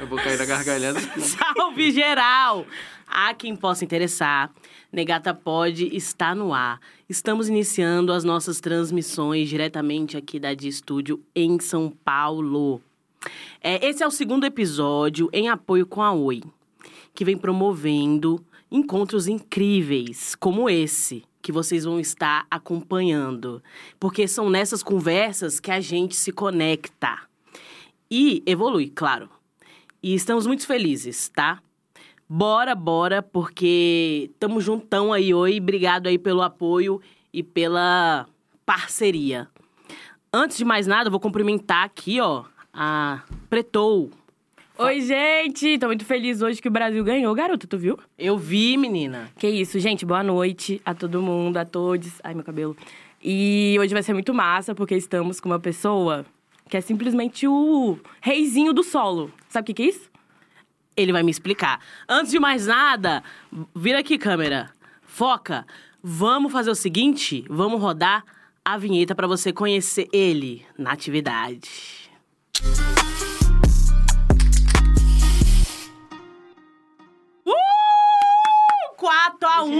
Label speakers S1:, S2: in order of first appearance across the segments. S1: Eu vou cair na gargalhada.
S2: Salve geral! A quem possa interessar, Negata Pod está no ar. Estamos iniciando as nossas transmissões diretamente aqui da Dia Estúdio em São Paulo. É, esse é o segundo episódio em apoio com a Oi, que vem promovendo encontros incríveis como esse que vocês vão estar acompanhando, porque são nessas conversas que a gente se conecta e evolui, claro. E estamos muito felizes, tá? Bora, bora, porque estamos juntão aí hoje. Obrigado aí pelo apoio e pela parceria. Antes de mais nada, eu vou cumprimentar aqui, ó, a Pretou.
S3: Oi, gente! Tô muito feliz hoje que o Brasil ganhou, garota, tu viu?
S2: Eu vi, menina.
S3: Que isso, gente, boa noite a todo mundo, a todos. Ai, meu cabelo. E hoje vai ser muito massa, porque estamos com uma pessoa que é simplesmente o reizinho do solo. Sabe o que, que é isso?
S2: Ele vai me explicar. Antes de mais nada, vira aqui, câmera. Foca. Vamos fazer o seguinte: vamos rodar a vinheta para você conhecer ele na atividade. Uh! 4 a 1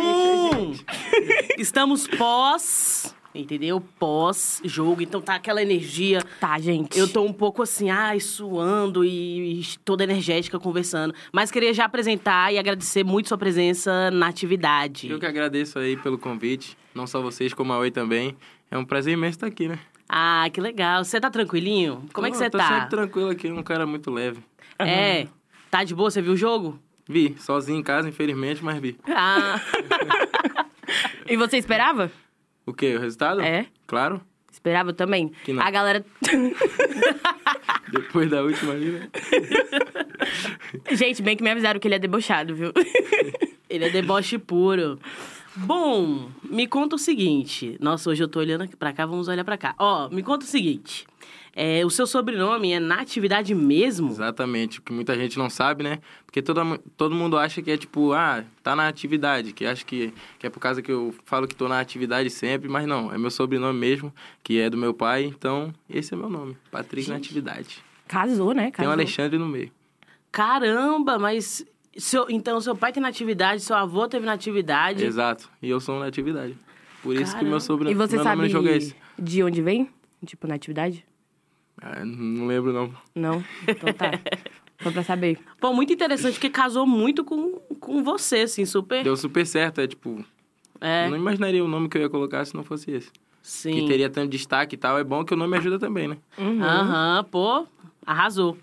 S2: Estamos pós, entendeu? Pós-jogo. Então tá aquela energia.
S3: Tá, gente.
S2: Eu tô um pouco assim, ai, suando e, e toda energética conversando. Mas queria já apresentar e agradecer muito sua presença na atividade.
S1: Eu que agradeço aí pelo convite. Não só vocês, como a Oi também. É um prazer imenso estar aqui, né?
S2: Ah, que legal. Você tá tranquilinho? Como é que
S1: Eu
S2: você
S1: tô
S2: tá?
S1: sempre tranquilo aqui, um cara muito leve.
S2: É. Tá de boa? Você viu o jogo?
S1: Vi, sozinho em casa, infelizmente, mas vi.
S2: Ah,
S3: E você esperava?
S1: O quê? O resultado?
S3: É.
S1: Claro.
S3: Esperava também.
S1: Que não.
S3: A galera.
S1: Depois da última ali, né?
S3: gente, bem que me avisaram que ele é debochado, viu?
S2: ele é deboche puro. Bom, me conta o seguinte. Nossa, hoje eu tô olhando aqui pra cá, vamos olhar pra cá. Ó, me conta o seguinte. É, o seu sobrenome é Natividade mesmo?
S1: Exatamente, o que muita gente não sabe, né? Porque toda, mu- todo mundo acha que é tipo, ah, tá na atividade, que acho que, que é por causa que eu falo que tô na atividade sempre, mas não, é meu sobrenome mesmo, que é do meu pai, então esse é meu nome, Patrick na atividade.
S3: Casou, né?
S1: Tem o
S3: Casou.
S1: Alexandre no meio.
S2: Caramba, mas. Seu, então, seu pai tem natividade, seu avô teve natividade.
S1: Exato, e eu sou um na atividade. Por isso que
S2: Caramba.
S1: meu sobrenome,
S3: E você
S1: meu
S3: sabe
S1: nome no jogo é esse.
S3: de onde vem? Tipo, na atividade?
S1: Ah, não lembro não.
S3: Não? Então tá. Só pra saber.
S2: Pô, muito interessante, porque casou muito com, com você, assim, super.
S1: Deu super certo, é tipo,
S2: É,
S1: não imaginaria o nome que eu ia colocar se não fosse esse. Que
S2: sim. Hum.
S1: teria tanto destaque e tal, é bom que o nome ajuda também, né?
S3: Uhum.
S2: Aham, pô, arrasou.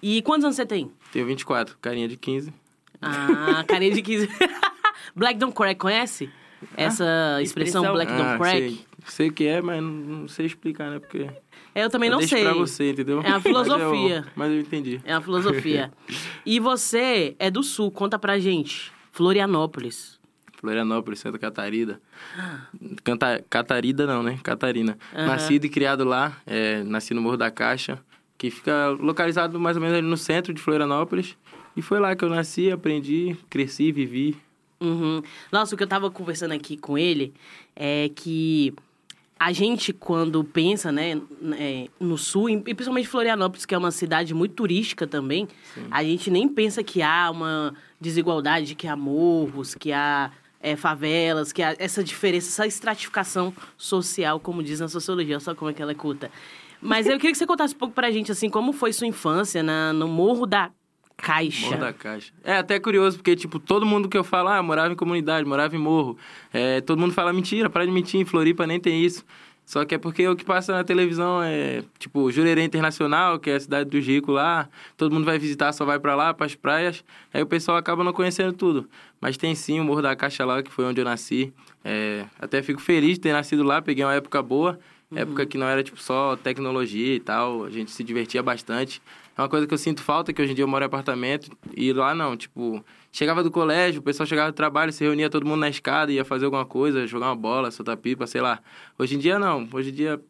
S2: E quantos anos você tem?
S1: Tenho 24, carinha de 15.
S2: Ah, carinha de 15. Black Don't Crack, conhece?
S1: Ah,
S2: Essa expressão,
S3: expressão.
S2: Black Don't Crack?
S1: Sei, sei o que é, mas não, não sei explicar, né? Porque.
S2: É, Eu também
S1: eu
S2: não
S1: deixo
S2: sei.
S1: pra você, entendeu?
S2: É uma
S1: Mas eu-
S2: filosofia.
S1: Mas eu entendi.
S2: É uma filosofia. e você é do sul, conta pra gente. Florianópolis.
S1: Florianópolis, Santa Catarina. Canta... Catarina não, né? Catarina.
S2: Aham.
S1: Nascido e criado lá, é, nasci no Morro da Caixa, que fica localizado mais ou menos ali no centro de Florianópolis. E foi lá que eu nasci, aprendi, cresci, vivi.
S2: Uhum. Nossa, o que eu tava conversando aqui com ele é que a gente, quando pensa, né, n- é, no sul, e principalmente Florianópolis, que é uma cidade muito turística também, a gente nem pensa que há uma desigualdade, que há morros, que há é, favelas, que há essa diferença, essa estratificação social, como diz na sociologia, olha só como é que ela é culta. Mas eu queria que você contasse um pouco pra gente, assim, como foi sua infância na, no Morro da Caixa.
S1: Morro da Caixa. É até curioso, porque, tipo, todo mundo que eu falo, ah, morava em comunidade, morava em morro. É, todo mundo fala, mentira, para de mentir, em Floripa nem tem isso. Só que é porque o que passa na televisão é, tipo, Jurerê Internacional, que é a cidade dos ricos lá. Todo mundo vai visitar, só vai pra lá, pras praias. Aí o pessoal acaba não conhecendo tudo. Mas tem sim o Morro da Caixa lá, que foi onde eu nasci. É, até fico feliz de ter nascido lá, peguei uma época boa. Época que não era, tipo, só tecnologia e tal. A gente se divertia bastante. É uma coisa que eu sinto falta, que hoje em dia eu moro em apartamento. E lá não, tipo, chegava do colégio, o pessoal chegava do trabalho, se reunia todo mundo na escada, ia fazer alguma coisa, jogar uma bola, soltar pipa, sei lá. Hoje em dia não, hoje em dia,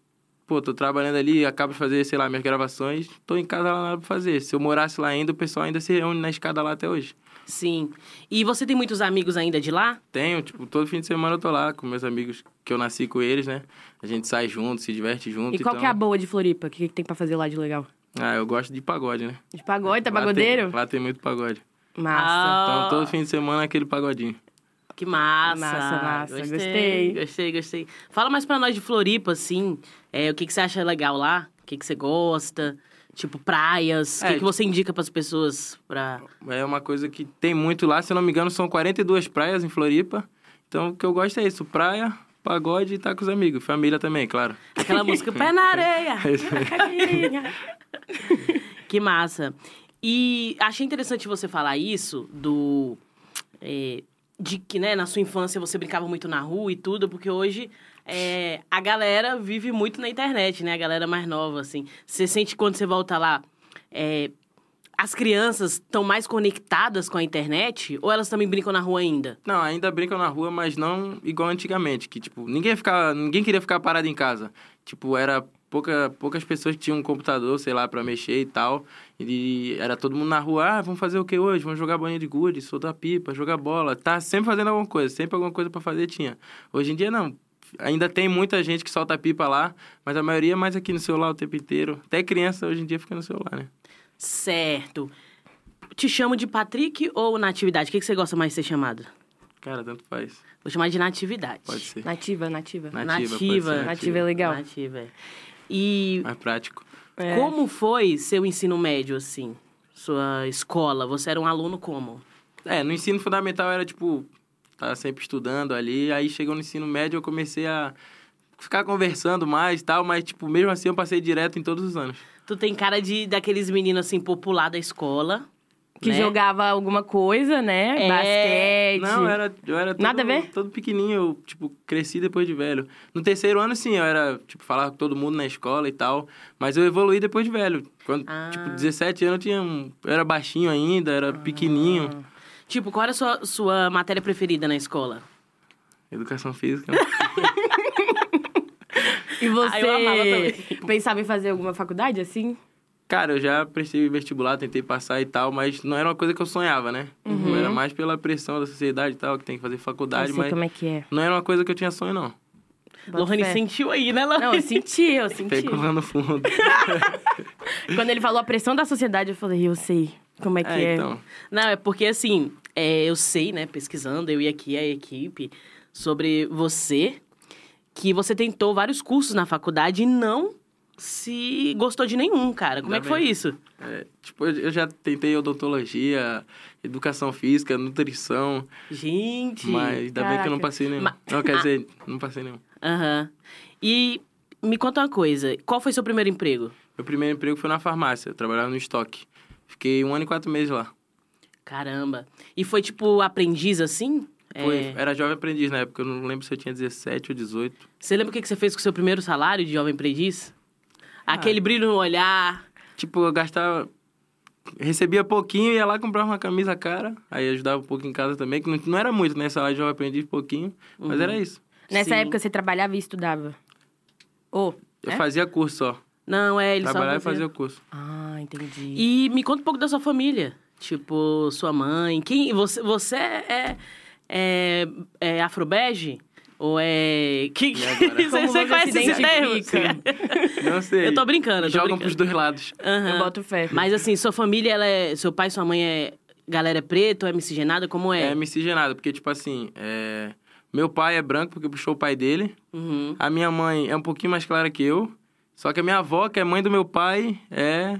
S1: pô, tô trabalhando ali, acabo de fazer, sei lá, minhas gravações, tô em casa lá nada pra fazer. Se eu morasse lá ainda, o pessoal ainda se reúne na escada lá até hoje.
S2: Sim. E você tem muitos amigos ainda de lá?
S1: Tenho, tipo, todo fim de semana eu tô lá com meus amigos que eu nasci com eles, né? A gente sai junto, se diverte junto.
S3: E qual é
S1: então...
S3: que é a boa de Floripa? O que, que tem pra fazer lá de legal?
S1: Ah, eu gosto de pagode, né?
S3: De pagode, tá
S1: Lá tem-
S3: pagodeiro?
S1: Lá tem muito pagode.
S3: Massa.
S1: Então,
S2: Ah,
S1: todo fim de semana é aquele pagodinho.
S2: Que massa.
S3: Massa, massa.
S2: Gostei,
S3: Gostei.
S2: gostei, gostei. Fala mais pra nós de Floripa, assim. É, o que, que você acha legal lá? O que, que você gosta? Tipo, praias. O
S1: É,
S2: que, que você indica pras pessoas pra...
S1: É uma coisa que tem muito lá, se eu não me engano, são 42 praias em Floripa. Então, o que eu gosto é isso: praia, pagode e estar com os amigos. Família também, claro.
S2: Aquela música Pé na Areia.
S1: É isso aí.
S3: Carinha.
S2: Que massa. E achei interessante você falar isso do. é, de que, né, na sua infância você brincava muito na rua e tudo, porque hoje é, a galera vive muito na internet, né? A galera mais nova, assim. Você sente quando você volta lá. é, as crianças estão mais conectadas com a internet ou elas também brincam na rua ainda?
S1: Não, ainda brincam na rua, mas não igual antigamente, que tipo, ninguém ficava, ninguém queria ficar parado em casa. Tipo, era pouca, poucas pessoas que tinham um computador, sei lá, pra mexer e tal. E era todo mundo na rua, ah, vamos fazer o que hoje? Vamos jogar bolinha de gude, soltar pipa, jogar bola. Tá sempre fazendo alguma coisa, sempre alguma coisa pra fazer tinha. Hoje em dia não. Ainda tem muita gente que solta pipa lá, mas a maioria é mais aqui no celular o tempo inteiro. Até criança hoje em dia fica no celular, né?
S2: Certo. Te chamo de Patrick ou Natividade? O que, que você gosta mais de ser chamado?
S1: Cara, tanto faz.
S2: Vou chamar de Natividade.
S1: Pode ser.
S3: Nativa, nativa.
S1: Nativa, pode ser
S2: Nativa.
S3: Nativa é legal.
S2: Nativa, é. E
S1: Mais prático.
S3: É.
S2: como foi seu ensino médio, assim? Sua escola? Você era um aluno como?
S1: É, no ensino fundamental era tipo, tá sempre estudando ali, aí chegou no ensino médio eu comecei a ficar conversando mais e tal, mas tipo, mesmo assim eu passei direto em todos os anos.
S2: Tu tem cara de daqueles meninos, assim, popular da escola.
S3: Que
S2: né?
S3: jogava alguma coisa, né?
S2: É.
S3: Basquete.
S1: Não, era, eu era todo,
S3: Nada a ver?
S1: todo pequenininho, eu, tipo, cresci depois de velho. No terceiro ano, sim, eu era, tipo, falava com todo mundo na escola e tal, mas eu evoluí depois de velho. Quando,
S2: Ah.
S1: tipo, 17 anos eu tinha um, eu era baixinho ainda,
S3: Ah.
S1: era pequenininho.
S2: Tipo, qual era a sua, sua matéria preferida na escola?
S1: Educação física, né?
S3: E você
S2: Ah, eu amava também.
S3: pensava em fazer alguma faculdade assim?
S1: Cara, eu já prestei vestibular, tentei passar e tal, mas não era uma coisa que eu sonhava, né? Era mais pela pressão da sociedade e tal, que tem que fazer faculdade,
S3: Uhum. não
S1: mas
S3: sei como é que é.
S1: não era uma coisa que eu tinha sonho, não.
S3: Bota
S2: Lohane
S3: fé.
S2: sentiu aí, né, Lohane?
S3: Não, eu senti, eu senti.
S1: Pegou lá no fundo.
S3: Quando ele falou a pressão da sociedade, eu falei, eu sei como é que é.
S1: é, então.
S2: Não, é porque assim, é, eu sei, né, pesquisando, eu e aqui a equipe, sobre você, que você tentou vários cursos na faculdade e não se gostou de nenhum, cara. Como é
S1: Ainda
S2: que
S1: bem.
S2: foi isso?
S1: É, tipo, eu eu já tentei odontologia, educação física, nutrição,
S2: Gente.
S1: mas ainda bem que eu não
S3: Caraca.
S1: passei nenhum.
S2: Mas-
S1: Não, quer dizer, não passei nenhum.
S2: Aham. E me conta uma coisa, qual foi seu primeiro emprego?
S1: Meu primeiro emprego foi na farmácia, eu trabalhava no estoque. Fiquei um ano e quatro meses lá.
S2: Caramba. E foi tipo aprendiz assim?
S1: Foi,
S2: É,
S1: Era jovem aprendiz na época, eu não lembro se eu tinha 17 ou 18.
S2: Você lembra o que que você fez com o seu primeiro salário de jovem aprendiz?
S1: Ah.
S2: Aquele brilho no olhar.
S1: Tipo, eu gastava. Recebia pouquinho, ia lá comprava uma camisa cara. Aí ajudava um pouco em casa também, que não, não era muito, né? Salário de jovem aprendiz pouquinho.
S2: Uhum.
S1: Mas era isso.
S3: Nessa
S2: Sim.
S3: época você trabalhava e estudava? Ou?
S1: Eu
S2: né?
S3: É?
S1: fazia curso só.
S2: Não, é, ele
S1: Trabalhava
S2: só
S1: e fazia o curso.
S3: Ah, entendi.
S2: E me conta um pouco da sua família. Tipo, sua mãe. Quem. Você, você é, é, é afrobege? Ou é. Que,
S1: E agora?
S2: você
S3: Como
S2: você
S3: você
S2: conhece
S3: se
S2: esse termo?
S1: Não sei.
S2: Eu tô brincando, eu tô
S1: Jogam
S2: brincando.
S1: pros dois lados.
S2: Aham.
S3: Eu boto fé.
S2: Mas assim, sua família, ela é. Seu pai e sua mãe é. Galera é preta ou é miscigenada? Como
S1: É,
S2: é?
S1: miscigenado, porque, tipo assim, é, meu pai é branco porque puxou o pai dele.
S2: Uhum.
S1: A minha mãe é um pouquinho mais clara que eu. Só que a minha avó, que é mãe do meu pai, é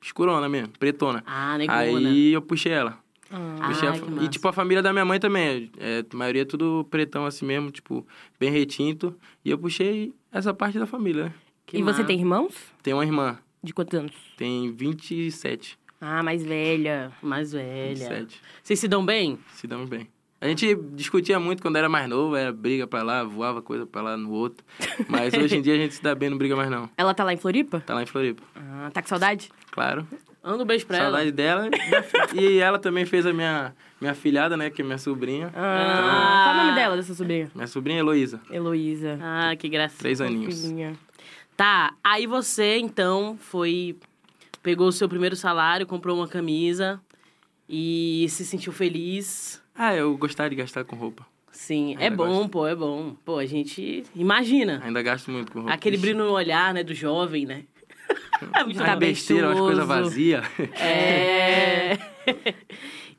S1: escurona mesmo, pretona.
S2: Ah, negona.
S1: Aí eu puxei ela.
S3: Ah,
S1: Puxei a
S2: Ah,
S1: fa-
S2: que
S1: E,
S2: massa.
S1: tipo, a família da minha mãe também. É, a maioria é tudo pretão assim mesmo, tipo, bem retinto. E eu puxei essa parte da família, né?
S2: Que
S3: e você
S2: massa.
S3: tem irmãos?
S1: Tem uma irmã,
S3: De quantos anos?
S1: tem 27.
S3: Ah, mais velha.
S2: Mais velha.
S1: 27.
S2: Vocês se dão bem?
S1: Se damos bem. A gente discutia muito quando era mais novo, era briga pra lá, voava coisa pra lá no outro. Mas hoje em dia a gente se dá bem, não briga mais não.
S3: Ela tá lá em Floripa?
S1: Tá lá em Floripa,
S3: Ah, tá com saudade?
S1: claro.
S2: Manda um beijo pra
S1: Saudade dela.
S2: ela.
S1: E ela também fez a minha, minha filhada, né, que é minha sobrinha.
S3: Ah, Qual é o nome dela, dessa sobrinha?
S1: Minha sobrinha Heloísa,
S3: Heloísa.
S2: Ah, que gracinha.
S1: três aninhos.
S3: Filhinha.
S2: Tá, aí você então foi. Pegou o seu primeiro salário, comprou uma camisa e se sentiu feliz.
S1: Ah, eu gostava de gastar com roupa.
S2: Sim,
S1: Ah,
S2: é
S1: eu
S2: bom,
S1: gosto.
S2: pô, é bom. Pô, a gente imagina.
S1: É, Ainda gasto muito com roupa.
S2: Aquele
S1: Ixi.
S2: brilho no olhar, né, do jovem, né? É muito
S1: Ai, besteira, umas coisas vazias.
S2: É.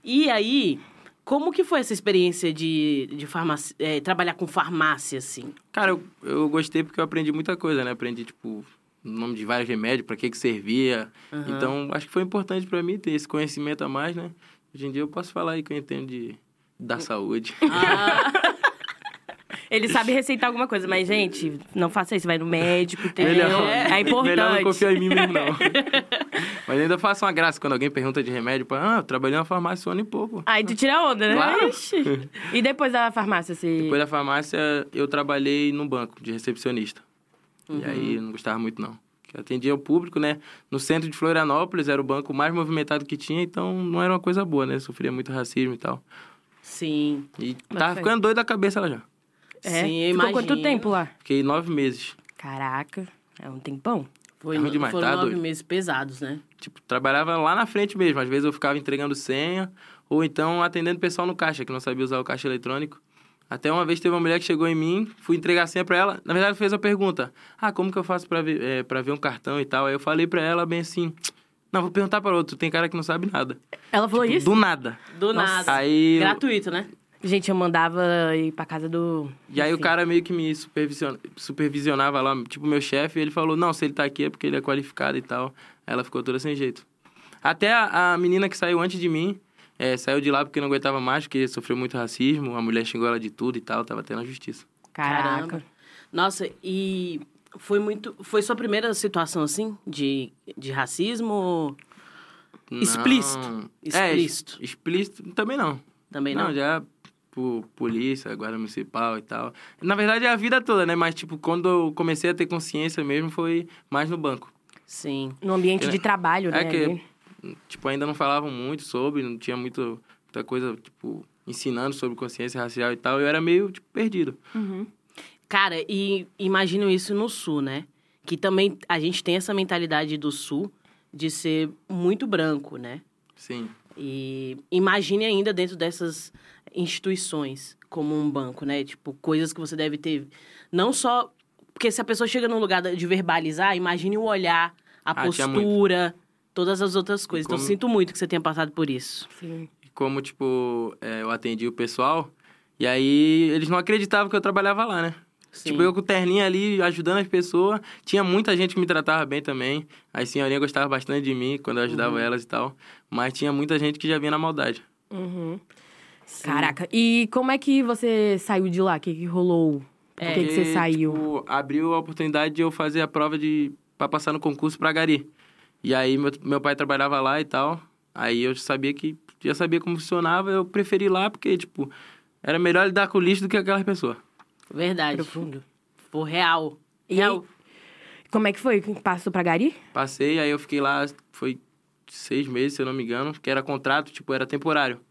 S2: e aí, como que foi essa experiência de, de farmácia, é, trabalhar com farmácia, assim?
S1: Cara, eu, eu gostei porque eu aprendi muita coisa, né? Aprendi, tipo, o nome de vários remédios, pra que que servia.
S2: Aham.
S1: Então, acho que foi importante pra mim ter esse conhecimento a mais, né? Hoje em dia eu posso falar aí que eu entendo de, da saúde.
S3: Ele sabe receitar alguma coisa, mas, gente, não faça isso. Vai no médico, entendeu?
S1: Melhor,
S3: É importante.
S1: melhor não confiar em mim mesmo, não. Mas ainda faço uma graça quando alguém pergunta de remédio. Pra, ah, eu trabalhei na farmácia um ano e pouco.
S3: Aí tu tira onda, né?
S1: Claro.
S3: Ixi. E depois da farmácia, se...
S1: Depois da farmácia, eu trabalhei num banco de recepcionista. E aí, eu não gostava muito, não. Porque Atendia o público, né? No centro de Florianópolis, era o banco mais movimentado que tinha, então não era uma coisa boa, né? Sofria muito racismo e tal.
S2: Sim.
S1: E
S3: Mas
S1: tava
S3: foi.
S1: ficando doido da cabeça lá já.
S3: É?
S2: Sim, eu
S3: Ficou
S2: imagino.
S3: quanto tempo lá?
S1: Fiquei nove meses.
S3: Caraca, é um tempão.
S2: Foi,
S1: É ruim demais,
S2: foram
S1: tá
S2: nove
S1: doido?
S2: meses pesados, né?
S1: Tipo, trabalhava lá na frente mesmo. Às vezes eu ficava entregando senha, ou então atendendo pessoal no caixa, que não sabia usar o caixa eletrônico. Até uma vez teve uma mulher que chegou em mim, fui entregar a senha pra ela. Na verdade, fez a pergunta: Ah, como que eu faço pra ver, eh, pra ver um cartão e tal? Aí eu falei pra ela bem assim: Não, vou perguntar pra outro, tem cara que não sabe nada.
S3: Ela falou
S1: Tipo,
S3: isso?
S1: Do nada.
S2: Do nada.
S1: Aí, eu-
S2: Gratuito, né?
S3: Gente, eu mandava ir pra casa do.
S1: e aí o
S3: Enfim.
S1: cara meio que me supervisiona- supervisionava lá, tipo meu chefe, ele falou, não, se ele tá aqui é porque ele é qualificado e tal. Aí ela ficou toda sem jeito. Até a, a menina que saiu antes de mim, eh, saiu de lá porque não aguentava mais, porque sofreu muito racismo, a mulher xingou ela de tudo e tal, tava tendo a justiça.
S3: Caraca.
S2: Caramba. Nossa, e foi muito. Foi sua primeira situação, assim, de, de racismo? ou-
S1: Não-
S2: Explícito.
S1: É, es-
S2: Explícito.
S1: explícito também não.
S2: Também
S1: Não,
S2: não?
S1: já por polícia, guarda municipal e tal. Na verdade é a vida toda, né? Mas tipo, quando eu comecei a ter consciência mesmo foi mais no banco.
S2: Sim.
S3: No ambiente de trabalho, né?
S1: É que,
S3: ali.
S1: tipo, ainda não falavam muito sobre, não tinha muito, muita coisa, tipo, ensinando sobre consciência racial e tal. Eu era meio, tipo, perdido.
S2: Cara, e imagino isso no sul, né? Que também a gente tem essa mentalidade do sul de ser muito branco, né?
S1: Sim.
S2: E imagine ainda dentro dessas instituições, como um banco, né? Tipo, coisas que você deve ter. Não só. Porque se a pessoa chega num lugar de verbalizar, imagine o olhar, a
S1: Ah, tinha muito.
S2: postura, todas as outras coisas. Então,
S1: como-
S2: sinto muito que você tenha passado por isso.
S3: Sim.
S1: E como, tipo, é, eu atendi o pessoal, e aí eles não acreditavam que eu trabalhava lá, né?
S2: Sim.
S1: Tipo, eu com o terninho ali, ajudando as pessoas. Tinha muita gente que me tratava bem também. As senhorinhas gostavam bastante de mim, quando eu ajudava elas e tal. Mas tinha muita gente que já vinha na maldade.
S3: Uhum. Caraca. E como é que você saiu de lá? O que, que rolou? Por que, que
S1: Porque,
S3: você saiu?
S1: É, Tipo, abriu a oportunidade de eu fazer a prova de para passar no concurso para Gari. E aí meu, meu pai trabalhava lá e tal. Aí eu sabia que já sabia como funcionava, eu preferi lá porque tipo era melhor lidar com o lixo do que aquelas pessoas.
S2: Verdade.
S3: Profundo.
S2: Por real.
S3: E
S2: Real.
S3: Como é que foi? Passou pra Gari?
S1: Passei, aí eu fiquei lá foi seis meses, se eu não me engano, que era contrato, tipo era temporário.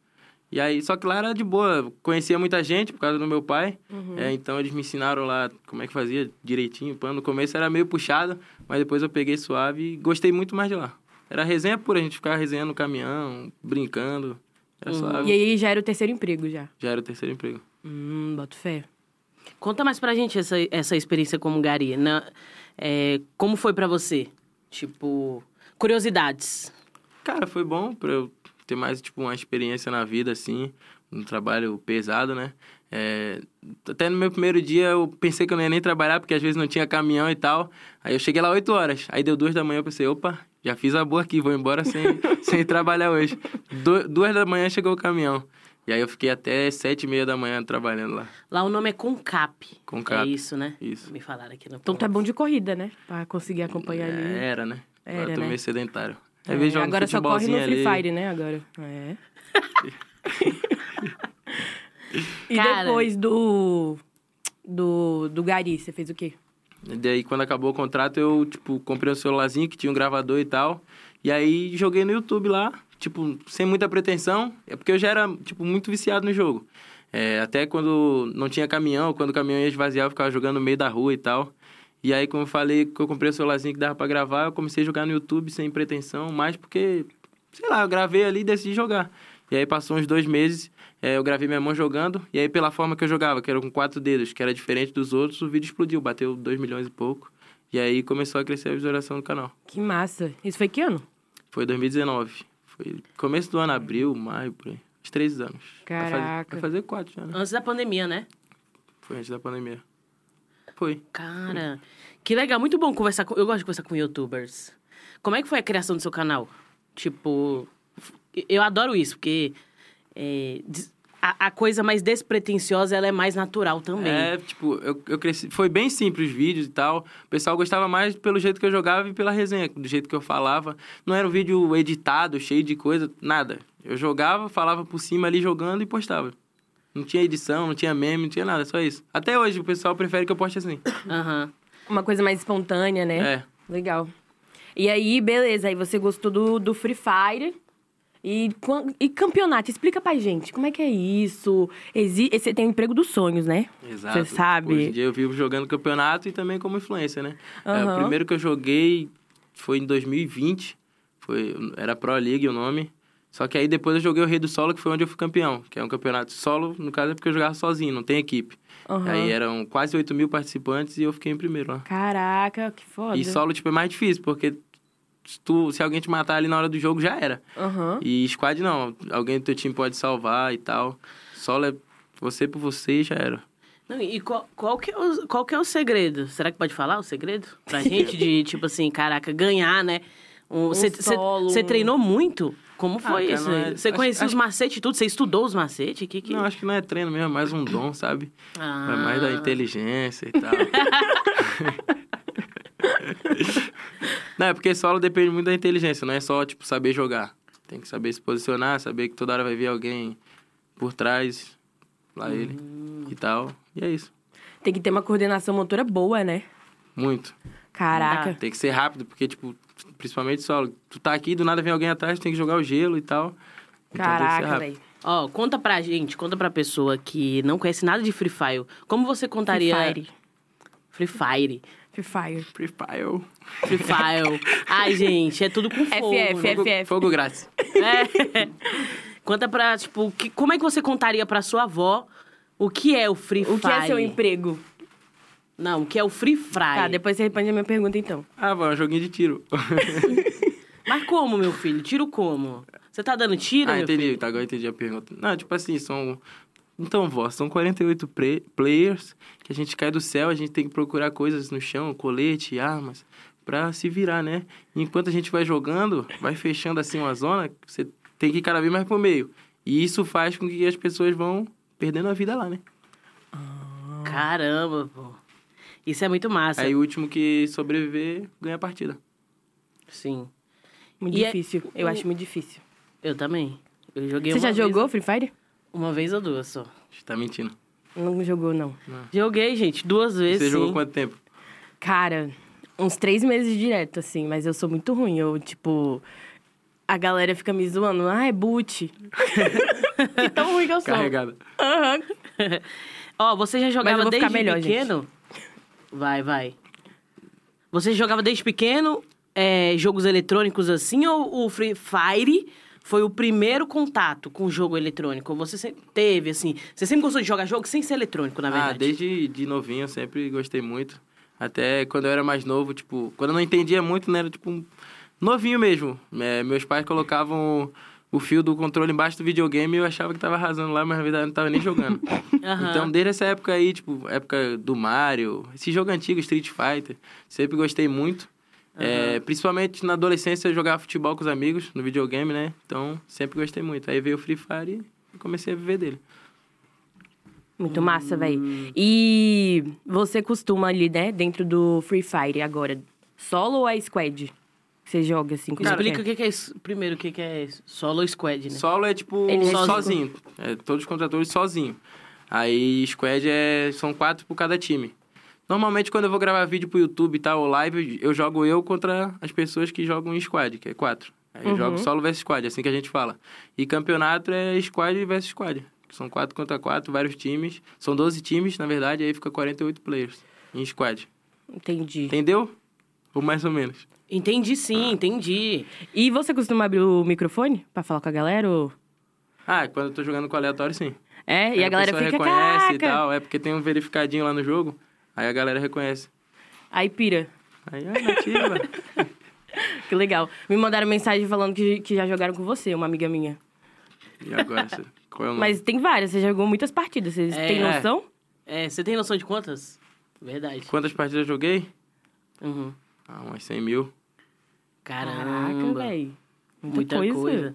S1: E aí, só que lá era de boa, eu conhecia muita gente por causa do meu pai.
S3: Uhum.
S1: É, então eles me ensinaram lá como é que fazia direitinho. pá. No começo era meio puxado, mas depois eu peguei suave e gostei muito mais de lá. Era resenha pura, a gente ficava resenhando no caminhão, brincando. Era suave.
S3: Uhum. E aí já era o terceiro emprego já.
S1: Já era o terceiro emprego.
S3: Hum, boto fé.
S2: Conta mais pra gente essa, essa experiência como Gari. Na, é, como foi pra você? Tipo, curiosidades.
S1: Cara, foi bom pra eu ter mais, tipo, uma experiência na vida, assim, um trabalho pesado, né? É, até no meu primeiro dia eu pensei que eu não ia nem trabalhar, porque às vezes não tinha caminhão e tal. Aí eu cheguei lá 8 horas, aí deu 2 da manhã, eu pensei, opa, já fiz a boa aqui, vou embora sem, sem trabalhar hoje. Du- Duas da manhã chegou o caminhão. E aí eu fiquei até sete e meia da manhã trabalhando lá.
S2: Lá o nome é Concap.
S1: Concap.
S2: É isso, né? tá
S1: Isso.
S2: Me falaram aqui no
S3: Então tu é bom de corrida, né? Pra conseguir acompanhar ali.
S1: Era, né?
S3: Era,
S1: Agora eu tô
S3: né?
S1: meio sedentário.
S3: É,
S1: Às vezes jogo um
S3: agora só corre no
S1: futebolzinho
S3: Free
S1: ali.
S3: Fire, né? Agora. É. e
S2: Cara.
S3: depois do, do. Do Gari, você fez o quê?
S1: E daí, quando acabou o contrato, eu, tipo, comprei um celularzinho que tinha um gravador e tal. E aí, joguei no YouTube lá, tipo, sem muita pretensão. É porque eu já era, tipo, muito viciado no jogo. É, até quando não tinha caminhão, quando o caminhão ia esvaziar, eu ficava jogando no meio da rua e tal. E aí, como eu falei que eu comprei um celularzinho que dava pra gravar, eu comecei a jogar no YouTube sem pretensão, mas porque, sei lá, eu gravei ali e decidi jogar. E aí, passou uns dois meses, é, eu gravei minha mão jogando, e aí pela forma que eu jogava, que era com quatro dedos, que era diferente dos outros, o vídeo explodiu, bateu dois milhões e pouco. E aí começou a crescer a visualização do canal.
S3: Que massa. Isso foi que ano?
S1: Foi 2019. Foi começo do ano, abril, maio, por aí. Uns três anos. Vai fazer-
S3: Caraca.
S1: Vai fazer quatro já, né?
S2: Antes da pandemia, né?
S1: Foi antes da pandemia. Foi.
S2: Cara, que legal. Muito bom conversar com... Eu gosto de conversar com youtubers. Como é que foi a criação do seu canal? Tipo, eu adoro isso, porque... é, des- a, a coisa mais despretensiosa, ela é mais natural também.
S1: É, tipo, eu, eu cresci. Foi bem simples os vídeos e tal. O pessoal gostava mais pelo jeito que eu jogava e pela resenha, do jeito que eu falava. Não era um vídeo editado, cheio de coisa, nada. Eu jogava, falava por cima ali jogando e postava. Não tinha edição, não tinha meme, não tinha nada, só isso. Até hoje o pessoal prefere que eu poste assim.
S2: Aham.
S3: Uma coisa mais espontânea, né?
S1: É.
S3: Legal. E aí, beleza. Aí você gostou do, do Free Fire. E, quan- e campeonato, explica pra gente, como é que é isso? Exi e você tem o emprego dos sonhos, né?
S1: Exato.
S3: Você sabe.
S1: Hoje em dia eu vivo jogando campeonato e também como influência, né? É,
S3: Aham.
S1: o primeiro que eu joguei foi em 2020. Foi, era Pro League o nome. Só que aí depois eu joguei o Rei do Solo, que foi onde eu fui campeão. Que é um campeonato solo, no caso é porque eu jogava sozinho, não tem equipe.
S3: Aham.
S1: Aí eram quase 8 mil participantes e eu fiquei em primeiro lá.
S3: Caraca, que foda.
S1: E solo, tipo, é mais difícil, porque se, tu, se alguém te matar ali na hora do jogo, já era.
S3: Aham.
S1: E squad não, alguém do teu time pode salvar e tal. Solo é você por você e já era.
S2: Não, e qual, qual, que é o, qual que é o segredo? Será que pode falar o segredo? Pra gente de, tipo assim, caraca, ganhar, né? Você
S3: solo, um-
S2: treinou muito? Como
S1: Ah,
S2: foi
S1: cara,
S2: isso?
S1: não é-
S2: Você
S1: acho-
S2: conhecia os
S1: acho-
S2: macetes e tudo? Você estudou os macetes? Que, que...
S1: Não, acho que não é treino mesmo, é mais um dom, sabe?
S2: Ah.
S1: É mais da inteligência e tal. não, é porque solo depende muito da inteligência, não é só, tipo, saber jogar. Tem que saber se posicionar, saber que toda hora vai vir alguém por trás, lá ele
S3: Hum.
S1: e tal. E é isso.
S3: Tem que ter uma coordenação motora boa, né?
S1: Muito.
S3: Caraca.
S2: Então,
S1: Tem que ser rápido, porque, tipo, principalmente solo. Tu tá aqui, do nada vem alguém atrás, tem que jogar o gelo e tal. Então tem que ser
S3: Caraca,
S1: rápido.
S3: velho.
S2: Ó, conta pra gente, conta pra pessoa que não conhece nada de Free Fire. Como você contaria...
S3: Free
S2: Free
S3: Fire.
S2: Fire.
S3: Free Fire.
S1: Free Fire.
S2: Free Fire. Ai, gente, é tudo com fogo.
S3: FF,
S2: né?
S1: Fogo,
S3: FF.
S1: fogo grátis.
S2: É. Conta pra, tipo, que- como é que você contaria pra sua avó o que é o Free Fire?
S3: O que é seu emprego?
S2: Não, o que é o Free Fire?
S3: Tá, depois você responde a minha pergunta então.
S1: Ah, vai, é um joguinho de tiro.
S2: Mas como, meu filho? Tiro como? Você tá dando tiro,
S1: Ah,
S2: meu
S1: entendi.
S2: filho?
S1: Tá, agora eu entendi a pergunta. Não, tipo assim, são. Então, vó, são 48 pre- players que a gente cai do céu, a gente tem que procurar coisas no chão, colete, armas, pra se virar, né? Enquanto a gente vai jogando, vai fechando assim uma zona, você tem que ir cada vez mais pro meio. E isso faz com que as pessoas vão perdendo a vida lá, né?
S2: Caramba, pô. Isso é muito massa.
S1: Aí o último que sobreviver ganha a partida.
S2: Sim,
S3: Muito
S2: E é-
S3: difícil. Eu
S2: o-
S3: acho muito difícil.
S2: eu também. Eu joguei
S3: Você
S2: uma
S3: já
S2: vez-
S3: jogou Free Fire?
S2: Uma vez ou duas só.
S1: Você tá mentindo.
S3: Não jogou, não.
S2: Joguei, gente, duas vezes.
S1: Ah. Você
S2: sim.
S1: jogou quanto tempo?
S3: Cara, uns três meses direto, assim, mas eu sou muito ruim. Eu, tipo. A galera fica me zoando. Ah, é boot. Que tão ruim que eu sou.
S1: Carregada.
S3: Aham.
S2: Ó, você já jogava
S3: vou
S2: desde
S3: ficar melhor, gente.
S2: pequeno? Vai, vai. Você jogava desde pequeno é, jogos eletrônicos assim ou o Free Fire foi o primeiro contato com o jogo eletrônico? Ou Você se- teve assim, você sempre gostou de jogar jogo sem ser eletrônico, na verdade?
S1: Ah, desde de novinho eu sempre gostei muito. Até quando eu era mais novo, tipo, quando eu não entendia muito, né? Era tipo um novinho mesmo. É, meus pais colocavam o fio do controle embaixo do videogame e eu achava que tava arrasando lá, mas na verdade eu não tava nem jogando.
S2: Aham.
S1: Então, desde essa época aí, tipo, época do Mario, esse jogo antigo, Street Fighter, sempre gostei muito. É, principalmente na adolescência eu jogava futebol com os amigos no videogame, né? Então sempre gostei muito. Aí veio o Free Fire e comecei a viver dele.
S3: Muito massa, véi.
S1: Hum.
S3: E você costuma ali, né, dentro do Free Fire agora, solo ou é squad? Você joga assim com
S2: Explica o que que é isso. Primeiro, o que que é isso? Solo Squad, né?
S1: Solo é tipo
S3: Ele
S1: sozinho.
S3: é
S1: É, todos os contratores sozinho. Aí squad é, são quatro por cada time. Normalmente quando eu vou gravar vídeo pro YouTube e tal, ou live, eu jogo eu contra as pessoas que jogam em squad, que é quatro. Aí eu jogo solo versus squad, assim que a gente fala. E campeonato é squad versus squad. que São quatro contra quatro, vários times. São 12 times, na verdade, aí fica 48 players em squad.
S3: Entendi.
S1: Entendeu? Ou mais ou menos.
S2: Entendi sim, entendi.
S3: E você costuma abrir o microfone pra falar com a galera? Ou...
S1: Ah, quando eu tô jogando com aleatório, sim.
S3: É, e
S1: Aí
S3: a galera
S1: pessoa
S3: fica,
S1: reconhece
S3: caraca!
S1: e tal. É porque tem um verificadinho lá no jogo. Aí a galera reconhece.
S3: Aí pira.
S1: Aí, ó, nativa.
S3: Que legal. Me mandaram mensagem falando que, que já jogaram com você, uma amiga minha.
S1: e agora, você- qual é o nome?
S3: Mas tem várias, você jogou muitas partidas, vocês
S2: É.
S3: têm noção?
S2: É, você tem noção de quantas? Verdade.
S1: Quantas partidas eu joguei?
S2: Uhum.
S1: Ah, umas 100 mil.
S2: Caramba.
S3: velho.
S2: Muita
S3: Muita, coisa.
S2: coisa.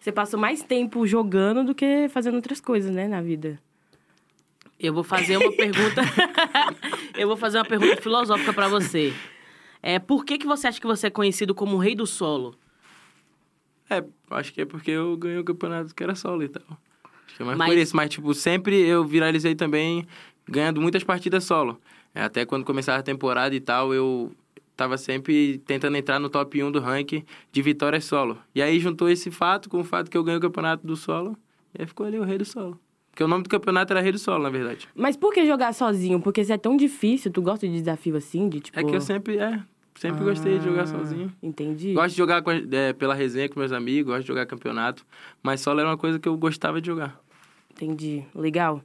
S3: Você passou mais tempo jogando do que fazendo outras coisas, né, na vida.
S2: Eu vou fazer uma pergunta. Eu vou fazer uma pergunta filosófica pra você. É, por que, que você acha que você é conhecido como o rei do solo?
S1: É, acho que é porque eu ganhei o campeonato que era solo e tal. Acho que é mais
S2: Mas-
S1: por isso. Mas, tipo, sempre eu viralizei também ganhando muitas partidas solo. É, até quando começava a temporada e tal, eu tava sempre tentando entrar no top 1 do ranking de vitórias solo. E aí juntou esse fato com o fato que eu ganhei o campeonato do solo. E aí ficou ali o rei do solo. Porque o nome do campeonato era Rei do Solo, na verdade.
S3: Mas por que jogar sozinho? Porque isso é tão difícil, tu gosta de desafio assim, de tipo...
S1: É que eu sempre, é, sempre gostei de jogar
S3: Ah,
S1: sozinho.
S3: Entendi.
S1: Gosto de jogar com a- é, pela resenha com meus amigos, gosto de jogar campeonato, mas solo era uma coisa que eu gostava de jogar.
S3: Entendi. Legal.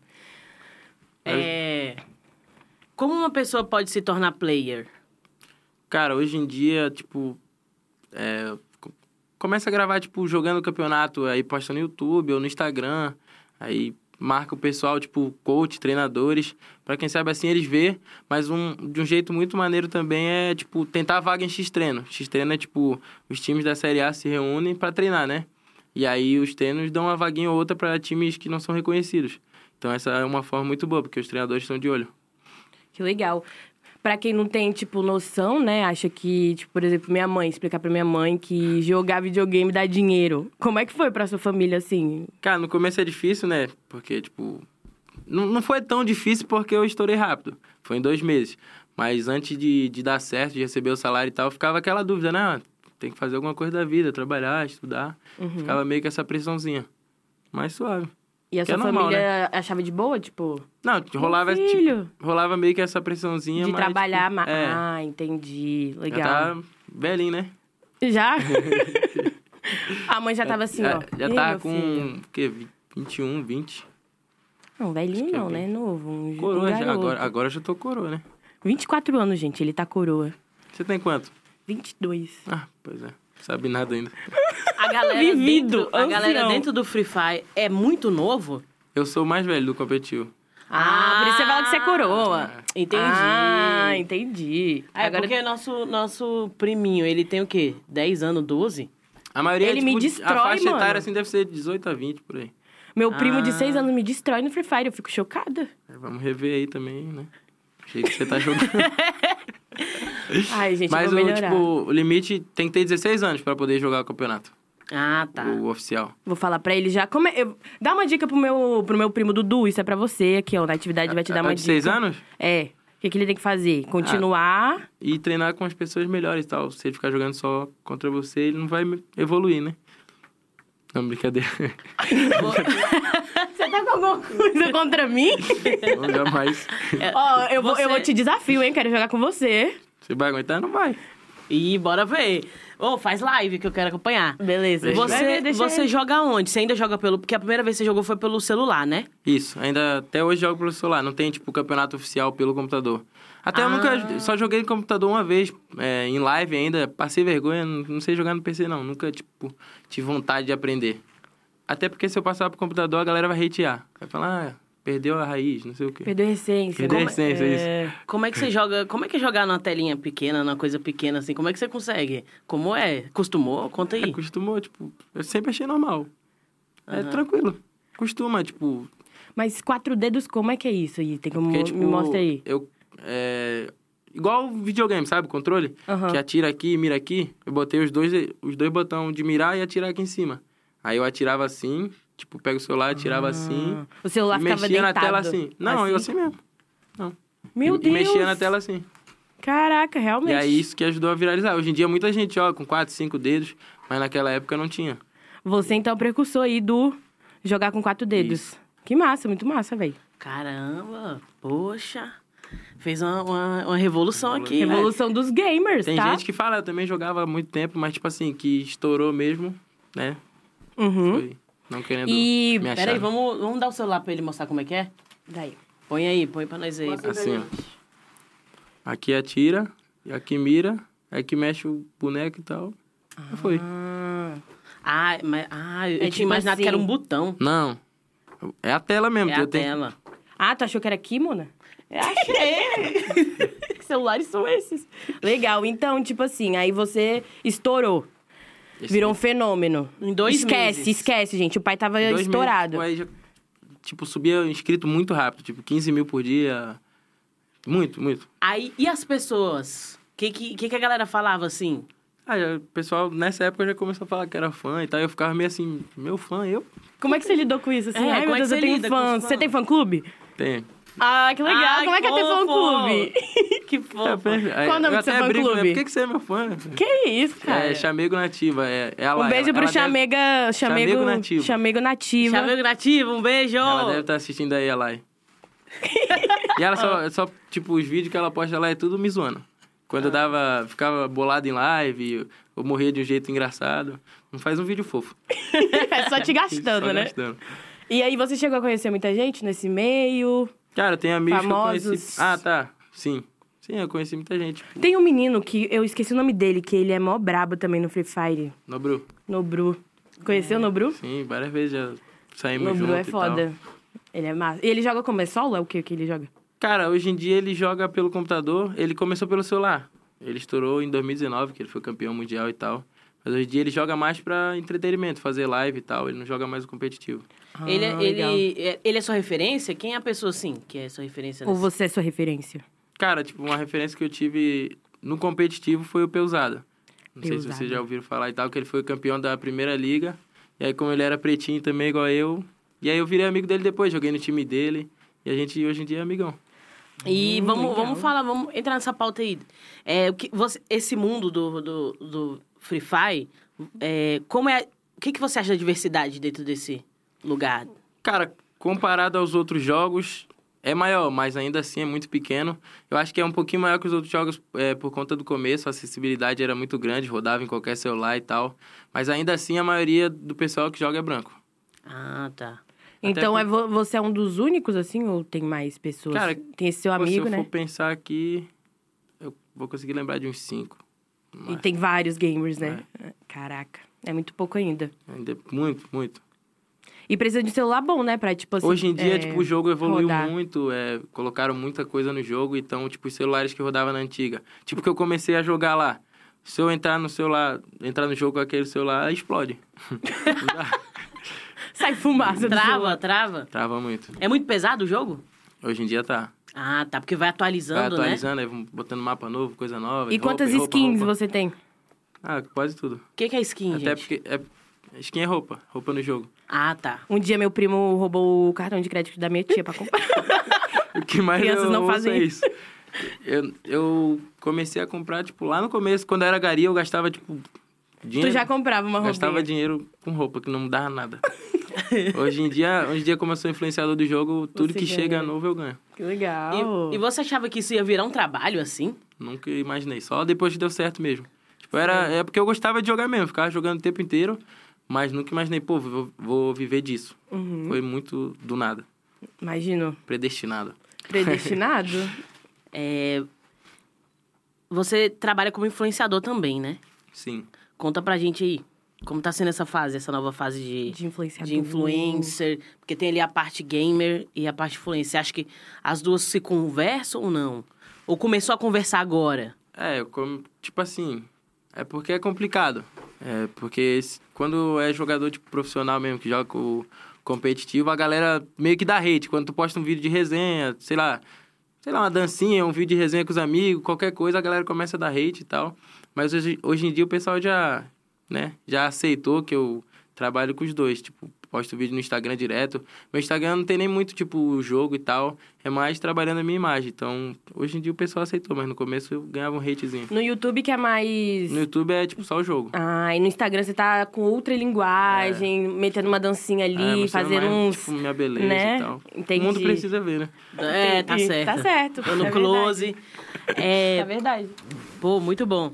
S2: É. Como uma pessoa pode se tornar player?
S1: Cara, hoje em dia, tipo, é, co- começa a gravar, tipo, jogando campeonato, aí posta no YouTube ou no Instagram, aí marca o pessoal, tipo, coach, treinadores, pra quem sabe assim eles vê, mas um, de um jeito muito maneiro também é, tipo, tentar a vaga em X-Treino. X-Treino é, tipo, os times da Série A se reúnem pra treinar, né? E aí os treinos dão uma vaguinha ou outra pra times que não são reconhecidos. Então essa é uma forma muito boa, porque os treinadores estão de olho.
S3: Que legal. Pra quem não tem, tipo, noção, né? Acha que, tipo, por exemplo, minha mãe, explicar pra minha mãe que jogar videogame dá dinheiro. Como é que foi pra sua família, assim?
S1: Cara, no começo é difícil, né? Porque, tipo. Não, não foi tão difícil porque eu estourei rápido. Foi em dois meses. Mas antes de, de dar certo, de receber o salário e tal, ficava aquela dúvida, né? Ah, Tem que fazer alguma coisa da vida, trabalhar, estudar.
S3: Uhum.
S1: Ficava meio que essa pressãozinha. Mas suave.
S3: E a
S1: Que
S3: sua
S1: é normal,
S3: família achava de boa, tipo,
S1: Não, rolava,
S3: Meu
S1: tipo,
S3: filho.
S1: rolava meio que essa pressãozinha.
S3: de
S1: mas,
S3: trabalhar
S1: tipo,
S3: mais.
S1: é,
S3: Ah, entendi.
S1: Já
S3: Legal.
S1: tá velhinho, né?
S3: Já? a mãe já tava assim,
S1: já
S3: ó.
S1: já
S3: "Ei,
S1: tá
S3: meu
S1: com.
S3: filho."
S1: O quê? 21, 20.
S3: Não,
S1: Acho
S3: velhinho
S1: que é
S3: não, né?
S1: bem-
S3: Novo. Um, jo- um
S1: Coroa já.
S3: garoto.
S1: Agora, agora eu já tô coroa, né?
S3: 24 anos, gente, ele tá coroa.
S1: Você tem quanto?
S3: 22.
S1: Ah, pois é. Não sabe nada ainda.
S2: A galera,
S3: Vivido,
S2: dentro, a galera
S3: ancião.
S2: dentro do Free Fire é muito novo?
S1: Eu sou o mais velho do competitivo.
S3: Ah, por isso você fala que você é coroa.
S2: Entendi.
S3: Ah, entendi.
S1: Ah,
S2: É
S3: Agora
S2: porque nosso, nosso priminho, ele tem o quê? 10 anos, 12?
S1: A maioria
S3: Ele
S1: tipo,
S3: me
S1: A
S3: destrói,
S1: faixa
S3: mano.
S1: etária assim deve ser 18 a 20 por aí.
S3: Meu primo de
S2: Ah.
S3: 6 anos me destrói no Free Fire, eu fico chocada.
S1: É, Vamos rever aí também, né? O jeito que você tá jogando.
S3: Ai, gente,
S1: Mas
S3: eu vou
S1: o,
S3: melhorar.
S1: tipo, o limite tem que ter 16 anos pra poder jogar o campeonato.
S2: Ah, tá.
S1: O oficial.
S3: Vou falar pra ele já. Como é- eu- Dá uma dica pro meu, pro meu primo Dudu, isso é pra você aqui, ó. Na atividade vai te dar
S1: A- a
S3: uma
S1: é de
S3: dica.
S1: 6 anos?
S3: É. O que, que ele tem que fazer? Continuar.
S1: E treinar com as pessoas melhores e tal. Se ele ficar jogando só contra você, ele não vai evoluir, né? Não, brincadeira.
S3: Você tá com alguma coisa contra mim?
S1: não, jamais.
S3: Ó, eu, vou,
S2: Você-
S3: eu vou te desafio, hein? Quero jogar com você.
S1: Você vai aguentar? Não vai.
S2: E bora ver. Ô, faz live que eu quero acompanhar.
S3: Beleza.
S2: Você,
S3: Vai, deixa
S2: você
S3: ele.
S2: joga onde? Você ainda joga pelo. Porque a primeira vez que você jogou foi pelo celular, né?
S1: Isso, ainda até hoje jogo pelo celular, não tem tipo campeonato oficial pelo computador. Até eu nunca, só joguei no computador uma vez, é, em live ainda, passei vergonha, não não sei jogar no PC não, nunca tipo tive vontade de aprender. Até porque se eu passar pro computador a galera vai hatear, vai falar, ah, perdeu a raiz, não sei o quê.
S3: Perdeu a essência.
S1: Perdeu a essência,
S3: é...
S2: Como é que você joga? Como é que é jogar numa telinha pequena, numa coisa pequena assim? Como é que você consegue? Como é? Costumou? Conta
S3: É
S2: aí.
S1: Acostumou, tipo, eu sempre achei normal. É tranquilo. Costuma, tipo,
S3: Mas quatro dedos, como é que é isso aí? Tem como
S1: Porque, tipo,
S3: me mostra aí.
S1: Eu, é, igual videogame, sabe? o Controle.
S3: Aham.
S1: Que atira aqui e mira aqui. Eu botei os dois, os dois botões de mirar e atirar aqui em cima. Aí eu atirava assim, tipo, pega o celular, atirava assim.
S3: Ah, O celular
S1: e
S3: ficava
S1: mexia na
S3: deitado.
S1: tela assim. Não, eu assim mesmo.
S3: Meu
S1: e,
S3: Deus.
S1: E mexia na tela assim.
S3: Caraca, realmente.
S1: E aí isso que ajudou a viralizar. Hoje em dia muita gente joga com quatro, cinco dedos, mas naquela época não tinha.
S3: Você então é o precursor aí do jogar com quatro dedos. Que massa, muito massa, velho.
S2: Caramba, poxa. Fez uma, uma, uma revolução aqui. né?
S3: Revolução dos gamers,
S1: Tem
S3: tá?
S1: gente que fala, eu também jogava há muito tempo, mas tipo assim, que estourou mesmo, né?
S3: Uhum.
S1: Foi. Não querendo
S3: E-
S1: me achar.
S2: Peraí, vamos, vamos dar o celular pra ele mostrar como é que é?
S3: Daí.
S2: Põe aí, põe pra nós aí.
S1: Assim, ó. Aqui atira E aqui mira, aí que mexe o boneco e tal. E Foi.
S2: Ah, mas, ah eu tinha
S3: tipo
S2: imaginado que
S3: assim.
S2: era um botão.
S1: Não. É a tela mesmo.
S2: É
S1: que
S2: a
S1: eu tenho-
S2: tela.
S3: Ah, tu achou que era aqui, Mona?
S1: É,
S2: Achei!
S3: Que celulares são esses? Legal. Então, tipo assim, aí você estourou.
S1: Esse-
S3: Virou um fenômeno.
S2: Em dois
S3: esquece,
S2: meses.
S3: esquece, gente. O pai tava
S1: dois meses,
S3: estourado.
S1: tipo, aí já- tipo, subia inscrito muito rápido. Tipo, 15 mil por dia. Muito, muito.
S2: Aí, e as pessoas? O que, que, que que a galera falava assim?
S1: Aí Ah, o pessoal, nessa época, já começou a falar que era fã e tal. e Eu ficava meio assim, meu fã, eu?
S3: Como é que você lidou com isso? Assim,
S2: É,
S3: ai
S2: como
S3: meu
S2: é que
S3: Deus,
S2: você
S3: eu tenho
S2: lida com
S3: fã.
S2: os
S3: Você
S2: fãs?
S3: tem fã clube?
S1: Tem.
S3: Ah, que legal.
S2: Ai,
S3: Como é que é ter fã
S2: fofo!
S3: clube?
S2: que fofo.
S1: É, Aí,
S3: Qual o nome
S1: eu
S3: do seu
S1: até brinco, né?
S3: fã-clube?
S1: Por que, que você é meu fã?
S3: Que isso, cara.
S1: É, Chamego Nativa. É, ela,
S3: um beijo
S1: ela,
S3: pro
S1: ela deve-
S3: Chamega. Chamego,
S1: Chamego Nativo.
S3: Chamego Nativa.
S2: Chamei o Grativo, um beijo!
S1: Ela deve estar assistindo aí, a Lai. e ela só,
S3: Ah.
S1: só, tipo, os vídeos que ela posta lá é tudo me zoando. Quando
S3: Ah.
S1: eu dava, ficava bolado em live, eu, eu morria de um jeito engraçado. Não faz um vídeo fofo.
S3: é só te gastando,
S1: Só
S3: né?
S1: gastando.
S3: E aí você chegou a conhecer muita gente nesse meio.
S1: Cara, tem amigos que eu
S3: Famosos.
S1: conheci... Ah, tá. Sim. Sim, eu conheci muita gente.
S3: Tem um menino que eu esqueci o nome dele, que ele é mó brabo também no Free Fire.
S1: Nobru.
S3: Nobru. Conheceu o Nobru?
S1: Sim, várias vezes já saímos
S3: Nobru
S1: É. junto
S3: é
S1: e tal.
S3: foda. Ele é massa. E ele joga como? É solo? É o que que ele joga?
S1: Cara, hoje em dia ele joga pelo computador. Ele começou pelo celular. Ele estourou em 2019, que ele foi campeão mundial e tal. Mas hoje em dia ele joga mais pra entretenimento, fazer live e tal. Ele não joga mais o competitivo.
S2: Ele,
S3: Ah, legal.
S2: ele, é- ele é sua referência? Quem é a pessoa, assim, que é sua referência?
S3: Ou
S2: nesse-
S3: você é sua referência?
S1: Cara, tipo, uma referência que eu tive no competitivo foi o Peusada. Não sei
S3: Peusada.
S1: se vocês já ouviram falar e tal, que ele foi campeão da primeira liga. E aí, como ele era pretinho também, igual eu. E aí eu virei amigo dele depois, joguei no time dele. E a gente hoje em dia é amigão.
S2: E
S3: Hum,
S2: vamos,
S3: legal.
S2: vamos falar, vamos entrar nessa pauta aí. É, o que você, esse mundo do, do, do Free Fire, é, como é, o que, que você acha da diversidade dentro desse lugar?
S1: Cara, comparado aos outros jogos, é maior, mas ainda assim é muito pequeno. Eu acho que é um pouquinho maior que os outros jogos é, por conta do começo, a acessibilidade era muito grande, rodava em qualquer celular e tal. Mas ainda assim a maioria do pessoal que joga é branco.
S2: Ah, tá.
S3: então
S1: por-
S3: é vo- você é um dos únicos, assim, ou tem mais pessoas?
S1: Cara,
S3: tem esse seu
S1: Pô,
S3: amigo,
S1: se eu
S3: né?
S1: for pensar aqui, eu vou conseguir lembrar de uns cinco. é.
S3: E tem vários gamers, né? Caraca, é muito pouco ainda.
S1: Ainda é muito, muito.
S3: E precisa de um celular bom, né? Pra, tipo assim.
S1: Hoje em dia,
S3: é,
S1: tipo, o jogo evoluiu
S3: rodar.
S1: muito, é, colocaram muita coisa no jogo, então, tipo, os celulares que rodava na antiga. Tipo, que eu comecei a jogar lá. Se eu entrar no celular, entrar no jogo com aquele celular, explode.
S3: Sai fumaça do celular.
S2: Trava, trava.
S1: Trava muito.
S2: É muito pesado o jogo?
S1: Hoje em dia tá.
S2: Ah, tá, porque vai atualizando,
S1: Vai
S2: né?
S1: atualizando, aí botando mapa novo, coisa nova.
S3: E
S1: roupa,
S3: quantas
S1: roupa,
S3: skins
S1: roupa.
S3: você tem?
S1: Ah, quase tudo.
S2: O que, que é skin,
S1: Até
S2: gente?
S1: porque. É, skin é roupa, roupa no jogo.
S2: Ah, tá.
S3: Um dia meu primo roubou o cartão de crédito da minha tia pra comprar.
S1: O que mais
S3: Crianças
S1: eu
S3: não
S1: ouço
S3: fazem
S1: é isso. Eu, eu comecei a comprar, tipo, lá no começo, quando eu era gari, eu gastava, tipo, dinheiro.
S3: tu já comprava uma roupinha.
S1: Gastava dinheiro com roupa, que não dava nada. hoje em dia, hoje em dia, como eu sou influenciador do jogo, tudo que
S3: ganha.
S1: chega novo eu ganho.
S3: Que legal.
S2: E, e você achava que isso ia virar um trabalho assim?
S1: Nunca imaginei. Só depois que deu certo mesmo. Tipo, era, é porque eu gostava de jogar mesmo, ficava jogando o tempo inteiro, mas nunca imaginei, pô, vou, vou viver disso. Foi muito do nada,
S3: Imagino.
S1: predestinado.
S3: Predestinado?
S2: É... Você trabalha como influenciador também, né?
S1: Sim.
S2: Conta pra gente aí. Como tá sendo essa fase, essa nova fase de,
S3: de influenciador.
S2: de influencer? Porque tem ali a parte gamer e a parte influencer. Você acha que as duas se conversam ou não? Ou começou a conversar agora?
S1: É, eu como, tipo assim, é porque é complicado. É, porque esse- quando é jogador tipo, profissional mesmo, que joga o competitivo, a galera meio que dá hate. Quando tu posta um vídeo de resenha, sei lá, sei lá, uma dancinha, um vídeo de resenha com os amigos, qualquer coisa, a galera começa a dar hate e tal. Mas hoje, hoje em dia o pessoal já, né, já aceitou que eu trabalho com os dois, tipo, posto vídeo no Instagram direto. Meu Instagram não tem nem muito, tipo, jogo e tal, é mais trabalhando a minha imagem. Então, hoje em dia o pessoal aceitou, mas no começo eu ganhava um hatezinho.
S3: No YouTube que é mais.
S1: No YouTube é, tipo, só o jogo.
S3: Ah, e no Instagram você tá com outra linguagem, metendo uma dancinha
S1: É,
S3: ali,
S1: mostrando
S3: fazendo
S1: mais,
S3: uns.
S1: Tipo, minha beleza
S3: né?
S1: e tal.
S3: Entendi.
S1: O mundo precisa ver, né?
S2: É, tá
S3: Entendi.
S2: certo.
S3: Tá certo.
S2: Dando
S3: é
S2: close.
S3: Verdade.
S2: É,
S3: É verdade.
S2: pô, muito bom.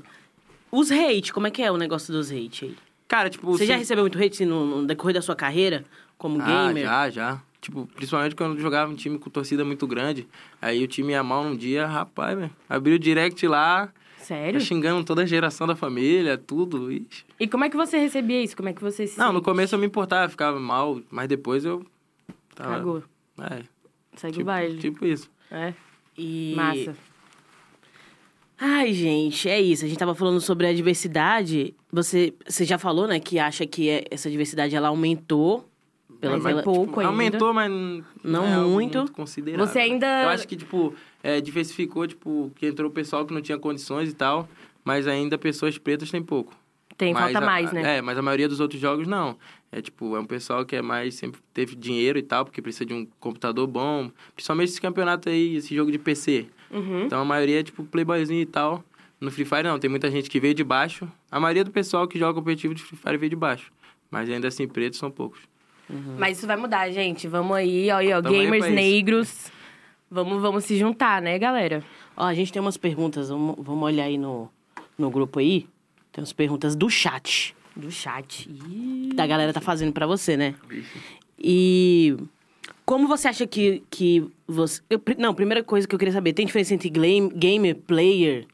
S2: Os hate, como é que é o negócio dos hate aí?
S1: Cara, tipo...
S2: Você
S1: se-
S2: já recebeu muito hate assim, no, no decorrer da sua carreira
S3: um
S2: como
S1: Ah,
S2: gamer?
S1: já, já. Tipo, principalmente quando eu jogava um time com torcida muito grande. Aí o time ia mal num dia, rapaz, velho. Abriu o direct lá,
S3: Sério?
S1: Xingando toda a geração da família, tudo. Ixi.
S3: E como é que você recebia isso? Como é que você se
S1: Não, no
S3: sente?
S1: começo eu me importava, ficava mal, mas depois eu. Tava,
S3: Cagou.
S1: É,
S3: Segue
S1: tipo,
S3: o baile.
S1: tipo isso.
S3: É,
S2: E...
S3: massa.
S2: Ai, gente, é isso. A gente tava falando sobre a diversidade. Você, você já falou, né, que acha que é- essa diversidade ela aumentou. Pela,
S3: Mas é
S2: pela...
S3: pouco ainda.
S1: Tipo, Aumentou, mas.
S2: Não
S1: é algo
S2: muito.
S1: considerável.
S3: Você ainda-
S1: Eu acho que, tipo, é, diversificou, tipo, que entrou o pessoal que não tinha condições e tal, mas ainda pessoas pretas tem pouco.
S3: Tem,
S1: Mas
S3: falta
S1: a-
S3: mais, né?
S1: É, mas a maioria dos outros jogos não. É tipo, é um pessoal que é mais, sempre teve dinheiro e tal, porque precisa de um computador bom. Principalmente esse campeonato aí, esse jogo de PC.
S3: Uhum.
S1: Então a maioria é tipo playboyzinho e tal. No Free Fire não, tem muita gente que veio de baixo. A maioria do pessoal que joga competitivo de Free Fire veio de baixo. Mas ainda assim, pretos são poucos.
S3: Mas isso vai mudar, gente. Vamos aí, ó, aí, ó.
S1: Tamo aí
S3: gamers
S1: pra isso.
S3: negros. Vamos, vamos se juntar, né, galera?
S2: Ó, a gente tem umas perguntas. Vamos, vamos olhar aí no, no grupo aí. Tem umas perguntas do chat.
S3: Do chat.
S2: que a galera tá fazendo pra você, né? E como você acha que, que você... eu pri- não, primeira coisa que eu queria saber, tem diferença entre glam- gamer, player?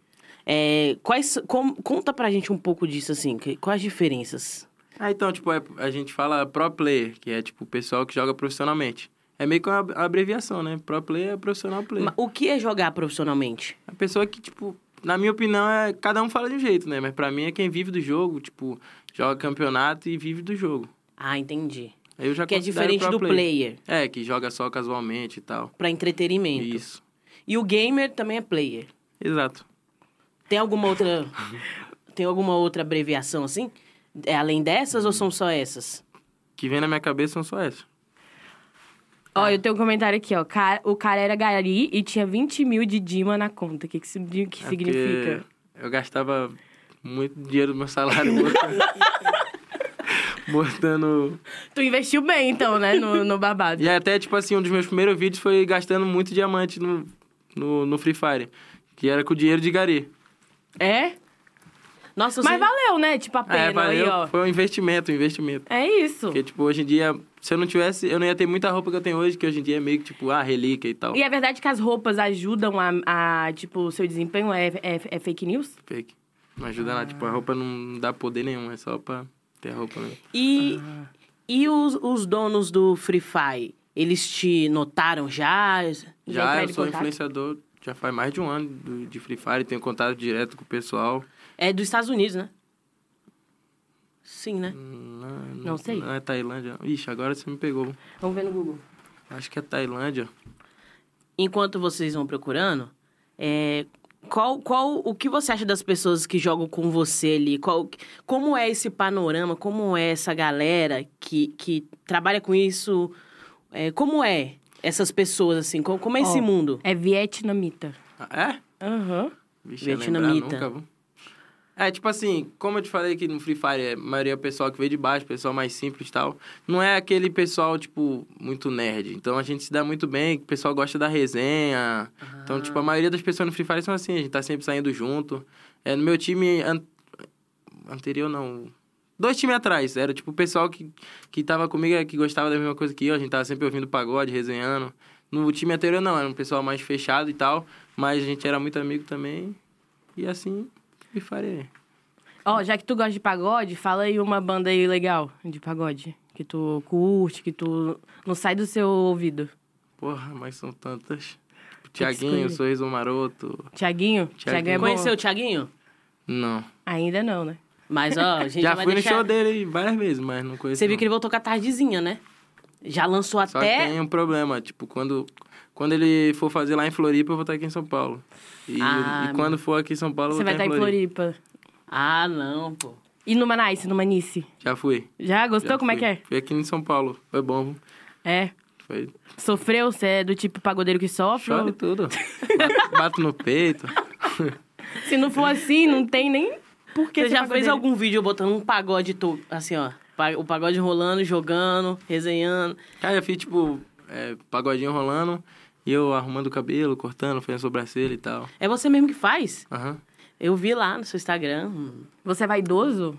S2: É, quais, com- conta pra gente um pouco disso, assim, que- quais as diferenças?
S1: Ah, então, tipo, é- a gente fala pro player, que é tipo o pessoal que joga profissionalmente. É meio que uma ab- abreviação, né? Pro player é profissional player.
S2: Ma- O que é jogar profissionalmente?
S1: A pessoa que, tipo, na minha opinião, é cada um fala de um jeito, né? Mas pra mim é quem vive do jogo, tipo, joga campeonato e vive do jogo.
S2: Ah, entendi.
S1: Aí Eu já
S2: Que é
S1: considero
S2: diferente
S1: pro
S2: do player,
S1: É, que joga só casualmente e tal.
S2: pra entretenimento.
S1: Isso.
S2: E o gamer também é player.
S1: Exato.
S2: Tem alguma outra tem alguma outra abreviação assim? É além dessas ou são só essas?
S1: Que vem na minha cabeça são só essas. É
S3: Ó, eu tenho um comentário aqui, ó. Ca- O cara era gari e tinha 20 mil de Dima na conta. O que, que, isso- que
S1: É
S3: significa?
S1: porque Eu gastava muito dinheiro do meu salário botando. botando-
S3: Tu investiu bem, então, né, no, no babado.
S1: E até, tipo assim, um dos meus primeiros vídeos foi gastando muito diamante no, no, no Free Fire. Que era com dinheiro de gari.
S3: É?
S2: Nossa,
S3: Mas valeu, né? Tipo, a pena
S1: é, valeu.
S3: aí, ó.
S1: Foi um investimento, um investimento.
S3: É isso.
S1: Porque, tipo, hoje em dia, se eu não tivesse, eu não ia ter muita roupa que eu tenho hoje, que hoje em dia é meio que, tipo, ah, relíquia e tal.
S3: E é verdade que as roupas ajudam a, a, tipo, o seu desempenho é, é, é fake news?
S1: Fake. Não ajuda nada. Tipo, a roupa não dá poder nenhum, é só pra ter a roupa mesmo.
S2: E, e os, os donos do Free Fire? Eles te notaram já?
S3: Já
S1: Já,
S3: entraram
S1: eu
S3: em
S1: sou
S3: contato?
S1: influenciador, já faz mais de um ano do- de Free Fire, tenho contato direto com o pessoal.
S2: É dos Estados Unidos, né? Sim, né?
S1: Hum,
S3: Não sei.
S1: Não é Tailândia. Ixi, agora você me pegou.
S3: Vamos ver no Google.
S1: Acho que é Tailândia.
S2: Enquanto vocês vão procurando, é, qual, qual o que você acha das pessoas que jogam com você ali? Qual, como é esse panorama? Como é essa galera que, que trabalha com isso? É, como é essas pessoas, assim? Como, como é esse
S3: Ó,
S2: mundo?
S3: É vietnamita.
S1: Ah, é?
S3: Aham.
S1: Vixe, ia
S2: Vietnamita.
S1: lembrar nunca, viu? É, tipo assim, como eu te falei que no Free Fire, é, a maioria é o pessoal que veio de baixo, pessoal mais simples e tal. Não é aquele pessoal, tipo, muito nerd. Então a gente se dá muito bem, o pessoal gosta da resenha. Então, tipo, a maioria das pessoas no Free Fire são assim, a gente tá sempre saindo junto. É, no meu time an- anterior, não. Dois times atrás, era tipo o pessoal que, que tava comigo, é, que gostava da mesma coisa que eu, a gente tava sempre ouvindo pagode, resenhando. No time anterior, não, era um pessoal mais fechado e tal, mas a gente era muito amigo também. E assim, Free Fire é.
S3: Ó, já que tu gosta de pagode, fala aí uma banda aí legal de pagode. Que tu curte, que tu não sai do seu ouvido.
S1: Porra, mas são tantas.
S3: escolher.
S1: Tiaguinho, Sorriso Maroto.
S3: Tiaguinho?
S1: Thiaguinho.
S3: Tiaguinho é bom?
S2: Conheceu o Thiaguinho?
S1: Não.
S3: Ainda não, né?
S2: Mas, ó, a gente
S1: Já
S2: vai
S1: fui
S2: deixar...
S1: no show dele várias vezes, mas não conheci.
S2: Você viu
S1: não.
S2: que ele voltou com a tardezinha, né? Já lançou
S1: Só que
S2: até.
S1: tem um problema, tipo, quando, quando ele for fazer lá em Floripa, eu vou estar aqui em São Paulo. E,
S2: Ah,
S1: e quando for aqui em São Paulo, eu
S3: Você
S1: vou
S3: vai
S1: estar
S3: estar
S1: em
S3: em
S1: Floripa.
S3: Floripa.
S2: Ah, não, pô.
S3: E no Manice, no Manice.
S1: Já fui.
S3: Já gostou?
S1: já
S3: Como é
S1: fui.
S3: que é?
S1: Fui aqui em São Paulo. Foi bom.
S3: É.
S1: Foi...
S3: Sofreu? Você é do tipo pagodeiro que sofre?
S1: Choro e
S3: Ou-
S1: tudo. Bato- Bato no peito.
S3: Se não for assim, não tem nem por que tá
S2: Você
S3: ser
S2: já fez
S3: pagodeiro.
S2: algum vídeo botando um pagode to... assim, ó. pa- O pagode rolando, jogando, resenhando.
S1: Cara, eu fiz, tipo, é, pagodinho rolando. E eu arrumando o cabelo, cortando, fazendo sobrancelha e tal.
S2: É você mesmo que faz?
S1: Aham.
S2: Eu vi lá no seu Instagram. hum.
S3: Você é vaidoso?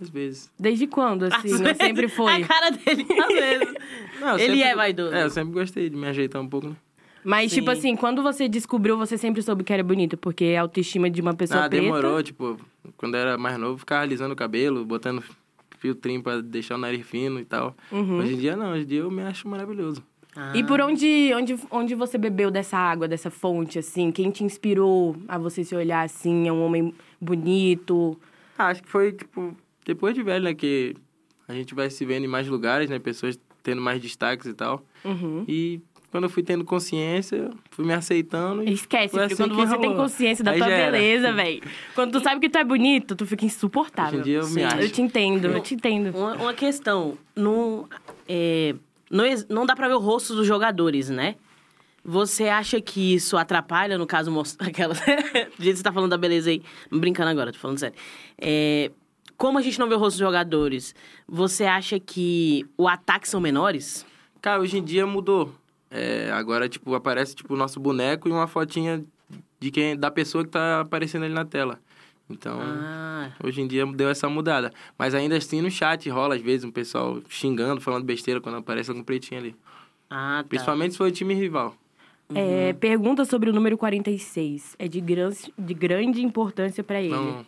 S1: Às vezes.
S3: Desde
S1: Ah,
S3: quando, assim?
S2: Às
S3: Ou
S2: vezes-
S3: sempre foi?
S2: A cara dele, às vezes.
S1: Não, eu
S2: Ele
S1: sempre-
S2: é vaidoso.
S1: É, eu sempre gostei de me ajeitar um pouco, né?
S3: Mas,
S2: Sim.
S3: tipo assim, quando você descobriu, você sempre soube que era bonito, porque a autoestima de uma
S2: é
S3: pessoa
S1: ah,
S3: preta.
S1: demorou, tipo, quando era mais novo, ficava alisando o cabelo, botando filtrinho pra deixar o nariz fino e tal.
S2: Uhum.
S1: Hoje em dia não, hoje em dia eu me acho maravilhoso.
S3: E por onde, onde, onde você bebeu dessa água, dessa fonte, assim? Quem te inspirou a você se olhar assim? É um homem bonito?
S1: Ah, acho que foi, tipo, depois de velho, né? Que a gente vai se vendo em mais lugares, né? Pessoas tendo mais destaques e tal.
S3: Uhum.
S1: E quando eu fui tendo consciência, eu fui me aceitando. E
S3: Esquece,
S1: foi
S3: filho,
S1: assim
S3: quando
S1: que
S3: você
S1: rolou.
S3: tem consciência da
S1: Aí
S3: tua
S1: já era.
S3: beleza, velho. Quando tu sabe que tu é bonito, tu fica
S1: Hoje
S3: insuportável.
S1: em dia eu me
S2: Sim.
S1: acho.
S3: Eu te entendo, eu te entendo.
S2: Uma, uma questão. Não, é, não, ex- não dá pra ver o rosto dos jogadores, né? Você acha que isso atrapalha, no caso, mos- aquela. Do jeito que você tá falando da beleza aí. Brincando agora, tô falando sério. É, como a gente não vê o rosto dos jogadores, você acha que o ataque são menores?
S1: Cara, hoje em dia mudou. É, agora, tipo, aparece tipo, o nosso boneco e uma fotinha de quem, da pessoa que tá aparecendo ali na tela. Então,
S2: Ah,
S1: hoje em dia deu essa mudada. Mas ainda assim, no chat rola, às vezes, um pessoal xingando, falando besteira quando aparece algum pretinho ali.
S2: ah tá.
S1: Principalmente se for o time rival. Uhum.
S3: É, pergunta sobre o número 46. É de, gran, de grande importância pra ele.
S1: Não, Hum.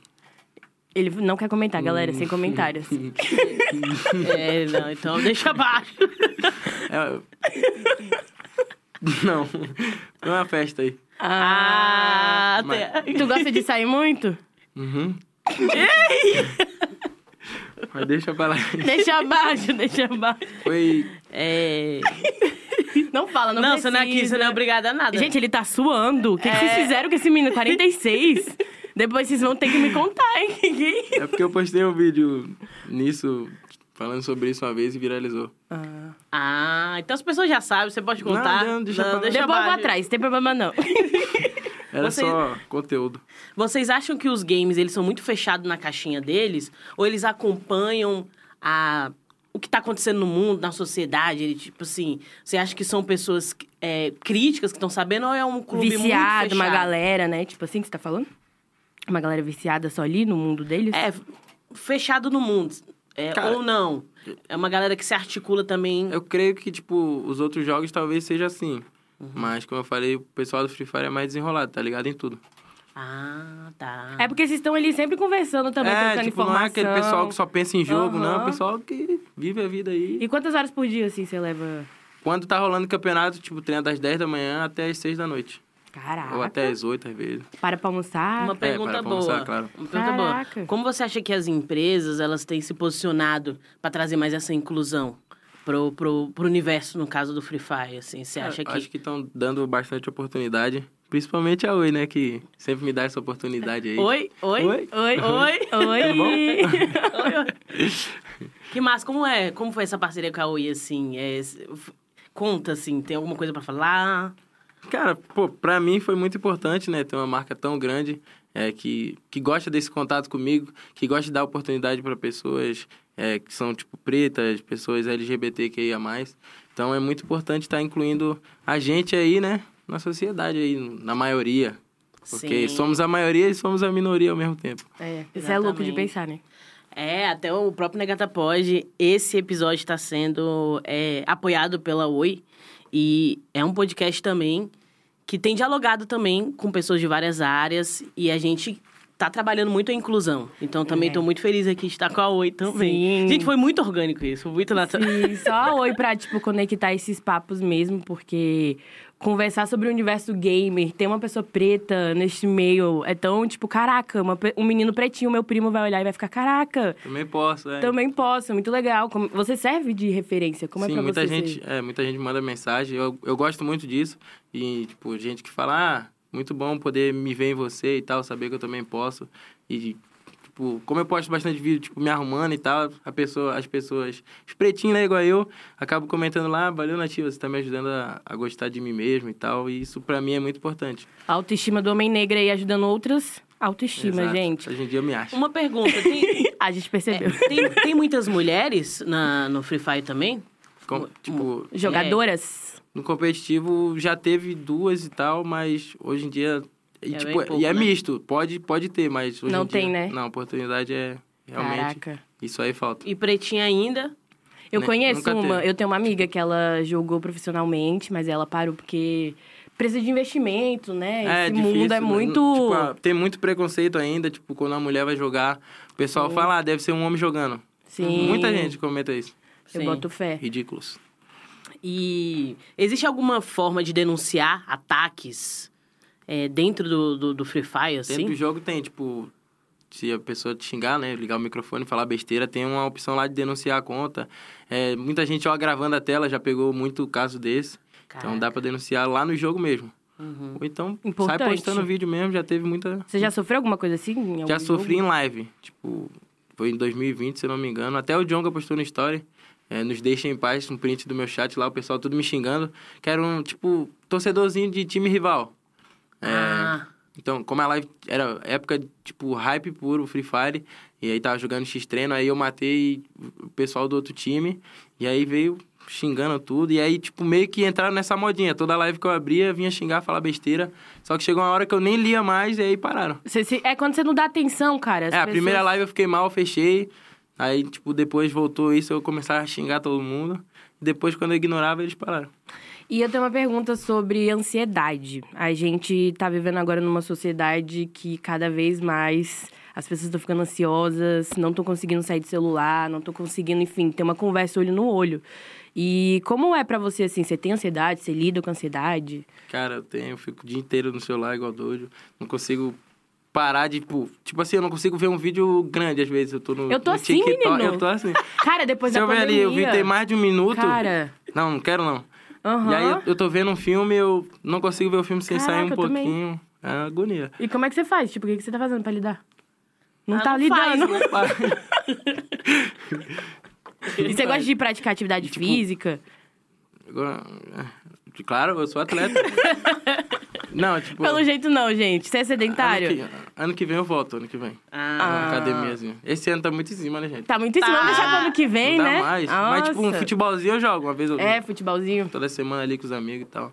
S3: Ele não quer comentar, galera, sem comentários.
S2: É, não, então deixa abaixo.
S1: É... Não, não é uma festa aí.
S2: Ah,
S1: Mas-
S2: até.
S3: Tu gosta de sair muito?
S1: Uhum. Mas deixa pra lá.
S3: Deixa abaixo, deixa abaixo.
S1: Foi.
S2: É...
S3: Não fala, não
S2: Não, você não é aqui, você não é obrigada a nada.
S3: Gente, ele tá suando. O que, que
S1: É.
S3: vocês fizeram com esse menino? 46? Depois vocês vão ter que me contar, hein? Que que é isso?
S1: É porque eu postei um vídeo nisso, falando sobre isso uma vez e viralizou.
S2: Ah, então as pessoas já sabem, você pode contar.
S1: Não, não, deixa pra lá.
S3: Depois eu vou
S2: abaixo.
S3: atrás, tem problema não.
S1: Era
S2: Vocês-
S1: só conteúdo.
S2: Vocês acham que os games, eles são muito fechados na caixinha deles? Ou eles acompanham a... o que tá acontecendo no mundo, na sociedade? Ele, tipo assim, você acha que são pessoas é, críticas que estão sabendo ou é um clube muito
S3: Viciado,
S2: fechado?
S3: uma galera, né? Tipo assim que você tá falando? Uma galera viciada só ali no mundo deles?
S2: É, fechado no mundo. É,
S1: Cara-
S2: ou não. É uma galera que se articula também.
S1: Eu creio que, tipo, os outros jogos talvez seja assim.
S3: Uhum.
S1: Mas, como eu falei, o pessoal do Free Fire é mais desenrolado, tá ligado em tudo.
S2: Ah, tá.
S3: É porque vocês estão ali sempre conversando também,
S1: é,
S3: trocando
S1: tipo,
S3: informação.
S1: não é aquele pessoal que só pensa em jogo, não. É o
S3: Aham.
S1: pessoal que vive a vida aí.
S3: E quantas horas por dia, assim, você leva?
S1: Quando tá rolando campeonato, tipo, treina das 10 da manhã até as 6 da noite.
S3: Caraca.
S1: Ou até as 8, às vezes.
S3: Para pra almoçar.
S2: Uma pergunta
S1: Ah, É, para
S2: boa.
S1: começar, claro.
S2: Uma pergunta
S3: Caraca.
S2: boa. Como você acha que as empresas elas têm se posicionado para trazer mais essa inclusão pro, pro, pro universo, no caso do Free Fire? Assim, você acha
S1: Eu
S2: que.
S1: É, Acho que estão dando bastante oportunidade. Principalmente a Oi, né? Que sempre me dá essa oportunidade aí.
S2: Oi, oi,
S1: Oi?
S2: oi, oi.
S3: Uhum. Oi.
S2: Oi, oi. que massa, como é? Como foi essa parceria com a Oi, assim? É, s- f- conta, assim, tem alguma coisa para falar?
S1: Cara, pô, pra mim foi muito importante, né? Ter uma marca tão grande é, que, que gosta desse contato comigo, que gosta de dar oportunidade pra pessoas é, que são, tipo, pretas, pessoas LGBTQIA+. Então, é muito importante estar incluindo a gente aí, né? Na sociedade aí, na maioria. Porque
S2: Sim.
S1: somos a maioria e somos a minoria ao mesmo tempo.
S3: É, isso é louco de
S2: Exatamente.
S3: pensar, né?
S2: É, até o próprio Negata Pod, esse episódio está sendo é, apoiado pela Oi. E é um podcast também que tem dialogado também com pessoas de várias áreas. E a gente tá trabalhando muito a inclusão. Então também
S3: É.
S2: tô muito feliz aqui de estar com a Oi também.
S3: Sim.
S2: Gente, foi muito orgânico isso, foi muito natural.
S3: E só oi pra, tipo, conectar esses papos mesmo, porque conversar sobre o universo gamer, ter uma pessoa preta neste meio, é tão, tipo, caraca, uma pe- um menino pretinho, meu primo vai olhar e vai ficar, caraca,
S1: Também posso, é.
S3: também posso, muito legal. Como- Você serve de referência, Então, como
S1: Sim,
S3: é pra
S1: muita
S3: você?
S1: gente,
S3: ser?
S1: é, muita gente manda mensagem. Eu, eu gosto muito disso. E, tipo, gente que fala, ah, muito bom poder me ver em você e tal, saber que eu também posso. E, tipo, como eu posto bastante vídeo, tipo, me arrumando e tal, a pessoa, as pessoas, os pretinhos, né, igual eu, acabam comentando lá, valeu, Nativa, você tá me ajudando a, a gostar de mim mesmo e tal. E isso, pra mim, é muito importante.
S3: A autoestima do homem negro aí ajudando outras autoestima,
S1: Exato.
S3: gente.
S1: Hoje em dia eu me acho.
S2: Uma pergunta, tem, é,
S3: A gente percebeu.
S2: tem, tem muitas mulheres na, no Free Fire também?
S1: Com- tipo,
S3: Jogadoras.
S1: No competitivo já teve duas e tal, mas hoje em dia. E,
S2: É
S1: tipo,
S2: bem pouco,
S1: e é
S2: né?
S1: misto, pode, pode ter, mas hoje
S3: Não
S1: em dia-
S3: tem, né?
S1: Não, a oportunidade é realmente.
S3: Caraca.
S1: Isso aí falta.
S2: E pretinha ainda?
S3: Eu
S1: Né?
S3: conheço
S1: Nunca
S3: uma,
S1: teve.
S3: eu tenho uma amiga que ela jogou profissionalmente, mas ela parou porque precisa de investimento, né?
S1: É,
S3: Esse
S1: difícil,
S3: mundo é
S1: né?
S3: muito.
S1: Tipo, ah, tem muito preconceito ainda, tipo, quando a mulher vai jogar, o pessoal fala, ah, deve ser um homem jogando.
S3: Sim. É.
S1: Muita gente comenta isso.
S3: Eu
S2: Sim.
S3: boto fé.
S1: Ridículos.
S2: E existe alguma forma de denunciar ataques é, dentro do, do, do Free Fire,
S1: Dentro do
S2: assim?
S1: jogo tem, tipo, se a pessoa te xingar, né? Ligar o microfone, falar besteira, tem uma opção lá de denunciar a conta. É, muita gente, ó, gravando a tela, já pegou muito caso desse. Então dá pra denunciar lá no jogo mesmo. Ou então
S3: Importante.
S1: sai postando vídeo mesmo, já teve muita.
S3: Você já sofreu alguma coisa assim? em algum
S1: Já sofri
S3: jogo?
S1: em live. Tipo, foi em 2020, se eu não me engano. Até o Jonga postou no story. é, nos deixem em paz, um print do meu chat lá, o pessoal tudo me xingando. Que era um, tipo, torcedorzinho de time rival. É,
S2: Ah,
S1: então, como a live era época, de, tipo, hype puro, Free Fire, e aí tava jogando X-Treino, aí eu matei o pessoal do outro time, e aí veio xingando tudo, e aí, tipo, meio que entraram nessa modinha. Toda live que eu abria, vinha xingar, falar besteira, só que chegou uma hora que eu nem lia mais, e aí pararam.
S3: Você se- É quando você não dá atenção, cara.
S1: É,
S3: as
S1: a primeira
S3: pessoas-
S1: live eu fiquei mal, fechei, aí, tipo, depois voltou isso, eu começava a xingar todo mundo, depois, quando eu ignorava, eles pararam.
S3: E eu tenho uma pergunta sobre ansiedade. A gente tá vivendo agora numa sociedade que cada vez mais as pessoas estão ficando ansiosas, não estão conseguindo sair do celular, não estão conseguindo, enfim, ter uma conversa olho no olho. E como é pra você assim? Você tem ansiedade? Você lida com ansiedade?
S1: Cara, eu tenho, eu fico o dia inteiro no celular igual doido. Não consigo parar de, tipo, tipo assim, eu não consigo ver um vídeo grande às vezes. Eu tô no,
S3: Eu tô
S1: no
S3: assim,
S1: TikTok,
S3: menino.
S1: eu tô assim.
S3: Cara, depois
S1: Se
S3: da
S1: eu ver
S3: pandemia.
S1: ali, eu vi tem mais de um minuto.
S3: Cara,
S1: Não, não quero não.
S3: aham.
S1: E aí eu, eu tô vendo um filme, eu não consigo ver o filme sem sair
S3: Caraca,
S1: um
S3: eu também.
S1: pouquinho. É uma agonia.
S3: E como é que você faz? Tipo, o que que você tá fazendo pra lidar? Não
S2: Ah,
S3: tá
S2: não faz,
S3: lidando.
S2: né?
S3: E você gosta de praticar atividade
S1: Tipo,
S3: física?
S1: Agora, é, Claro, eu sou atleta. não, tipo.
S3: Pelo jeito não, gente. Você é sedentário?
S1: Ano que, ano que vem eu volto, ano que vem.
S2: ah,
S1: Na academiazinha. Esse ano tá muito em cima, né, gente?
S3: Tá muito em cima,
S2: Tá.
S3: vamos deixar pro ano que vem,
S1: não dá
S3: né?
S1: mais. Mas, tipo, um
S3: Nossa.
S1: futebolzinho eu jogo uma vez ou
S3: É, futebolzinho.
S1: Toda semana ali com os amigos e tal.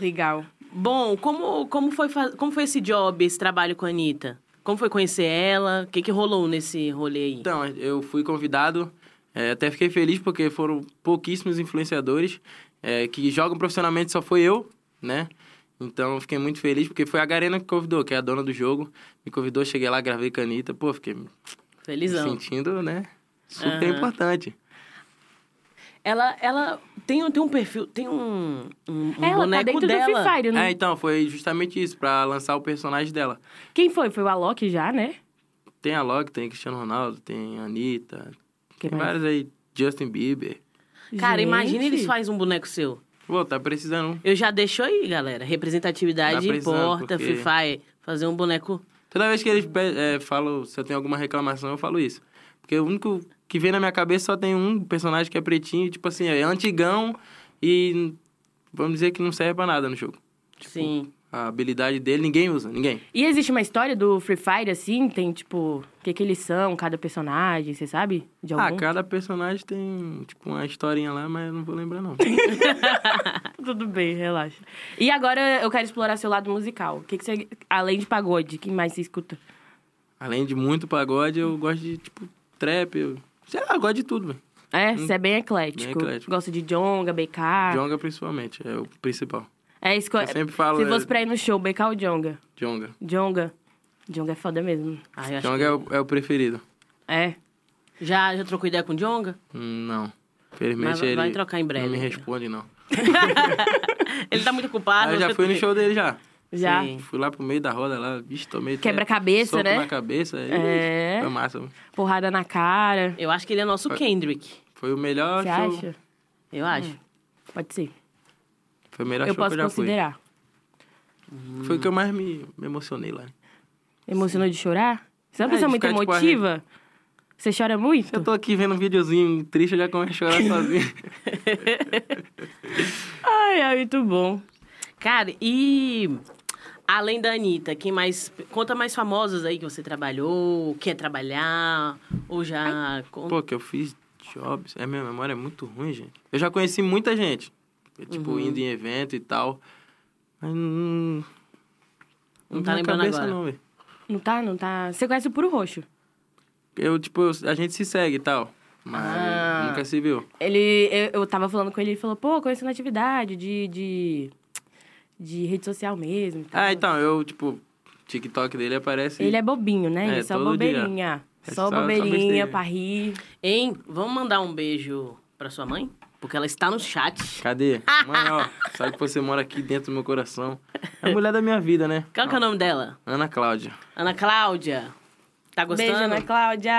S3: Legal.
S2: Bom, como, como, foi, fa- como foi esse job, esse trabalho com a Anitta? Como foi conhecer ela? O que, que rolou nesse rolê aí?
S1: Então, eu fui convidado, é, até fiquei feliz porque foram pouquíssimos influenciadores é, que jogam profissionalmente, só foi eu, né? Então, eu fiquei muito feliz porque foi a Garena que convidou, que é a dona do jogo. Me convidou, cheguei lá, gravei canita. Pô, fiquei me
S2: Felizão.
S1: sentindo, né? Super
S2: Aham.
S1: importante.
S2: Ela, ela tem, um- tem um perfil, tem um, um, um
S3: Ela tá
S2: boneco
S3: dentro
S2: dela.
S3: do Free Fire, né?
S1: É, então, foi justamente isso, pra lançar o personagem dela.
S3: Quem foi? Foi o Alok já, né?
S1: Tem a Log, tem Cristiano Ronaldo, tem a Anitta,
S3: Quem
S1: tem
S3: mais?
S1: vários aí, Justin Bieber.
S2: Cara,
S3: né? Gente.
S2: imagina eles fazem um boneco seu.
S1: Pô, tá precisando um.
S2: Eu já deixo aí, galera. Representatividade
S1: Tá precisando,
S2: importa,
S1: porque-
S2: Free Fire. Fazer um boneco.
S1: Toda vez que eles pe- eh, falam, se eu tenho alguma reclamação, eu falo isso. Porque o único que vem na minha cabeça só tem um personagem que é pretinho, tipo assim, é antigão e vamos dizer que não serve pra nada no jogo. Tipo,
S2: Sim.
S1: A habilidade dele ninguém usa, ninguém.
S3: E existe uma história do Free Fire, assim? Tem, tipo, o que que eles são, cada personagem, você sabe? De
S1: Ah,
S3: algum?
S1: cada personagem tem, tipo, uma historinha lá, mas eu não vou lembrar, não.
S3: Tudo bem, relaxa. E agora eu quero explorar seu lado musical. O que que você... Além de pagode, o que mais você escuta?
S1: Além de muito pagode, eu gosto de, tipo, trap, eu... Sei lá, eu gosto de tudo, velho.
S3: É, você é bem eclético.
S1: Hum. Bem eclético.
S3: Gosta de jonga, BK.
S1: Jonga, principalmente, é o principal.
S3: É, esco...
S1: Eu sempre falo,
S3: Se fosse
S1: é-
S3: pra ir no show, BK ou jonga?
S1: Jonga.
S3: Jonga. Jonga é foda mesmo.
S2: Ah, eu acho
S1: Jonga é o, é o preferido.
S3: É.
S2: que- Já, já trocou ideia com o Djonga?
S1: Hum, Não. Infelizmente
S2: Mas vai
S1: ele...
S2: trocar em breve,
S1: Não me
S2: então.
S1: responde, não.
S2: Ele tá muito ocupado.
S1: Ah, eu já
S2: você-
S1: fui no show dele já.
S3: Já.
S2: Sim.
S1: Fui lá pro meio da roda lá, bicho, tomei. até
S3: Quebra-cabeça,
S1: soco
S3: né?
S1: na cabeça. e
S3: É.
S1: Foi massa. mano.
S3: Porrada na cara.
S2: Eu acho que ele é nosso Kendrick.
S1: Foi o melhor
S3: Você
S1: show.
S3: acha?
S2: Eu acho.
S1: Hum.
S3: Pode ser.
S1: Foi o melhor
S3: eu
S1: show que
S3: posso
S1: eu já
S3: considerar.
S1: fui. Foi o que eu mais me, me emocionei lá.
S3: Emocionou de chorar? Você é uma
S1: É,
S3: pessoa
S1: de
S3: muito
S1: ficar, tipo,
S3: emotiva? Você chora muito?
S1: Eu tô aqui vendo um videozinho triste, eu já começo a chorar sozinho.
S3: Ai, é muito bom.
S2: Cara, e além da Anitta, quem mais. Conta mais famosas aí que você trabalhou, quer trabalhar, ou já. con-
S1: Pô, que eu fiz jobs. É, minha memória é muito ruim, gente. Eu já conheci muita gente. Eu, Tipo, indo em evento e tal. Mas não. vem
S2: Não tá
S1: na
S2: lembrando
S1: cabeça,
S2: agora.
S1: Não, velho.
S3: Não tá, não tá. Você conhece o Puro Roxo?
S1: eu, tipo, eu- a gente se segue e tal. Mas
S3: Ah.
S1: nunca se viu.
S3: Ele, eu, eu tava falando com ele, ele falou, pô, conhecendo atividade de, de, de rede social mesmo. e tal.
S1: Ah, então, eu, tipo, TikTok dele aparece.
S3: Ele é bobinho, né?
S1: É,
S3: Ele só
S1: todo dia.
S3: bobeirinha.
S1: É
S3: Só
S1: só- só
S3: bobeirinha
S1: besteira.
S3: pra rir.
S2: Hein? Vamos mandar um beijo pra sua mãe? Porque ela está no chat.
S1: Cadê? Mãe, ó, sabe que você mora aqui dentro do meu coração. É a mulher da minha vida, né?
S2: Qual que é o nome dela?
S1: Ana Cláudia.
S2: Ana Cláudia. Tá gostando?
S3: Beijo, Ana Cláudia!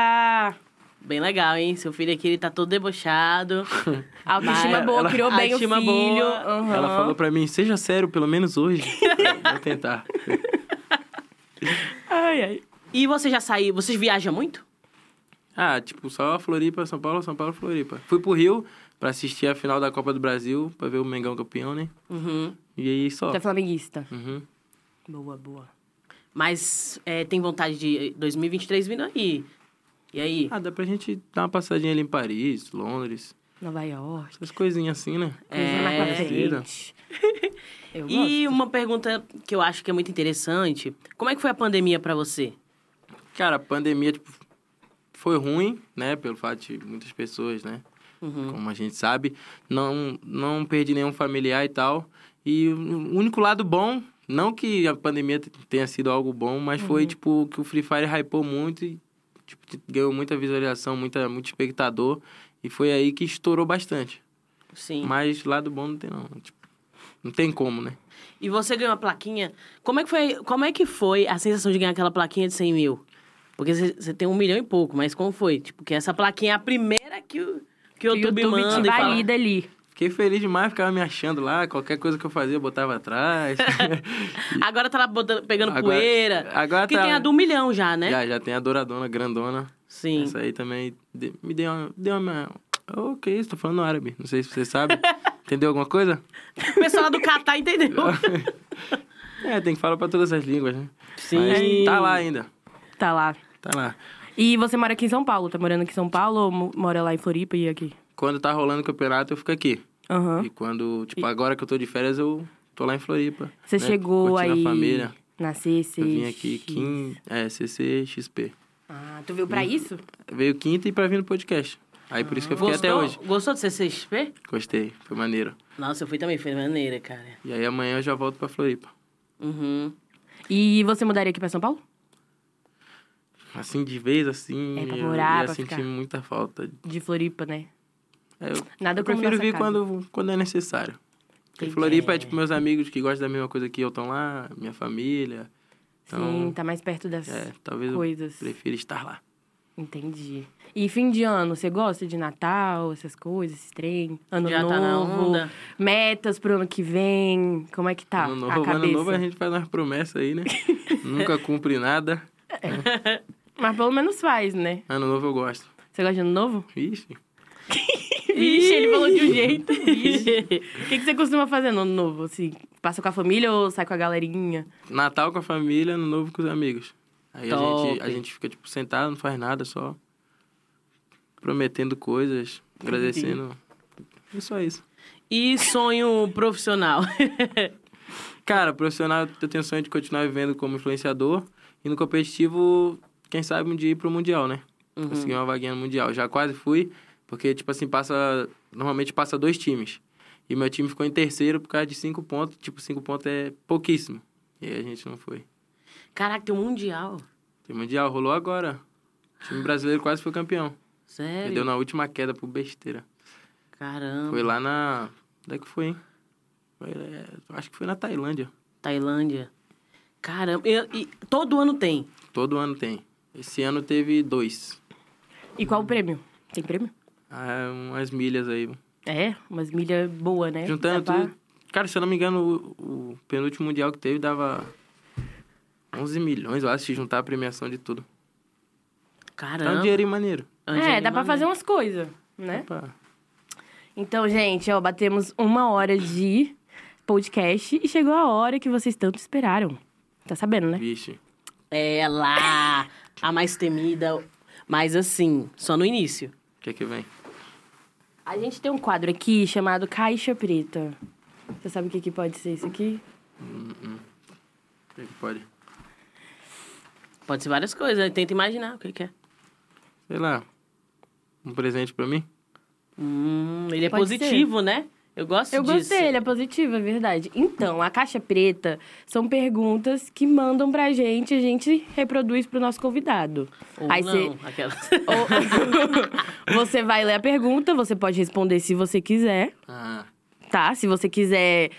S2: Bem legal, hein? Seu filho aqui, ele tá todo debochado.
S3: Autoestima
S1: Mas
S3: boa,
S1: ela-
S3: criou bem o filho.
S2: Autoestima boa.
S3: Aham.
S1: Ela falou pra mim, seja sério, pelo menos hoje. Vou tentar.
S3: Ai, ai.
S2: E você já saiu, vocês viajam muito?
S1: Ah, tipo, só Floripa, São Paulo, São Paulo, Floripa. Fui pro Rio pra assistir a final da Copa do Brasil, pra ver o Mengão campeão, né?
S2: Uhum.
S1: E aí só.
S3: Tu é flamenguista.
S1: Uhum.
S3: Boa, boa.
S2: Mas é, tem vontade de 2023 vindo aí. E aí?
S1: Ah, dá pra gente dar uma passadinha ali em Paris, Londres,
S3: Nova York.
S1: essas coisinhas assim, né?
S3: Coisinha
S2: É.
S3: mais pra
S1: Parceira.
S3: frente. Eu
S2: E
S3: gosto.
S2: uma pergunta que eu acho que é muito interessante. Como é que foi a pandemia pra você?
S1: Cara, a pandemia, tipo, foi ruim, né? Pelo fato de muitas pessoas, né?
S2: Uhum.
S1: Como a gente sabe. Não, não perdi nenhum familiar e tal. E o único lado bom, não que a pandemia te- tenha sido algo bom, mas
S2: Uhum.
S1: foi, tipo, que o Free Fire hypou muito e tipo, te- ganhou muita visualização, muita, muito espectador. E foi aí que estourou bastante.
S2: Sim.
S1: Mas lado bom não tem, não. Tipo, não tem como, né?
S2: E você ganhou a plaquinha. Como é que foi, como é que foi a sensação de ganhar aquela plaquinha de 100 mil? Porque você você tem um milhão e pouco, mas como foi? Tipo, que essa plaquinha é a primeira que o, que o
S3: Que
S2: YouTube, manda.
S3: te
S2: e fala.
S3: valida ali.
S1: Fiquei feliz demais, ficava me achando lá. Qualquer coisa que eu fazia, eu botava atrás.
S2: Agora tá lá botando- pegando
S1: Agora-
S2: poeira.
S1: agora
S2: que
S1: tá-
S2: tem a do milhão já, né?
S1: Já, já tem a douradona, grandona.
S2: Sim.
S1: Essa aí também de- me deu uma... Deu uma... Ô, que isso? Tô falando árabe. Não sei se você sabe. Entendeu alguma coisa?
S2: O pessoal lá do Catar entendeu.
S1: é, tem que falar pra todas as línguas, né?
S2: Sim.
S1: Mas tá lá ainda.
S3: Tá lá.
S1: Tá lá.
S3: E você mora aqui em São Paulo? Tá morando aqui em São Paulo ou mo- mora lá em Floripa e aqui?
S1: Quando tá rolando o campeonato, eu fico aqui.
S3: Aham.
S1: E quando... Tipo, agora que eu tô de férias, eu tô lá em Floripa.
S3: Você
S1: né?
S3: chegou
S1: Curtindo
S3: aí...
S1: a família.
S3: Na CC.
S1: Eu vim aqui, Uhum. quim... É, CCXP.
S3: Ah, tu veio pra isso?
S1: Veio quinta e pra vir no podcast. Aí por isso que eu fiquei
S2: Gostou,
S1: até hoje.
S2: gostou de CCXP?
S1: Gostei, foi maneiro.
S2: Nossa, eu fui também, foi maneira, cara.
S1: E aí amanhã eu já volto pra Floripa.
S2: Uhum.
S3: E você mudaria aqui pra São Paulo?
S1: Assim, de vez, assim,
S3: É, pra
S1: eu
S3: morar,
S1: ia
S3: pra
S1: sentir
S3: ficar.
S1: muita falta.
S3: De Floripa, né?
S1: É, eu
S3: Nada
S1: eu
S3: como
S1: prefiro
S3: nossa
S1: vir
S3: casa.
S1: quando, quando é necessário. Porque
S2: Entendi.
S1: Floripa é, tipo, meus amigos que gostam da mesma coisa que eu estão lá, minha família. Então,
S3: Sim, tá mais perto das
S1: é, talvez
S3: coisas.
S1: eu prefira estar lá.
S3: Entendi. E fim de ano, você gosta de Natal, essas coisas, esse trem? Ano
S2: Já
S3: novo?
S2: tá na onda.
S3: Metas pro ano que vem? Como é que tá
S1: ano
S3: a
S1: novo,
S3: cabeça?
S1: ano novo é a gente faz umas promessas aí, né? Nunca cumpre nada.
S3: Mas pelo menos faz, né?
S1: Ano novo eu gosto.
S3: Você gosta de ano novo?
S1: Ixi,
S3: Vixe, ele falou de um jeito. O que, que você costuma fazer no ano novo? Assim, passa com a família ou sai com a galerinha?
S1: Natal com a família, ano novo com os amigos. Aí a
S2: Top.
S1: gente, a gente fica, tipo, sentado, não faz nada, só prometendo coisas, agradecendo. É só isso.
S2: E sonho profissional?
S1: Cara, profissional, eu tenho sonho de continuar vivendo como influenciador. E no competitivo, quem sabe um dia ir pro Mundial, né? Conseguir uma vaguinha no Mundial. Já quase fui, porque, tipo assim, passa... Normalmente passa dois times. E meu time ficou em terceiro por causa de cinco pontos. Tipo, cinco pontos é pouquíssimo. E aí a gente não foi.
S2: Caraca, tem um mundial.
S1: Tem Mundial, rolou agora. O time brasileiro quase foi campeão.
S2: Sério?
S1: Perdeu na última queda por besteira.
S2: Caramba.
S1: Foi lá na... Onde é que foi, hein? Foi, é, Acho que foi na Tailândia.
S2: Tailândia. Caramba. E, e todo ano tem.
S1: Todo ano tem. Esse ano teve dois.
S3: E qual o prêmio? Tem prêmio?
S1: Ah, umas milhas aí.
S3: É, umas milhas boa, né?
S1: Juntando
S3: Dá pra-
S1: tudo. Cara, se eu não me engano, o, o penúltimo mundial que teve dava 11 milhões, eu acho, se juntar a premiação de tudo. É um
S2: Caramba.
S1: dinheirinho maneiro.
S3: É, dá pra fazer umas coisas, né?
S1: Opa.
S3: Então, gente, ó, batemos uma hora de podcast e chegou a hora que vocês tanto esperaram. Tá sabendo, né?
S1: Vixe.
S2: É lá. A mais temida. Mas assim, só no início.
S1: O que é que vem?
S3: A gente tem um quadro aqui chamado Caixa Preta. Você sabe o que, que pode ser isso aqui?
S1: O que é que pode?
S2: Pode ser várias coisas. Tenta imaginar o que, que é.
S1: Sei lá. Um presente pra mim?
S2: Hum, ele é
S3: Pode
S2: positivo, né? Eu gosto
S3: Eu
S2: disso.
S3: gostei, ele é positivo, é verdade. Então, a caixa preta são perguntas que mandam pra gente, a gente reproduz pro nosso convidado.
S2: Ou
S3: é- Aí
S2: não,
S3: você-
S2: aquela...
S3: Ou- você vai ler a pergunta, você pode responder se você quiser,
S1: Ah,
S3: tá? Se você quiser,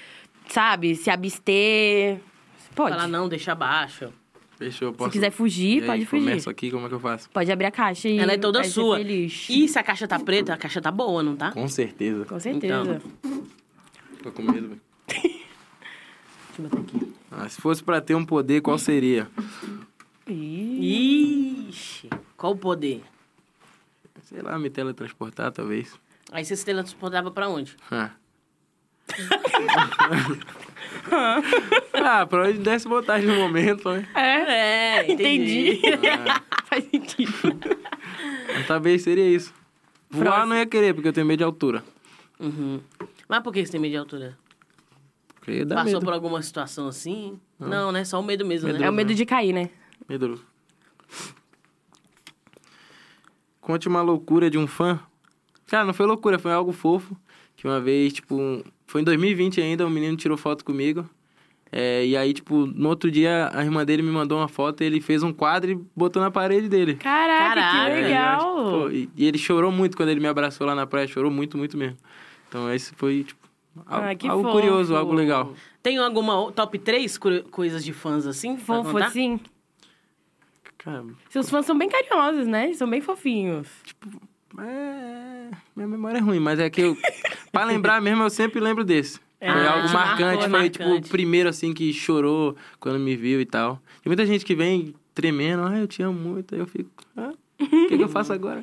S3: sabe, se abster, você pode.
S2: Falar não, deixa abaixo.
S1: fechou.
S3: se
S1: Posso...
S3: quiser
S1: E
S3: fugir,
S1: aí,
S3: pode fugir.
S1: começo aqui, como é que eu faço?
S3: Pode abrir a caixa e
S2: Ela é toda
S3: vai ser
S2: sua.
S3: feliz.
S2: E se a caixa tá preta, a caixa tá boa, não tá?
S1: Com certeza.
S3: Com certeza.
S2: Então.
S1: Tô com medo, velho.
S2: Deixa eu botar aqui.
S1: Ah, se fosse pra ter um poder, qual seria?
S3: Ih.
S2: Ixi, qual o poder?
S1: Sei lá, me teletransportar, talvez.
S2: Aí você se teletransportava pra onde?
S1: Ah. ah, pra onde desse vontade no momento, né?
S3: É,
S2: É,
S3: entendi. Faz sentido.
S1: Mas Talvez seria isso. Voar eu não ia querer, porque eu tenho medo de altura.
S2: Uhum. Mas por que você tem medo de altura?
S1: Porque dá
S2: Passou
S1: medo.
S2: por alguma situação assim? Não, né? Só o medo mesmo,
S1: Medo.
S2: né?
S3: É o medo de cair, né?
S1: Medo. Conte uma loucura de um fã. Cara, não foi loucura, foi algo fofo. Que uma vez, tipo, um- foi em 2020 ainda, um menino tirou foto comigo. É, e aí, tipo, no outro dia, a irmã dele me mandou uma foto e ele fez um quadro e botou na parede dele.
S3: Caraca,
S2: Caraca.
S3: que
S1: É,
S3: Ah, legal.
S1: eu acho- pô, e, e ele chorou muito quando ele me abraçou lá na praia, chorou muito, muito mesmo. Então, esse foi, tipo, al-
S3: Ah, que
S1: algo
S3: fofo.
S1: curioso, algo legal.
S2: Tem alguma o- top 3 coisas de fãs assim? pra
S3: Fofo
S2: contar?
S3: assim.
S1: Cara,
S3: Seus fãs são bem carinhosos, né? São bem fofinhos.
S1: Tipo, É, minha memória é ruim, mas é que eu. pra lembrar mesmo, eu sempre lembro desse. Foi
S2: Ah,
S1: algo
S2: te
S1: marcante,
S2: marcou,
S1: foi
S2: marcante.
S1: tipo o primeiro assim que chorou quando me viu e tal. Tem muita gente que vem tremendo, ah, eu te amo muito, aí eu fico, ah, o que, que eu faço agora?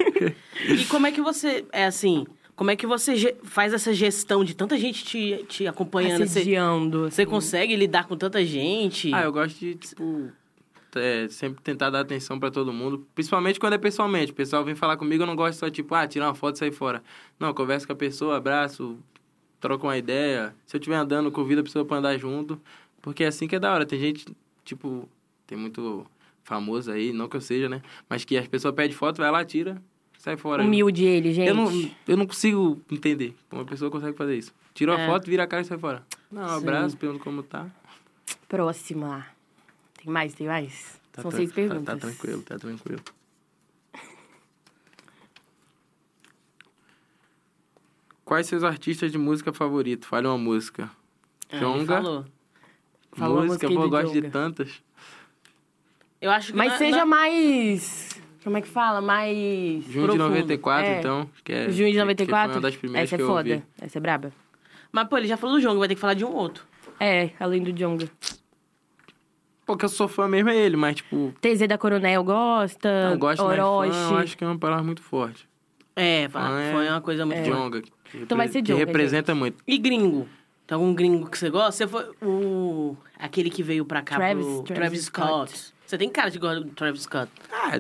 S2: E como é que você. É assim. Como é que você ge- faz essa gestão de tanta gente te, te acompanhando? Você,
S3: Assediando.
S2: você
S3: assim.
S2: consegue lidar com tanta gente?
S1: ah, eu gosto de, tipo, é, sempre tentar dar atenção pra todo mundo, principalmente quando é pessoalmente. O pessoal vem falar comigo, eu não gosto só, tipo, ah, tirar uma foto e sair fora. Não, eu converso com a pessoa, abraço, troco uma ideia. Se eu estiver andando, convido a pessoa pra andar junto. Porque é assim que é da hora. Tem gente, tipo, tem muito famoso aí, não que eu seja, né? Mas que as pessoas pedem foto, vai lá, tira, sai fora.
S3: Humilde ele, gente.
S1: Eu não, eu não consigo entender como uma pessoa consegue fazer isso. Tira uma
S2: É.
S1: foto, vira a cara e sai fora. Não,
S2: Sim.
S1: abraço, pergunta como tá.
S3: Próxima. Tem mais, tem mais?
S1: Tá
S3: São
S1: tran-
S3: seis
S1: tá-
S3: perguntas.
S1: Tá, tranquilo, tá tranquilo. Quais seus artistas de música favorito? Fale uma música.
S2: Ah, ele
S1: Jonga.
S2: falou.
S3: Falou a
S1: música,
S3: música aí
S1: pô,
S3: do
S1: eu gosto de
S3: Djonga.
S1: tantas.
S2: Eu acho que.
S3: Mas
S2: na-
S3: seja
S2: na-
S3: mais. Como é que fala? Mais.
S1: Junho
S3: profundo.
S1: de 94,
S3: É.
S1: então. Que é,
S3: Junho
S1: que-
S3: de
S1: Que
S3: 94?
S1: foi uma das primeiras
S3: Essa é
S1: que eu
S3: foda.
S1: ouvi.
S3: Essa é braba.
S2: Mas, pô, ele já falou do Jonga, vai ter que falar de um outro.
S3: É, além do Djonga.
S1: Pô, que eu sou fã mesmo é ele, mas, tipo...
S3: TZ da Coronel gosta.
S1: Não, gosto, mas fã, eu
S3: Orochi.
S1: acho que é uma palavra muito forte.
S2: É, fala-
S1: Ah, é.
S2: foi uma coisa muito. boa.
S1: Djonga. que
S3: Então vai
S1: repre-
S3: ser
S1: que
S3: Djonga,
S1: representa muito.
S2: E gringo? Tem algum gringo que você gosta? Você foi o. Aquele que veio pra cá
S3: Travis-
S2: pro
S3: Travis
S2: Scott. Você tem cara de gosta do Travis Scott.
S1: Ah,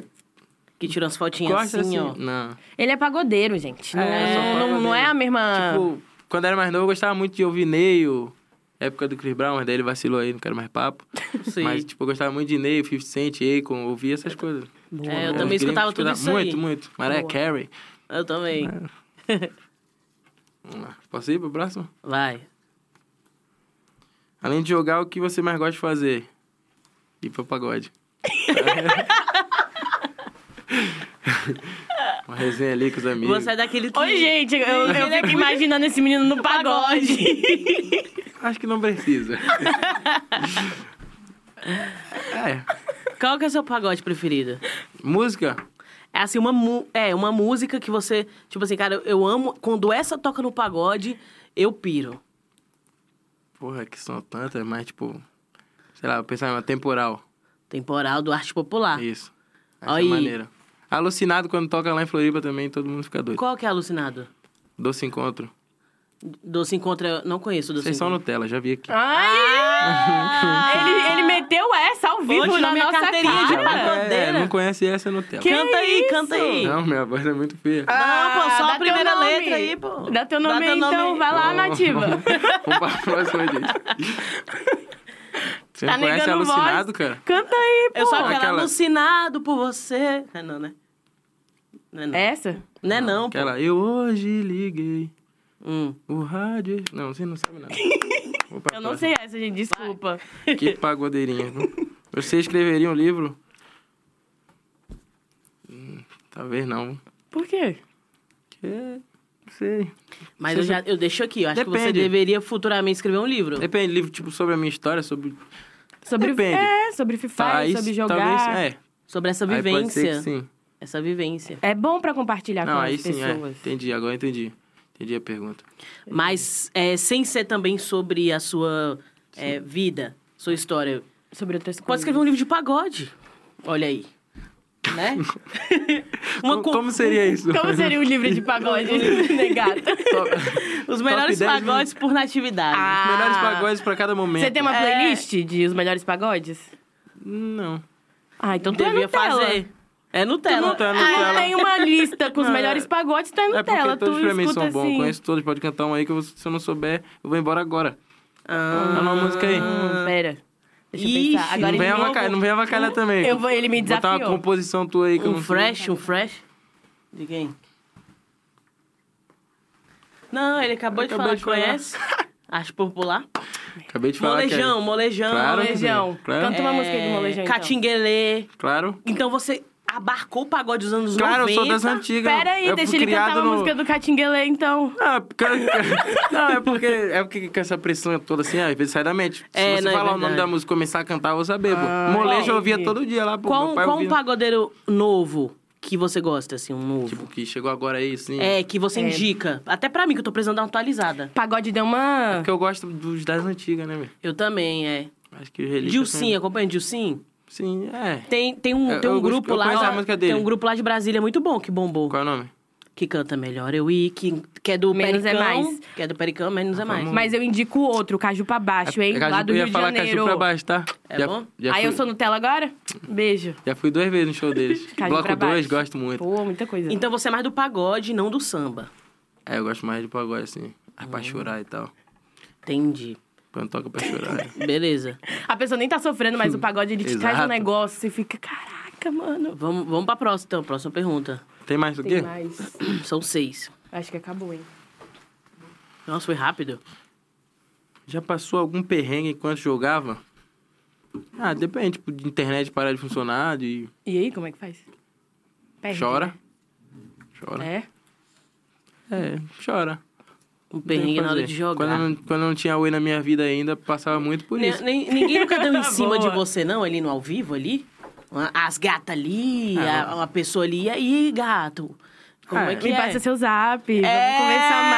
S2: Que tirou as fotinhas
S1: gosto
S2: assim,
S1: assim...
S2: ó.
S1: Não.
S3: Ele é pagodeiro, gente. Não
S1: É,
S3: não-
S1: eu sou
S3: não- não é,
S1: pagodeiro.
S3: a mesma.
S1: Tipo,
S2: Ah.
S1: quando era mais novo, eu gostava muito de ouvir Neio. Época do Chris Brown, mas daí ele vacilou aí, não quero mais papo.
S2: Sei.
S1: Mas, tipo, eu gostava muito de Neio, 50 Cent, Akon, ouvia essas coisas.
S3: Boa.
S2: É,
S1: Os
S2: eu também
S1: gringos
S2: escutava tudo
S1: escutavam
S2: isso
S1: Muito,
S2: aí.
S1: muito. Mariah
S3: Boa.
S1: Carey.
S2: Eu também.
S1: Vamos lá. Hum, Posso ir pro próximo?
S2: Vai.
S1: Além de jogar, o que você mais gosta de fazer? Ir pra pagode. Uma resenha ali com os amigos.
S2: Você é daquele que...
S3: Oi, gente, eu, eu
S1: é
S3: fico imaginando esse menino no pagode.
S1: Acho que não precisa. é.
S2: Qual que é o seu pagode preferido?
S1: Música?
S2: É assim, uma, mu... é, uma música que você... Tipo assim, cara, eu- eu amo... Quando essa toca no pagode, eu piro.
S1: Porra, que são tantas, mas tipo. Sei lá, eu pensava em uma temporal.
S2: Temporal do Arte
S3: Ah.
S2: Popular.
S1: Isso.
S2: Aí.
S1: Aí. maneira. Alucinado quando toca lá em Floripa também, todo mundo fica doido.
S2: Qual que é alucinado?
S1: Doce Encontro.
S2: Doce Encontro, eu não conheço Doce
S1: Vocês são
S2: Encontro.
S1: Nutella, já vi
S3: Ah,
S1: aqui.
S3: Ai! ele, ele meteu essa ao vivo
S2: Hoje na
S3: na
S2: minha
S3: nossa
S2: carteirinha de
S3: cara.
S2: pagode. bandeira?
S1: É, não conhece essa Nutella.
S3: Que
S2: Canta aí,
S3: isso?
S2: canta aí.
S1: Não, minha voz é muito feia.
S2: Não, pô, só
S3: Ah,
S2: a
S3: dá
S2: primeira
S3: teu nome.
S2: letra aí, pô.
S3: Dá teu nome
S2: teu
S3: aí,
S2: nome
S3: então.
S2: aí.
S3: Vai lá,
S1: Vamos-
S3: nativa.
S1: Vamos pra próxima, gente. Você
S3: Tá
S1: não conhece
S3: negando
S1: alucinado,
S3: voz.
S1: cara?
S3: Canta aí, pô.
S2: Eu sou aquela,
S1: Aquela-
S2: alucinado por você. É não, né? Não é não.
S3: Essa?
S2: Não é não, pô.
S1: Aquela, eu hoje liguei
S2: Hum.
S1: O rádio. Não, você não sabe nada. Vou pra
S3: Eu não
S1: próxima.
S3: sei essa, gente, desculpa.
S1: Que pagodeirinha. viu? Você escreveria um livro? Hum, talvez não.
S3: Por quê?
S1: Que... Não sei.
S2: Mas eu, já, eu deixo aqui. Eu acho que você
S1: Depende.
S2: deveria futuramente escrever um livro.
S1: Depende, livro tipo sobre a minha história, sobre.
S3: Sobre
S1: Depende.
S3: É, sobre Free Fire,
S1: Talvez-
S3: sobre jogar.
S1: Talvez, é.
S2: Sobre essa
S1: Aí pode ser que
S2: vivência.
S1: sim.
S2: Essa vivência.
S3: é. bom pra compartilhar
S1: Não,
S3: com
S1: aí
S3: as
S1: sim, é.
S3: pessoas.
S1: Entendi, agora entendi. Entendi a pergunta.
S2: Mas é, sem ser também sobre a sua é, vida, sua história.
S3: Sobre outras
S2: Pode
S1: Hum.
S3: coisas.
S2: escrever um livro de pagode. Olha aí. Né? Uma
S1: como,
S2: co-
S1: como seria isso?
S3: Como seria um livro de pagode né, negado?
S2: Os melhores
S1: Top 10
S2: pagodes por natividade.
S3: Ah.
S1: Os melhores pagodes pra cada momento.
S3: Você tem uma
S2: É.
S3: playlist de os melhores pagodes?
S1: Não.
S3: Ah, então tu é
S2: Devia
S3: Nutella.
S2: fazer. É
S3: Tu
S2: Nutella.
S3: não,
S1: Tu é
S3: tu
S1: Nutella.
S3: não tem uma lista com os
S1: Não,
S3: melhores
S1: é-
S3: pagodes, tu é
S1: É
S3: Nutella.
S1: porque todos
S3: tu
S1: pra mim
S3: escuta
S1: são bons.
S3: assim.
S1: Conheço todos. Pode cantar um aí que eu, se eu não souber, eu vou embora agora.
S2: Ah.
S1: Dá uma música aí.
S3: Hum, pera. Deixa
S2: Ixi,
S3: eu pensar. Agora
S1: não,
S3: ele
S1: vem
S3: me-
S1: avacalhar, não vem avacalhar também.
S3: Eu vou- ele me
S1: Botar uma
S3: desafiou.
S1: composição tua aí que eu
S2: Um
S1: não sei.
S2: fresh, um fresh? De quem? Não, ele acabou de
S1: Acabei
S2: falar
S1: de
S2: que
S1: falar.
S2: conhece. Acho popular.
S1: Acabei de falar que é-
S2: Molejão, molejão.
S1: Claro.
S3: Molejão.
S1: Claro.
S3: Canta uma
S2: É,
S3: música aí do Molejão, então.
S2: Catinguelê.
S1: Claro.
S2: Então você abarcou o pagode dos anos
S1: Claro,
S2: 90.
S1: eu sou das antigas.
S3: Pera aí,
S1: eu
S3: deixa
S1: fui
S3: ele
S1: criado
S3: cantar uma
S1: no...
S3: música do Catinguelê, então.
S1: Ah, porque... não, é porque é porque com essa pressão toda assim, às vezes sai da mente. Se
S2: É,
S1: você
S2: não, é
S1: falar o nome
S2: verdade.
S1: da música e começar a cantar, eu vou saber.
S3: Ah,
S1: pô. Molejo eu ouvia todo dia lá, pô.
S2: Qual,
S1: meu pai
S2: qual um
S1: ouvia.
S2: pagodeiro novo que você gosta, assim, um novo?
S1: Tipo, que chegou agora aí, assim.
S2: é, que você indica. Até pra mim, que eu tô precisando dar uma atualizada.
S3: Pagode deu uma...
S1: Porque eu gosto dos das antigas, né, velho?
S2: Eu também, é.
S1: Acho que relíquia...
S2: Dilcim, acompanha Dilcim?
S1: Sim, é.
S2: Tem, tem um,
S1: Eu-
S2: tem um
S1: eu gosto-
S2: grupo
S1: eu
S2: lá.
S1: conheço a música dele.
S2: Tem um grupo lá de Brasília muito bom que bombou.
S1: Qual é o nome?
S2: Que canta Melhor Eu Ir, que, que é do
S3: Menos é
S2: Pericão.
S3: mais.
S2: Que é do Pericão, Menos é mais.
S3: Mas eu indico outro, Caju Pra Baixo, hein?
S1: É Caju-
S3: Lá do
S1: eu
S3: Rio
S1: ia
S3: de
S1: falar
S3: Janeiro.
S1: Caju pra baixo, tá?
S2: É
S1: já,
S2: bom?
S1: Já
S3: aí
S1: fui,
S3: eu sou Nutella agora? Beijo.
S1: já fui duas vezes no show deles.
S3: Caju pra
S1: Bloco
S3: baixo.
S1: 2, gosto muito.
S3: Pô, muita coisa.
S2: Então você é mais do pagode, não do samba.
S1: É, eu gosto mais de pagode, assim. É
S3: Hum.
S1: pra chorar e tal.
S2: Entendi.
S1: Quando toca pra chorar. é.
S2: Beleza.
S3: A pessoa nem tá sofrendo, mas o pagode, ele te traz um
S1: Exato.
S3: negócio, você fica, caraca, mano.
S2: Vamos, vamos pra próxima, então. Próxima pergunta.
S1: Tem mais do
S3: Tem
S1: quê?
S3: mais.
S2: São seis.
S3: Acho que acabou, hein?
S2: Nossa, foi rápido.
S1: Já passou algum perrengue enquanto jogava? Ah, depende, tipo, de internet parar de funcionar, de...
S3: E aí, como é que faz? Perde,
S1: Chora.
S3: né?
S1: Chora.
S3: É?
S1: É, chora.
S2: Um perrengue
S1: Tem que
S2: na hora
S1: fazer.
S2: de jogar.
S1: Quando eu não, quando eu não tinha Oi na minha vida ainda, passava muito por
S2: Ni-
S1: isso.
S2: ni- ninguém nunca deu em cima de
S3: Boa.
S2: você, não, ali no ao vivo ali? Uma- As gatas ali,
S1: Ah,
S2: a, uma pessoa ali, e aí, gato? Como
S1: Ah,
S2: é que
S3: Me
S2: é?
S3: passa seu zap,
S2: É,
S3: vamos conversar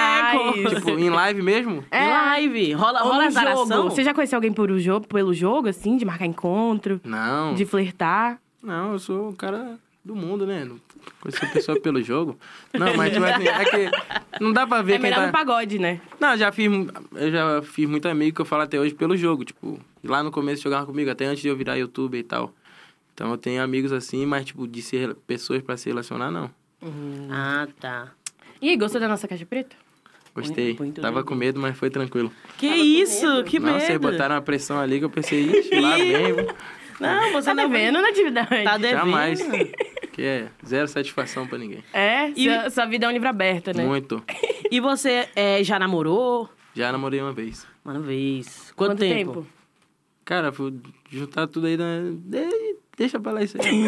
S3: mais.
S1: Tipo, em live mesmo?
S3: É.
S2: Em live, rola,
S3: Ou
S2: rola
S3: no
S2: azaração?
S3: um jogo. Você já conheceu alguém por o jogo, pelo jogo, assim, de marcar encontro,
S1: Não.
S3: de flertar?
S1: Não, eu sou o cara do mundo, né? Não conheci a pessoa pelo jogo. Não, mas tipo assim, é que não dá pra ver
S3: é
S1: quem
S3: melhor
S1: tá...
S3: no pagode, né?
S1: Não, já fiz, eu já fiz muito amigo que eu falo até hoje pelo jogo. Tipo, lá no começo jogava comigo, até antes de eu virar youtuber e tal. Então eu tenho amigos assim, mas tipo, de ser pessoas pra se relacionar, não.
S2: Ah, tá.
S3: E aí, gostou da nossa caixa preta?
S1: Gostei.
S2: Muito, muito
S1: Tava
S2: doido.
S1: com medo, mas foi tranquilo.
S2: Que isso, que
S1: não, vocês
S2: medo.
S1: botaram uma pressão ali que eu pensei, ixi, lá vem. vou-
S2: Não,
S3: Tá
S2: você não
S3: devendo na atividade?
S2: Tá devendo.
S1: Jamais. que é zero satisfação pra ninguém.
S3: É,
S2: E-
S3: sua, sua vida é um livro aberto, né?
S1: Muito.
S2: E você é, já namorou?
S1: Já namorei uma vez.
S2: Uma vez. Quanto, tempo?
S1: Cara, vou juntar tudo aí. Na... de- Deixa pra lá isso aí.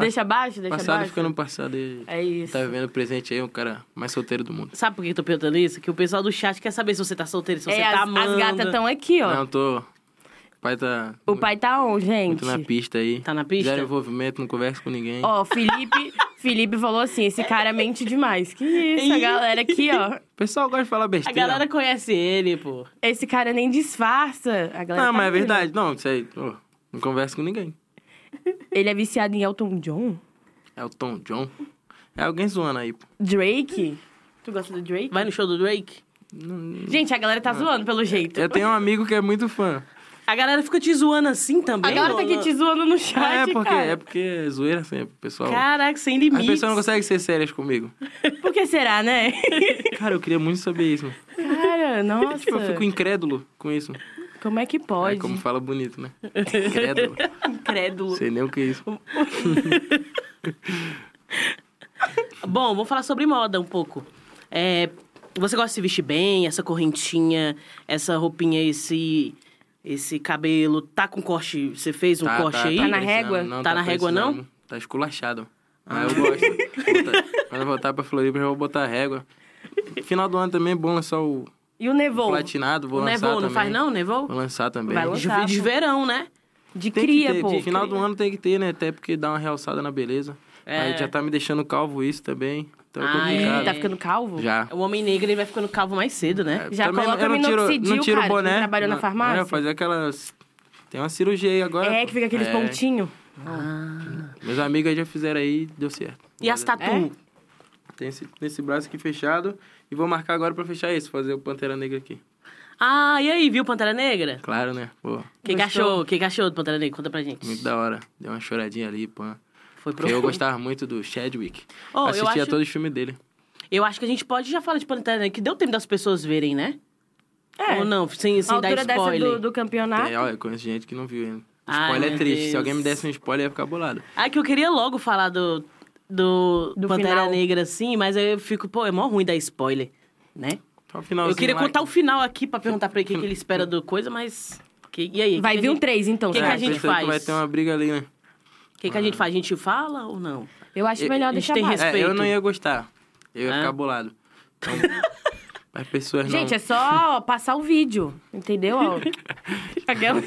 S3: Deixa abaixo, deixa
S1: passado
S3: abaixo.
S1: fica no passado. E...
S3: É isso.
S1: Tá vivendo presente aí, um cara mais solteiro do mundo.
S2: Sabe por que eu tô perguntando isso? Que o pessoal do chat quer saber se você tá solteiro, se você
S3: É,
S2: tá
S3: as,
S2: amando.
S3: as gatas estão aqui, ó.
S1: Não, tô. O pai tá
S3: O pai tá on, gente.
S1: muito na pista aí.
S2: Tá na pista?
S1: Zero envolvimento, não conversa com ninguém.
S3: Ó, Felipe, Felipe falou assim, esse cara mente demais. Que isso, a galera aqui, ó.
S1: O pessoal gosta de falar
S2: A
S1: besteira.
S2: galera conhece ele, pô.
S3: Esse cara nem disfarça. A galera
S1: Não,
S3: tá
S1: mas é
S3: aqui, né?
S1: verdade. Não, isso aí. ô, não conversa com ninguém.
S3: Ele é viciado em Elton John?
S1: É o Tom John. É alguém zoando aí, pô.
S3: Drake? Tu gosta do Drake?
S2: Vai no show do Drake?
S1: Não-
S3: Gente, a galera tá zoando pelo jeito.
S1: Eu tenho um amigo que é muito fã.
S2: A galera fica te zoando assim
S3: A
S2: também?
S3: galera tá aqui te zoando no chat,
S1: Ah, é porque
S3: cara.
S1: é porque é zoeira sempre, o pessoal.
S2: Caraca, sem
S1: As
S2: limites.
S1: pessoas não conseguem ser sérias comigo.
S3: Por que será, né?
S1: Cara, eu queria muito saber isso.
S3: cara, nossa.
S1: Tipo, eu fico incrédulo com isso.
S3: Como é que pode?
S1: É como fala bonito, né? Incrédulo.
S2: Incrédulo.
S1: Sei nem o que é isso.
S2: Bom, vou falar sobre moda um pouco. É, Você gosta de se vestir bem, essa correntinha, essa roupinha, esse esse cabelo, tá com corte, você fez um
S1: Tá-
S2: corte aí?
S3: Tá na
S1: precisando,
S3: régua?
S1: não,
S2: Tá na régua, não?
S1: precisando. Tá esculachado. Mas eu gosto. Volta- Quando eu voltar pra Floripa, eu já vou botar a régua. Final do ano também é bom lançar o
S3: E o
S1: um
S3: Nevou?
S1: platinado, vou
S2: o
S1: lançar
S2: Nevou, é não
S1: também.
S2: faz não, Nevou?
S1: Vou lançar também.
S3: Vai
S2: De,
S3: lançar, pô.
S2: de verão, né?
S3: De
S1: Tem
S3: cria,
S1: que ter,
S3: pô.
S1: de final do ano tem que ter, né? Até porque dá uma realçada na beleza.
S2: É.
S1: Aí já tá me deixando calvo isso também. Então é
S2: Ah,
S1: complicado.
S2: é.
S3: Tá ficando calvo?
S1: Já.
S2: O homem negro, ele vai ficando calvo mais cedo, né?
S3: Já
S1: Também
S3: coloca
S1: eu não tiro,
S3: minoxidil,
S1: não tiro
S3: cara,
S1: o
S3: que
S1: boné.
S3: trabalhou na
S1: Não,
S3: farmácia.
S1: É, fazer aquelas... Tem uma cirurgia aí agora.
S3: É, que fica aqueles
S1: É.
S3: pontinhos.
S1: Meus amigos aí já fizeram aí, deu certo.
S2: Ah, E as tatu?
S3: É?
S1: Tem esse, esse braço aqui fechado. E vou marcar agora pra fechar esse, fazer o Pantera Negra aqui.
S2: Ah, e aí, viu Pantera Negra?
S1: Claro, né? Pô,
S2: O que, que
S3: Gostou?
S2: achou? O que, que achou do Pantera Negra? Conta pra gente.
S1: muito da hora. Deu uma choradinha ali, pô.
S2: Foi
S1: Porque eu
S2: profundo.
S1: gostava muito do Chadwick.
S2: Oh, eu
S1: Assistia
S2: acho-
S1: todos os filmes dele.
S2: Eu acho que a gente pode já falar de Pantera Negra, que deu tempo das pessoas verem, né?
S3: É.
S2: Ou não, sem,
S3: A
S2: sem dar
S3: altura dessa
S2: spoiler.
S3: do, do campeonato.
S1: Tem, olha, conheço gente que não viu ainda.
S2: Ah, tá. Ai,
S1: Spoiler
S2: meu
S1: é triste.
S2: Deus.
S1: Se alguém me desse um spoiler, eu ia ficar bolado.
S2: Ah, que eu queria logo falar do, do,
S3: Do
S2: Pantera
S3: final.
S2: Negra, assim, mas aí eu fico, pô, é mó ruim dar spoiler, né?
S1: Só um
S2: Eu
S1: finalzinho
S2: queria
S1: lá
S2: contar
S1: que-
S2: o final aqui pra perguntar pra ele o que, que ele espera do coisa, mas. Que, e aí?
S3: Vai
S2: que
S3: vir
S2: a
S3: um
S2: gente-
S3: 3, então.
S1: É.
S2: que que
S3: sabe?
S2: a gente
S1: pensa aí
S2: faz?
S1: que vai ter uma briga ali, né?
S2: O que, que a gente faz? A gente fala ou não?
S3: Eu acho
S1: Eu-
S3: melhor
S2: a gente
S3: deixar
S2: tem
S3: mais.
S2: res-
S1: É,
S2: Respeito.
S1: eu não ia gostar. Eu ia
S2: Ah.
S1: ficar bolado. Então, as pessoas né? não...
S3: Gente, é só passar o vídeo, entendeu? um- Ó, Aquela-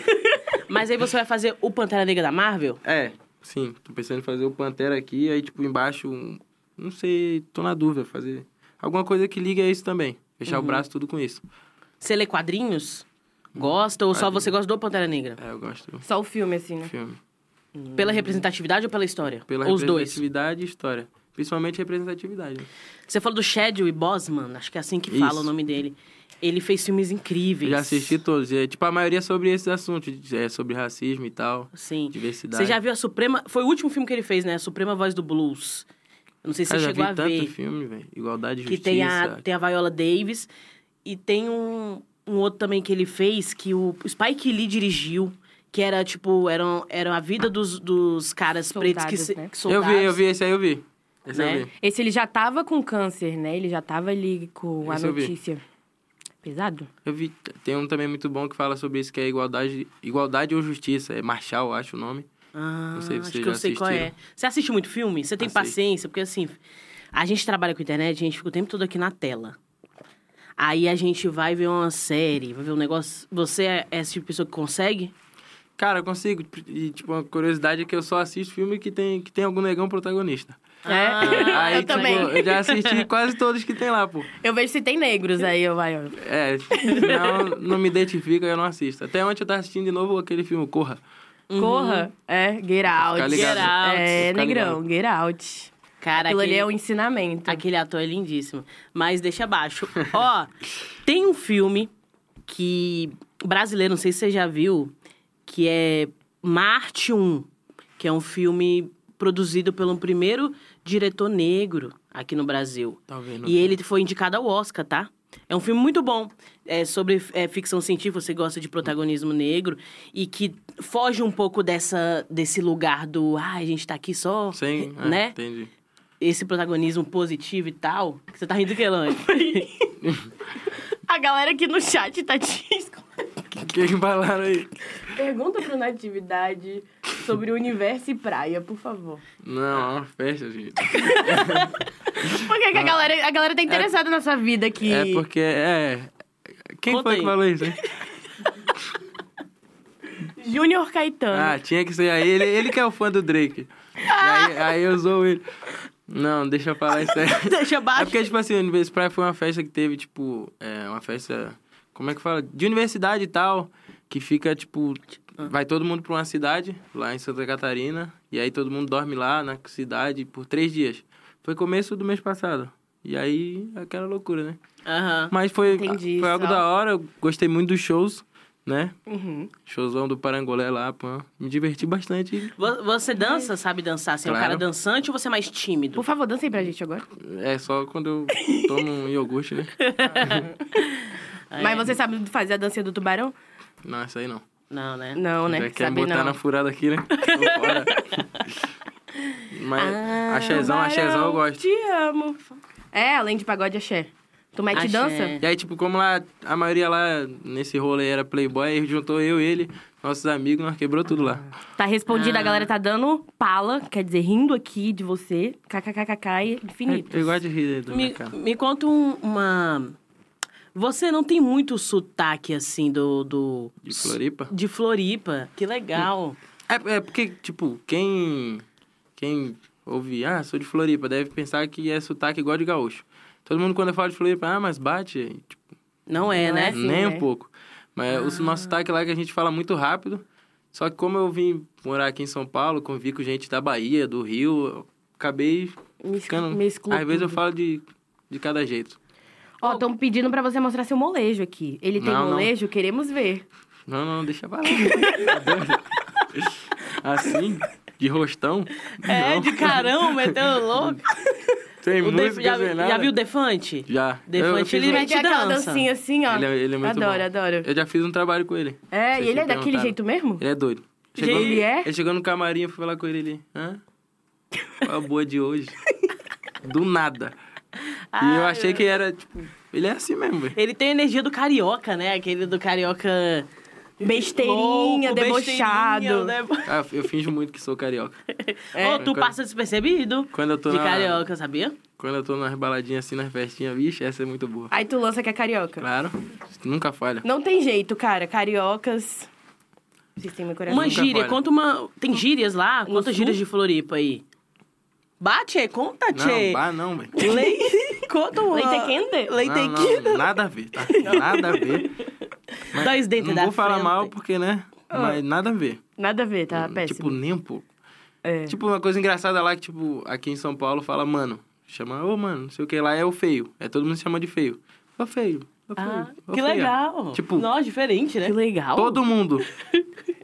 S2: Mas aí você vai fazer o Pantera Negra da Marvel?
S1: É, sim. Tô pensando em fazer o Pantera aqui, aí, tipo, embaixo, um... não sei, tô na dúvida, fazer alguma coisa que ligue a isso também. Fechar
S2: Uhum.
S1: o braço tudo com isso.
S2: Você lê quadrinhos? Gosta ou só você gosta do Pantera Negra?
S1: É, eu gosto do
S3: Só o filme, assim, né?
S1: filme.
S2: Pela representatividade ou pela história?
S1: Pela
S2: Ou Os dois.
S1: representatividade e história. Principalmente representatividade. né?
S2: Você falou do Shadow e Bosman, acho que é assim que fala
S1: Isso.
S2: o nome dele. Ele fez filmes incríveis.
S1: Eu já assisti todos. e é, tipo, a maioria é sobre esses assuntos, de- é, sobre racismo e tal,
S2: Sim.
S1: diversidade.
S2: Você já viu a Suprema. Foi o último filme que ele fez, né? A Suprema Voz do Blues. Eu não sei se
S1: Cara,
S2: você
S1: já vi
S2: chegou a
S1: tanto
S2: ver.
S1: filme, velho. Igualdade e
S2: que
S1: Justiça.
S2: tem a, tem a Viola Davis. E tem um, um outro também que ele fez que o Spike Lee dirigiu. Que era, tipo, era, era a vida dos, dos caras pretos que,
S3: Soldados,
S2: se-
S3: né?
S2: que
S1: Eu
S2: soldados.
S1: vi, eu vi, esse aí eu vi. Esse
S2: Né?
S1: eu vi.
S3: Esse ele já tava com câncer, né? Ele já tava ali com
S1: Esse
S3: a
S1: eu vi.
S3: notícia. Pesado?
S1: Eu vi. Tem um também muito bom que fala sobre isso, que é igualdade, igualdade ou justiça. É Marshall, eu acho o nome.
S2: Ah,
S1: Não sei se vocês
S2: acho que eu
S1: já
S2: sei qual é.
S1: assistiram.
S2: Você assiste muito filme? Você tem
S1: Assisto.
S2: paciência? Porque assim, a gente trabalha com internet, a gente fica o tempo todo aqui na tela. Aí a gente vai ver uma série, vai ver um negócio. Você é esse tipo de pessoa que consegue?
S1: Cara, eu consigo. E, tipo, uma curiosidade é que eu só assisto filme que tem, que tem algum negão protagonista.
S3: É.
S2: Ah,
S1: aí,
S3: eu
S1: tipo,
S3: também.
S1: eu já assisti quase todos que tem lá, pô.
S3: Eu vejo se tem negros aí, eu vai, ó.
S1: É, não, não me identifica, eu não assisto. Até ontem eu tava assistindo de novo aquele filme Corra. Uhum.
S3: Corra. É, get out.
S1: Ficar
S2: ligado. Get out.
S3: É,
S1: Ficar
S3: negrão, get out.
S2: Cara,
S3: Aquilo ali
S2: aquele-
S3: é um ensinamento.
S2: Aquele ator é lindíssimo. Mas deixa abaixo. Ó, tem um filme que. brasileiro, não sei se você já viu, que é Marte 1, que é um filme produzido pelo primeiro diretor negro aqui no Brasil.
S1: Talvez não.
S2: E ele foi indicado ao Oscar, tá? É um filme muito bom. É sobre é, ficção científica, você gosta de protagonismo negro e que foge um pouco dessa, desse lugar do ah, a gente tá aqui só,
S1: Sem, é,
S2: né?
S1: Entendi.
S2: esse protagonismo positivo e tal. Você tá rindo do que, Elange?
S3: A galera aqui no chat tá te
S1: O que que falaram aí?
S3: Pergunta pro Natividade sobre universo e praia, por favor.
S1: Não, é uma festa, gente.
S3: Por que, que a, galera, a galera tá interessada na sua vida aqui?
S1: Ah. É porque, é... Quem
S2: Conta
S1: foi
S2: aí.
S1: que falou isso, hein?
S3: Júnior Caetano.
S1: Ah, tinha que ser aí. Ele, ele que é o fã do Drake. E aí, aí eu zoo ele. Não, deixa eu falar isso aí.
S2: Deixa
S1: É
S2: abaixo.
S1: porque, tipo assim, o Universo Praia foi uma festa que teve, tipo, é, uma festa. Como é que fala? De universidade e tal. Que fica, tipo. Vai todo mundo pra uma cidade, lá em Santa Catarina. E aí todo mundo dorme lá na cidade por três dias. Foi começo do mês passado. E aí, aquela loucura, né?
S2: Aham.
S1: Mas foi,
S3: Entendi,
S1: foi algo
S3: só.
S1: da hora. Eu gostei muito dos shows, né?
S3: Uhum.
S1: Showzão do Parangolé lá, pô. Me diverti bastante.
S2: Vo- Você dança, sabe dançar? Você é um
S1: Claro.
S2: cara dançante ou você é mais tímido?
S3: Por favor, dança aí pra gente agora.
S1: É só quando eu tomo um iogurte, né? Ah, é.
S3: Mas você sabe fazer a dança do tubarão?
S1: Não, essa aí não.
S2: Não, né?
S3: Não, né?
S1: Já quer
S3: Sabe
S1: botar
S3: não.
S1: na furada aqui, né? Vambora. Mas
S3: Ah,
S1: axézão, axézão eu
S3: tubarão,
S1: gosto.
S3: Te amo. É, além de pagode axé. Tu mete
S2: Axé.
S3: dança?
S1: E aí, tipo, como lá, a maioria lá nesse rolê era playboy, aí juntou eu, ele, nossos amigos, nós quebrou tudo lá.
S3: Tá
S1: Ah.
S3: respondido, a galera tá dando pala, quer dizer, rindo aqui de você. KKKKK e infinito.
S1: É, Eu, eu gosto de rir da minha
S2: Me,
S1: cara.
S2: me conta um- uma. Você não tem muito sotaque assim do. do...
S1: De Floripa.
S2: De Floripa. Que legal.
S1: É, é porque, tipo, quem. Quem ouve, ah, sou de Floripa, deve pensar que é sotaque igual de gaúcho. Todo mundo, quando eu falo de Floripa, ah, mas bate. Tipo,
S2: Não é,
S3: Não
S2: né? Ah.
S3: é assim,
S1: nem
S3: né?
S1: um pouco. Mas o nosso sotaque lá é que a gente fala muito rápido. Só que, como eu vim morar aqui em São Paulo, convivi com gente da Bahia, do Rio, eu acabei
S3: Me,
S1: ficando.
S3: me exclui
S1: Às vezes eu
S3: tudo.
S1: falo de, de cada jeito.
S3: Ó, estão pedindo pra você mostrar seu molejo aqui. Ele tem
S1: Não, não.
S3: molejo? Queremos ver.
S1: Não, não, deixa pra lá. assim, de rostão.
S2: É,
S1: não.
S2: de caramba, meteu louco.
S1: Tem
S2: O
S1: música,
S2: Def- já,
S1: tem nada.
S2: já viu o Defante?
S1: Já.
S2: Defante,
S1: Eu- eu fiz
S2: ele
S1: um-
S2: mete
S3: tem aquela
S2: dança.
S3: dancinha assim, ó.
S1: Ele é- ele é muito
S3: adoro,
S1: bom.
S3: adoro.
S1: Eu já fiz um trabalho com ele.
S3: É,
S1: Vocês
S3: e ele é
S1: me
S3: daquele
S1: perguntaram.
S3: jeito mesmo?
S1: Ele é doido.
S3: Ele é?
S1: Ele chegou no camarim, eu fui falar com ele ali. Hã? Qual a boa de hoje? Do nada. e eu
S2: Ai,
S1: achei que era, tipo... Ele é assim mesmo, velho.
S2: Ele tem a energia do carioca, né? Aquele do carioca.
S1: é
S3: Besteirinha,
S2: louco,
S3: debochado.
S2: besteirinha, né?
S1: Ah, eu finjo muito que sou carioca.
S3: É.
S2: Ô, tu
S1: Quando-
S2: passa despercebido
S1: Quando eu tô
S2: de
S1: na-
S2: carioca, sabia?
S1: Quando eu tô nas baladinhas assim, nas festinhas, vixe, essa é muito boa.
S3: Aí tu lança que é carioca.
S1: Claro, nunca falha.
S3: Não tem jeito, cara. Cariocas. Vocês têm meu coração.
S2: Uma gíria,
S1: falha.
S2: conta uma. Tem gírias lá?
S3: No
S2: Quantas
S3: sul? é?
S2: gírias de Floripa aí? Bate, conta,
S1: Não,
S2: tchê.
S1: bah não, velho.
S2: Leite. é Conta uma.
S1: ah,
S3: Leite é quente?
S1: Não, não,
S2: quente.
S1: nada a ver, tá? Nada a ver.
S2: Dois dentes
S1: não
S2: da
S1: vou falar
S2: frente.
S1: mal porque, né? Mas nada a ver.
S3: Nada a ver, tá? Ah. Péssimo.
S1: Tipo, nem um pouco.
S3: É.
S1: Tipo, uma coisa engraçada lá que, tipo, aqui em São Paulo fala, mano, chama, ô, mano, não sei o que, lá é o feio. É todo mundo se chama de feio. Ô, feio. Ô, feio.
S2: Ah,
S1: ô,
S2: que
S1: feia.
S2: legal.
S1: Tipo,
S2: Nossa, diferente, né?
S3: Que legal.
S1: todo mundo.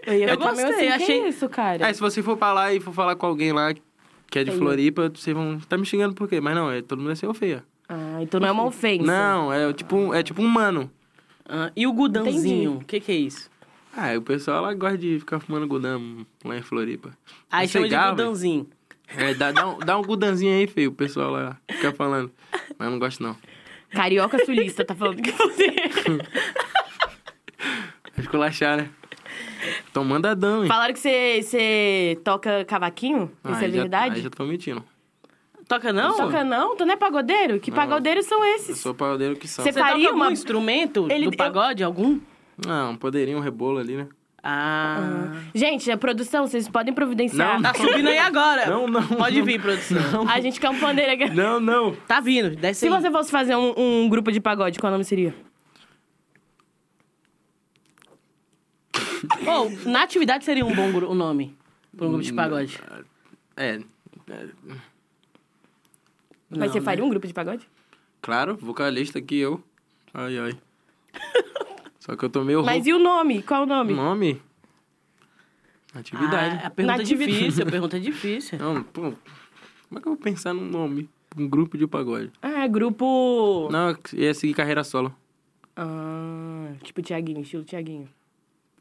S3: Eu, ia
S2: Eu
S3: ficar meio
S2: gostei,
S3: assim, que
S2: achei-
S3: é isso, cara.
S1: Aí, se você for pra lá e for falar com alguém lá que é de
S3: Feio.
S1: Floripa, vocês vão, tá me xingando por quê? Mas não, é todo mundo é ser ô, feia.
S3: Ah, então não é uma ofensa.
S1: Não, é tipo, um- é tipo um mano.
S2: Ah, e o gudãozinho, o que, que é isso?
S1: Ah, e o pessoal lá gosta de ficar fumando gudam lá em Floripa.
S2: Aí
S1: Não sei
S2: Ah, chama de
S1: gá, velho.
S2: gudãozinho.
S1: É, dá, dá um, dá um gudanzinho aí, feio, o pessoal lá fica falando. Mas eu não gosto, não.
S3: Carioca sulista tá falando que você.
S1: Esculachar, né? Então manda dão, hein?
S3: Falaram que você, você toca cavaquinho?
S1: Ah,
S3: Isso é
S1: aí já-
S3: verdade?
S1: aí já tô mentindo.
S2: Toca não?
S3: Toca não? Tu não é pagodeiro? Que
S1: Não.
S3: pagodeiros são
S1: Eu
S3: esses?
S1: sou pagodeiro que são.
S3: Você
S2: Você
S3: faria
S2: toca
S3: uma-
S2: algum instrumento
S3: Ele-
S2: do pagode, algum?
S1: Não, poderia um rebolo ali, né?
S2: Ah.
S3: Gente, a produção, vocês podem providenciar.
S1: Não,
S2: Tá subindo aí agora.
S1: Não, não,
S2: Pode
S1: não.
S2: vir, produção.
S3: A gente quer um pandeiro aqui.
S1: Não, não.
S2: Tá vindo, desce
S3: Se
S2: aí.
S3: você fosse fazer um, um grupo de pagode, qual nome seria?
S2: Ô, na atividade seria um bom gru- um nome pra um grupo
S1: Hum,
S2: de pagode.
S1: É. é,
S2: Não,
S3: Mas você
S2: né?
S3: faria um grupo de pagode?
S1: claro, vocalista aqui eu. Ai, ai. Só que eu tô meio
S3: Mas
S1: rouco.
S3: e o nome? Qual o nome?
S1: Nome? Atividade.
S2: Ah, a pergunta
S3: Na
S2: é
S3: atividade.
S2: difícil, a pergunta é difícil.
S1: Não, pô. Como é que eu vou pensar num nome? Um grupo de pagode.
S3: Ah, grupo.
S1: Não, eu ia seguir carreira solo.
S3: Ah, tipo Tiaguinho, estilo Tiaguinho.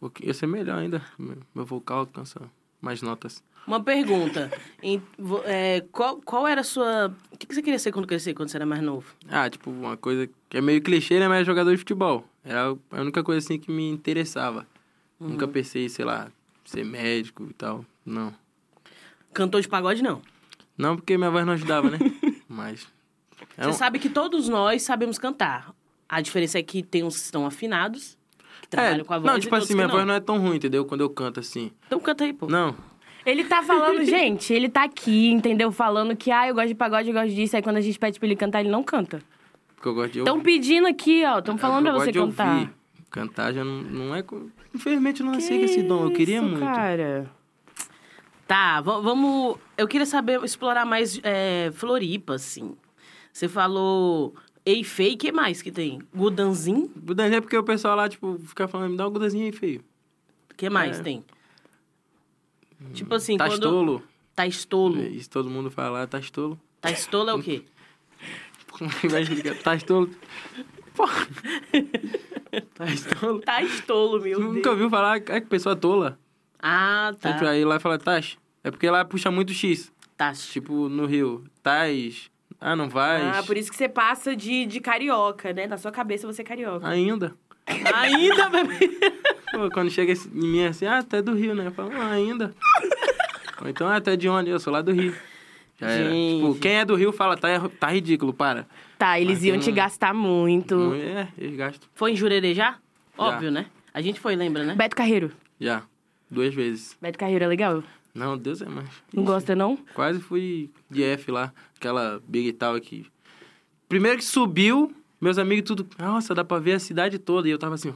S1: Porque ia ser melhor ainda. Meu meu vocal alcança mais notas.
S2: Uma pergunta. Em- vo- é, qual, qual era a sua... O que que você queria ser quando crescer, quando você era mais novo?
S1: Ah, tipo, uma coisa que é meio clichê, né? Mas é jogador de futebol. Era a única coisa assim que me interessava. Nunca
S2: Uhum.
S1: pensei, sei lá, ser médico e tal. Não.
S2: Cantor de pagode, não.
S1: Não porque minha voz não ajudava, né? Mas. é um-
S2: Você sabe que todos nós sabemos cantar. A diferença é que tem uns que estão afinados, que trabalham
S1: é,
S2: com a voz
S1: Não, tipo
S2: e todos
S1: assim, minha
S2: que
S1: voz não é tão ruim, entendeu? Quando eu canto assim.
S2: Então canta aí, pô.
S1: Não.
S3: Ele tá falando, gente, ele tá aqui, entendeu? Falando que, ah, eu gosto de pagode, eu gosto disso. Aí quando a gente pede pra ele cantar, ele não canta.
S1: Porque eu gosto de
S2: Então,
S3: Estão
S1: ouvir.
S3: pedindo aqui, ó. Estão
S1: Eu
S3: falando pra
S1: gosto
S3: você
S1: de
S3: cantar.
S1: Ouvir. Cantar já não, não é. co- Infelizmente eu não nasci com esse dom. Eu queria
S3: isso,
S1: muito.
S3: Cara.
S2: Tá, va- vamos. Eu queria saber, explorar mais é, Floripa, assim. Você falou. Ei, Fei, que mais que tem? Gudanzin?
S1: Gudanzinho é porque o pessoal lá, tipo, fica falando, me dá um gudanzinho aí, feio.
S2: que mais
S1: É.
S2: tem? Tipo assim,
S1: tá
S2: quando.
S1: estolo?
S2: Tá estolo.
S1: Isso todo mundo fala, tá estolo.
S2: Tá estolo é o quê?
S1: Como é que vai explicar? Tá estolo. Porra. Tá estolo.
S2: Tá estolo,
S1: Tu
S2: meu Deus.
S1: nunca ouviu falar, é que pessoa tola.
S2: Ah,
S1: Tá.
S2: tá.
S1: É aí lá e fala, Tash. É porque lá puxa muito X.
S2: Tá.
S1: Tipo, no Rio. Tais. Ah, não vai?
S3: Ah, por isso que você passa de, de carioca, né? Na sua cabeça você é carioca.
S1: Ainda.
S2: Ainda, bebê.
S1: Pô, quando chega esse- em mim assim, ah, tu é do Rio, né? Eu falo, ah, ainda. Ou então, ah, tu é de onde? Eu sou lá do Rio. Já era.
S2: Gente.
S1: Tipo, quem é do Rio fala, tá, erro- tá ridículo, para.
S3: Tá, eles
S1: Mas
S3: iam
S1: eu
S3: te
S1: não-
S3: gastar muito.
S1: É, eles gastam.
S2: Foi em Jurerê já?
S1: Já.
S2: Óbvio, né? A gente foi, lembra, né?
S3: Beto Carreiro.
S1: Já. Duas vezes.
S3: Beto Carreiro é legal.
S1: Não, Deus é mais.
S3: Não gosta, não?
S1: Quase fui de F lá, aquela Big Tal aqui. Primeiro que subiu, meus amigos tudo, nossa, dá pra ver a cidade toda. E eu tava assim, ó,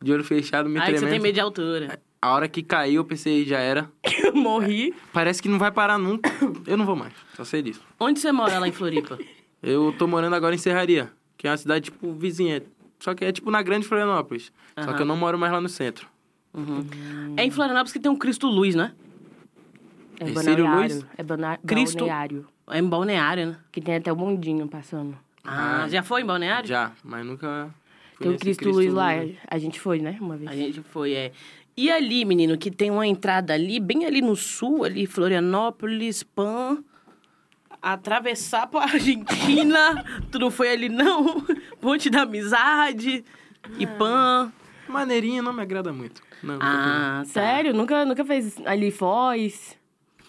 S1: de olho fechado, me
S2: Aí você tem
S1: tremendo.
S2: medo de altura.
S1: A hora que caiu, eu pensei, já era.
S3: Eu morri.
S1: Parece que não vai parar nunca. Eu não vou mais, só sei disso.
S2: Onde você mora lá em Floripa?
S1: Eu tô morando agora em Serraria, que é uma cidade, tipo, vizinha. Só que é, tipo, na Grande Florianópolis. Só
S2: Aham.
S1: que eu não moro mais lá no centro.
S2: É em Florianópolis que tem um Cristo Luz, né?
S3: É
S1: Esse Círio
S3: balneário.
S1: Luiz?
S3: É bana...
S2: Cristo-
S3: balneário.
S2: É em Balneário, né?
S3: Que tem até o bondinho passando.
S2: Ah,
S1: Ah.
S2: já foi em Balneário?
S1: Já, mas nunca... fui
S2: um
S3: Tem o
S1: nesse
S3: Cristo, Luiz lá.
S2: é?
S1: Luz.
S3: A gente foi, né? Uma vez.
S2: A gente foi, é. E ali, menino, que tem uma entrada ali, bem ali no sul, ali, Florianópolis, Pan. Atravessar pra Argentina. tu não foi ali, não? Ponte da Amizade e Pan.
S1: Maneirinha não me agrada muito. Não,
S2: Ah, sério?
S3: Sério? Nunca, nunca fez ali Foz?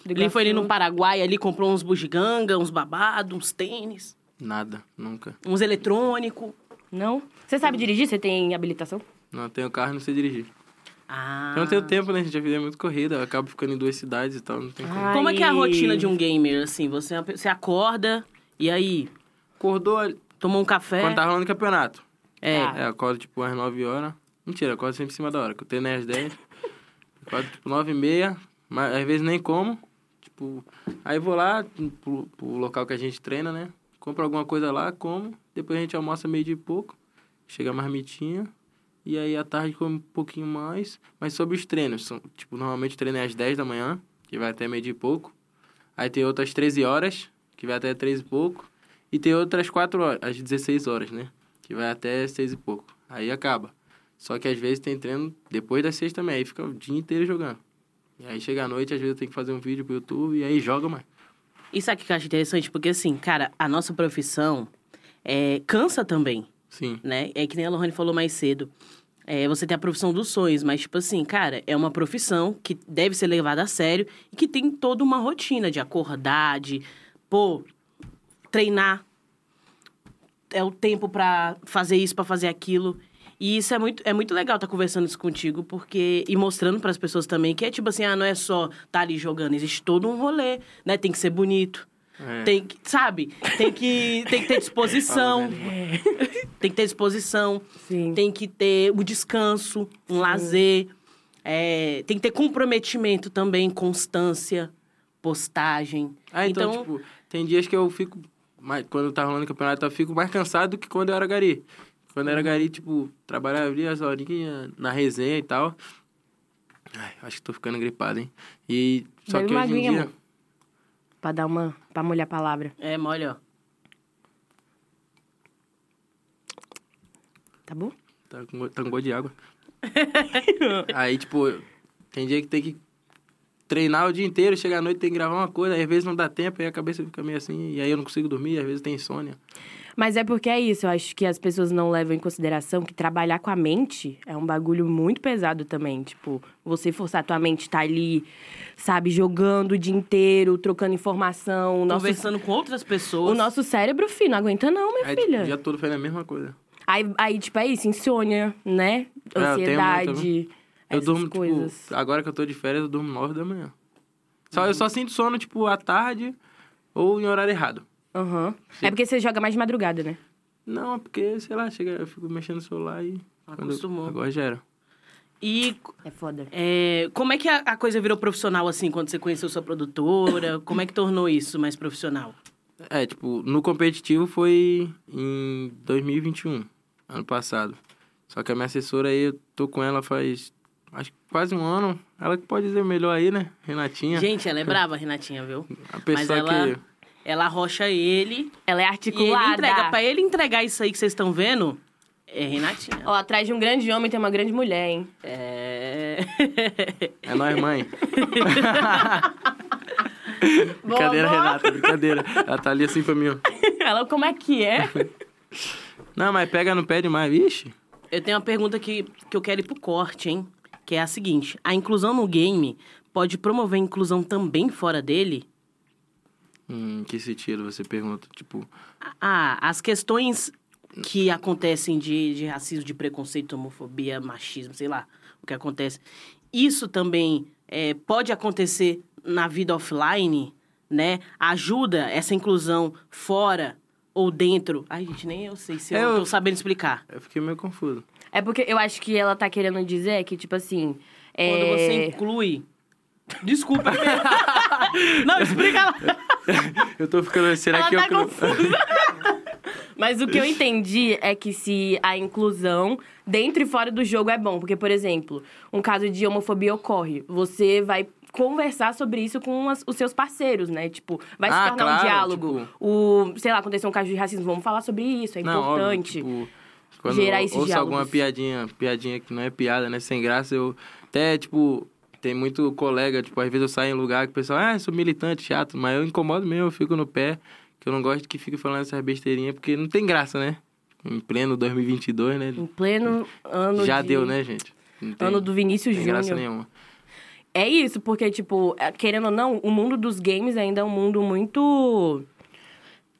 S3: do
S2: Ele foi ali no
S3: Iguaçu?
S2: Paraguai, ali comprou uns bugiganga, uns babados, uns tênis,
S1: nada, nunca.
S2: uns eletrônicos.
S3: Não? Você sabe dirigir? Você tem habilitação?
S1: Não tenho carro e não sei dirigir.
S2: Ah.
S1: Eu não tenho tempo, né, gente? A vida é muito corrida. Eu acabo ficando em duas cidades e tal. Não tem como.
S3: Ai.
S2: Como é que é a rotina de um gamer, assim? Você, é uma pe- você acorda e aí,
S1: Acordou ali-
S2: tomou um café.
S1: quando tá rolando campeonato.
S2: É.
S3: Tá.
S1: É, eu acordo tipo às 9 horas. Mentira, eu acordo sempre em cima da hora, que eu treino é às 10. acordo tipo 9 e meia, mas às vezes nem como. Tipo, aí vou lá pro, pro local que a gente treina, né? Compro alguma coisa lá, como. Depois a gente almoça meio de pouco. Chega a marmitinha. E aí à tarde come um pouquinho mais. Mas sobre os treinos, são, tipo, normalmente o treino é às 10 da manhã, que vai até meio de pouco. Aí tem outras 13 horas, que vai até 13 e pouco. E tem outras 4 horas, às 16 horas, né? Que vai até 6 e pouco. Aí acaba. Só que às vezes tem treino depois das 6 também, aí fica o dia inteiro jogando. E aí chega à noite, às vezes eu tenho que fazer um vídeo pro YouTube e aí joga mais.
S2: Isso aqui que eu acho interessante, porque assim, cara, a nossa profissão é, cansa também,
S1: Sim.
S2: né? É que nem a Lohane falou mais cedo. É, você tem a profissão dos sonhos, mas, tipo assim, cara, é uma profissão que deve ser levada a sério e que tem toda uma rotina de acordar, de, pô, treinar. É o tempo pra fazer isso, pra fazer aquilo. E isso é muito, é muito legal estar conversando isso contigo, porque. E mostrando pras pessoas também que é tipo assim, ah, não é só tá ali jogando, existe todo um rolê, né? Tem que ser bonito.
S1: É.
S2: Tem que, sabe? Tem que, tem que ter disposição. tem que ter disposição.
S3: Sim.
S2: Tem que ter o descanso, um lazer. É, tem que ter comprometimento também, constância, postagem.
S1: Ah, então,
S2: então,
S1: tipo, tem dias que eu fico. Mais, quando tá rolando campeonato, eu fico mais cansado do que quando eu era gari. Quando eu era gari, tipo, trabalhava ali as horinhas na resenha e tal. Ai, acho que tô ficando gripado, hein? E. Só
S3: Bebe
S1: que
S3: uma
S1: hoje em
S3: aguinha,
S1: dia.
S3: amor. Pra dar uma... Pra molhar a palavra.
S2: é mole, ó.
S3: Tá bom?
S1: Tá com, go- tá com gosto de água. aí, tipo, tem dia que tem que treinar o dia inteiro, chega à noite tem que gravar uma coisa, aí às vezes não dá tempo, aí a cabeça fica meio assim, e aí eu não consigo dormir, às vezes tem insônia.
S3: Mas é porque é isso, eu acho que as pessoas não levam em consideração que trabalhar com a mente é um bagulho muito pesado também. Tipo, você forçar a tua mente estar ali, sabe, jogando o dia inteiro, trocando informação. O nosso,
S2: Conversando com outras pessoas.
S3: o nosso cérebro, filho, não aguenta não, minha
S1: Aí tipo,
S3: filha.
S1: o dia todo faz a mesma coisa.
S3: Aí, aí, tipo, é isso, insônia, né?
S1: É, eu tenho muito,
S3: Ansiedade.
S1: Eu
S3: essas
S1: durmo,
S3: coisas.
S1: tipo, agora que eu tô de férias, eu durmo nove da manhã. Só, Eu só sinto sono, tipo, à tarde ou em horário errado.
S3: Aham. É porque você joga mais de madrugada, né?
S1: Não, é porque, sei lá, chega, eu fico mexendo no celular e... quando-
S2: Acostumou.
S1: Agora já era.
S2: E
S3: É foda.
S2: é, como é que a, a coisa virou profissional, assim, quando você conheceu sua produtora? Como é que tornou isso mais profissional?
S1: É, tipo, no competitivo foi em 2021, ano passado. Só que a minha assessora aí, eu tô com ela faz acho que quase um ano. Ela que pode dizer melhor aí, né? Renatinha.
S2: Gente, ela é brava, Renatinha, viu?
S1: a
S2: Mas
S1: pessoa
S2: ela,
S1: que.
S2: ela rocha ele...
S3: Ela é
S2: E ele
S3: articulada.
S2: entrega, pra ele entregar isso aí que vocês estão vendo, é Renatinha.
S3: Ó, atrás de um grande homem tem uma grande mulher, hein?
S2: É.
S1: É nós, mãe.
S3: Boa,
S1: brincadeira,
S3: boa.
S1: Renata, brincadeira. Ela tá ali assim pra mim, ó.
S3: Ela, como é que é?
S1: Não, mas pega no pé demais, vixe.
S2: Eu tenho uma pergunta que, que eu quero ir pro corte, hein? Que é a seguinte: a inclusão no game pode promover a inclusão também fora dele?
S1: Hum, em que sentido você pergunta? Tipo,
S2: Ah, as questões que acontecem de, de racismo, de preconceito, homofobia, machismo, sei lá, o que acontece. Isso também é, pode acontecer na vida offline, né? Ajuda essa inclusão fora ou dentro. Ai, gente, nem eu sei se eu,
S1: É,
S2: não
S1: eu-
S2: tô sabendo explicar.
S1: eu fiquei meio confuso.
S3: É porque eu acho que ela tá querendo dizer que, tipo assim. é,
S2: Quando você inclui. Desculpa. não, explica lá.
S1: Eu tô ficando. Será
S3: Ela
S1: que
S3: tá
S1: eu. cru-
S3: confusa. Mas o que eu entendi é que se a inclusão dentro e fora do jogo é bom. Porque, por exemplo, um caso de homofobia ocorre. Você vai conversar sobre isso com as- os seus parceiros, né? Tipo, vai se
S1: Ah,
S3: tornar um
S1: claro,
S3: diálogo.
S1: tipo-
S3: O, sei lá, aconteceu um caso de racismo, vamos falar sobre isso, é
S1: Não,
S3: importante.
S1: Óbvio, tipo, quando
S3: gerar
S1: eu
S3: esses
S1: ouço alguma
S3: diálogos.
S1: piadinha, piadinha que não é piada, né? Sem graça, eu até, tipo, tem muito colega, tipo, às vezes eu saio em lugar que o pessoal, ah, sou militante, chato, mas eu incomodo mesmo, eu fico no pé, que eu não gosto que fique falando essas besteirinhas, porque não tem graça, né? Em pleno 2022, né?
S3: Em pleno ano
S1: Já
S3: de-
S1: deu, né, gente? Não tem,
S3: Ano do Vinícius
S1: tem graça
S3: Júnior.
S1: nenhuma.
S3: É isso, porque, tipo, é, querendo ou não, o mundo dos games ainda é um mundo muito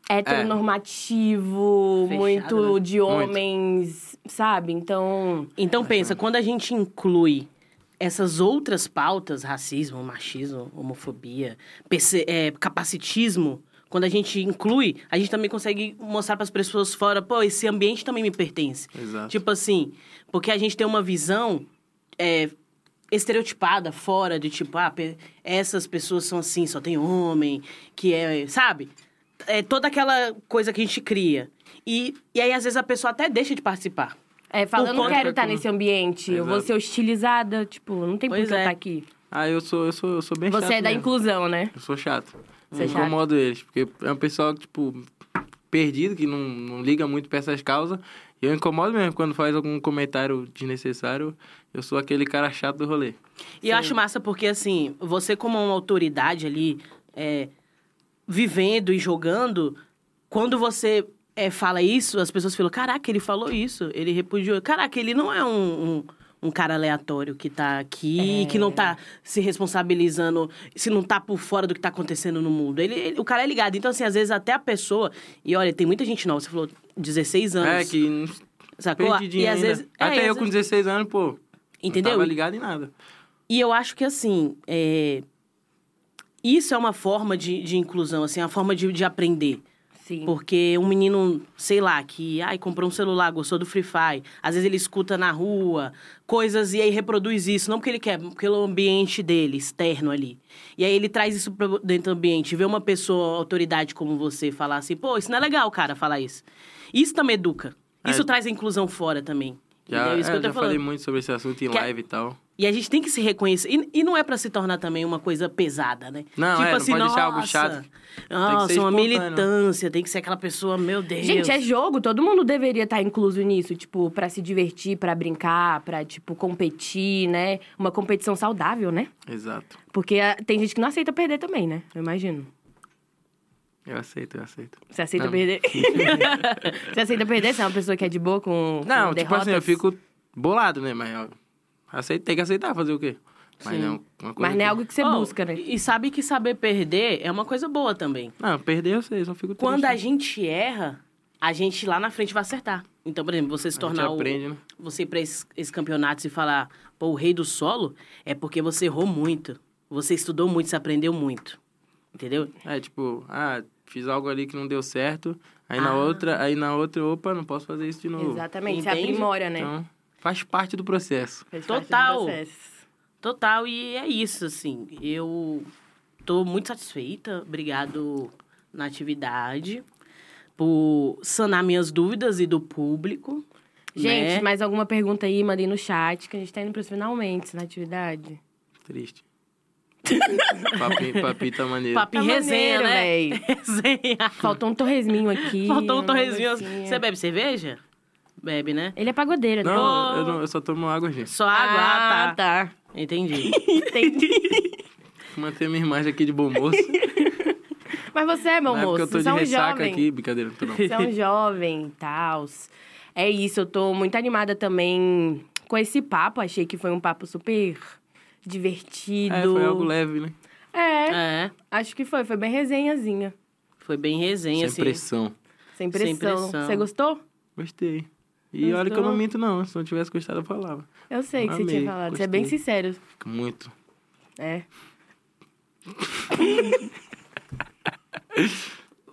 S3: heteronormativo,
S2: Fechado,
S3: muito
S2: né?
S3: de homens, sabe? Então.
S2: Então pensa, quando a gente inclui essas outras pautas, racismo, machismo, homofobia, perce- é, capacitismo, quando a gente inclui, a gente também consegue mostrar para as pessoas fora, pô, esse ambiente também me pertence.
S1: Exato.
S2: Tipo assim, porque a gente tem uma visão é, estereotipada fora de tipo, ah, pe- essas pessoas são assim, só tem homem, que é, sabe? É toda aquela coisa que a gente cria. E, e aí, às vezes, a pessoa até deixa de participar.
S3: É, fala,
S2: Por
S3: eu não
S2: conta
S3: quero
S1: que-
S3: estar nesse ambiente, eu vou
S1: Exato.
S3: ser hostilizada, tipo, não tem por que
S2: Pois
S3: eu
S2: é.
S3: estar aqui.
S1: Ah, eu sou, eu sou, eu sou bem chato.
S3: Você é da
S1: mesmo.
S3: inclusão, né?
S1: Eu sou chato.
S3: Você
S1: eu
S3: é chato?
S1: incomodo eles, porque é um pessoal, tipo, perdido, que não, não liga muito pra essas causas. E eu incomodo mesmo quando faz algum comentário desnecessário. Eu sou aquele cara chato do rolê.
S2: E eu acho massa porque, assim, você como uma autoridade ali, é, vivendo e jogando, quando você é, fala isso, as pessoas falam, caraca, ele falou isso, ele repudiou. Caraca, ele não é um... um- um cara aleatório que tá
S1: É.
S2: aqui, que não tá se responsabilizando, se não tá por fora do que tá acontecendo no mundo. Ele, ele- o cara é ligado. Então, assim, às vezes até a pessoa. E olha, tem muita gente nova, você falou 16 anos.
S1: É, que não-
S2: Sacou?
S1: perdidinho
S2: Tá E às
S1: ainda.
S2: vezes. é, e
S1: Até
S2: às
S1: eu com
S2: vezes-
S1: 16 anos, pô,
S2: Entendeu?
S1: não tava ligado em nada.
S2: E eu acho que, assim, é, isso é uma forma de, de inclusão, assim, uma forma de, de aprender.
S3: Sim.
S2: Porque um menino, sei lá, que ai, comprou um celular, gostou do Free Fire, às vezes ele escuta na rua coisas e aí reproduz isso, não porque ele quer, mas pelo ambiente dele, externo ali. E aí ele traz isso pra dentro do ambiente, vê uma pessoa, autoridade como você, falar assim, pô, isso não é legal, cara, falar isso. Isso também educa. Isso
S1: É.
S2: traz a inclusão fora também.
S1: Já,
S2: Entendeu? Isso
S1: é,
S2: que eu tô
S1: já
S2: falando.
S1: falei muito sobre esse assunto em
S2: Que- é-
S1: live e tal.
S2: E a gente tem que se reconhecer. E, e não é pra se tornar também uma coisa pesada, né?
S1: Não,
S2: tipo
S1: é, não
S2: assim,
S1: pode
S2: nossa,
S1: deixar algo chato.
S2: Nossa,
S1: ser
S2: uma
S1: espontâneo.
S2: militância, tem que ser aquela pessoa, meu Deus.
S3: Gente, é jogo, todo mundo deveria estar incluso nisso, tipo, pra se divertir, pra brincar, pra, tipo, competir, né? Uma competição saudável, né?
S1: Exato.
S3: Porque ah, tem gente que não aceita perder também, né? Eu imagino.
S1: Eu aceito, eu aceito.
S3: Você aceita
S1: Não.
S3: perder? você aceita perder? Você é uma pessoa que é de boa com. com
S1: Não, tipo
S3: derrotas?
S1: assim, eu fico bolado, né? Mas ó, aceito, tem que aceitar, fazer o quê? Mas
S2: Sim.
S1: não, é uma coisa
S3: Mas não é
S1: que-
S3: algo que você
S2: Oh,
S3: busca, né?
S2: E sabe que saber perder é uma coisa boa também.
S1: Não, perder eu sei, só fico
S2: Quando a
S1: triste.
S2: gente erra, a gente lá na frente vai acertar. Então, por exemplo, você se
S1: A gente
S2: tornar o-
S1: aprende, né?
S2: você ir pra esses esses campeonatos e falar, pô, o rei do solo, é porque você errou muito. Você estudou muito, você aprendeu muito. Entendeu?
S1: É, tipo, ah, fiz algo ali que não deu certo, aí
S2: Ah.
S1: na outra, aí na outra, opa, não posso fazer isso de novo.
S3: Exatamente. Você
S2: Entende?
S3: aprimora, né?
S1: Então, faz parte do processo.
S3: Faz parte do
S2: Total.
S3: processo.
S2: Total, e é isso, assim. Eu tô muito satisfeita. Obrigado na atividade por sanar minhas dúvidas e do público.
S3: Gente,
S2: né?
S3: mais alguma pergunta aí? Mandei no chat, que a gente tá indo pros finalmente na atividade.
S1: Triste. Papi, papita maneiro.
S2: papo em
S3: Tá
S2: resenha,
S3: maneiro,
S2: né?
S3: véi.
S2: Resenha.
S3: Faltou um torresminho aqui.
S2: Faltou um
S3: uma
S2: torrezinho.
S3: coisinha.
S2: Você bebe cerveja? Bebe, né?
S3: Ele é pagodeiro, né?
S1: Não, eu não, eu só tomo água, gente.
S2: Só água? Ah, tá.
S3: tá.
S2: Entendi.
S3: Entendi.
S1: Manter minha imagem aqui de bom moço.
S3: Mas você é, meu
S1: Na
S3: moço.
S1: época eu tô
S3: você
S1: de
S3: é um
S1: ressaca
S3: jovem.
S1: aqui, brincadeira, não tô não.
S3: Você é um jovem e tal. É isso, eu tô muito animada também com esse papo. Achei que foi um papo super divertido.
S1: É, foi algo leve, né?
S3: É,
S2: É,
S3: acho que foi. Foi bem resenhazinha.
S2: foi bem
S1: Sem
S2: resenha, assim.
S1: pressão.
S3: Sem pressão.
S2: Sem pressão.
S3: Você gostou?
S1: Gostei. E
S3: Gostou?
S1: olha que eu não minto, não. Se não tivesse gostado, eu falava.
S3: Eu sei que você
S1: Amei,
S3: tinha falado. Você é bem
S1: gostei.
S3: sincero.
S1: Fico muito.
S3: É.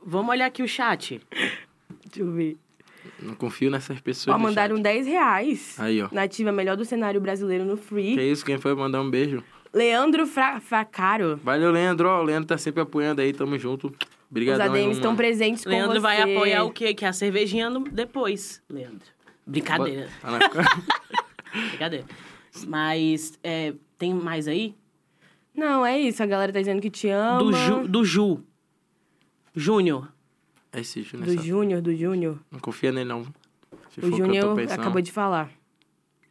S2: Vamos olhar aqui o chat.
S3: Deixa eu ver.
S1: Não confio nessas pessoas.
S3: Ó,
S1: do
S3: mandaram
S1: chat.
S3: 10 reais.
S1: Aí, ó.
S3: Nativa, melhor do cenário brasileiro no Free.
S1: Que isso, quem foi mandar um beijo.
S3: Leandro Fra Fracaro.
S1: Valeu, Leandro. Ó, o Leandro tá sempre apoiando aí, tamo junto. Obrigadão. um
S3: Os ADMs estão presentes com
S2: Leandro
S3: você.
S2: vai apoiar o quê? Que é a cervejinha no- depois, Leandro. Brincadeira,
S1: Tá na cara.
S2: brincadeira. Mas é, tem mais aí?
S3: Não, é isso. A galera tá dizendo que te ama.
S2: Do Ju, do Ju. Júnior.
S1: É esse Júnior.
S3: Do
S1: sabe?
S3: Júnior, do Júnior.
S1: Não confia nele, não. Se for que
S3: O
S1: eu tô
S3: Júnior
S1: pensando.
S3: acabou de falar.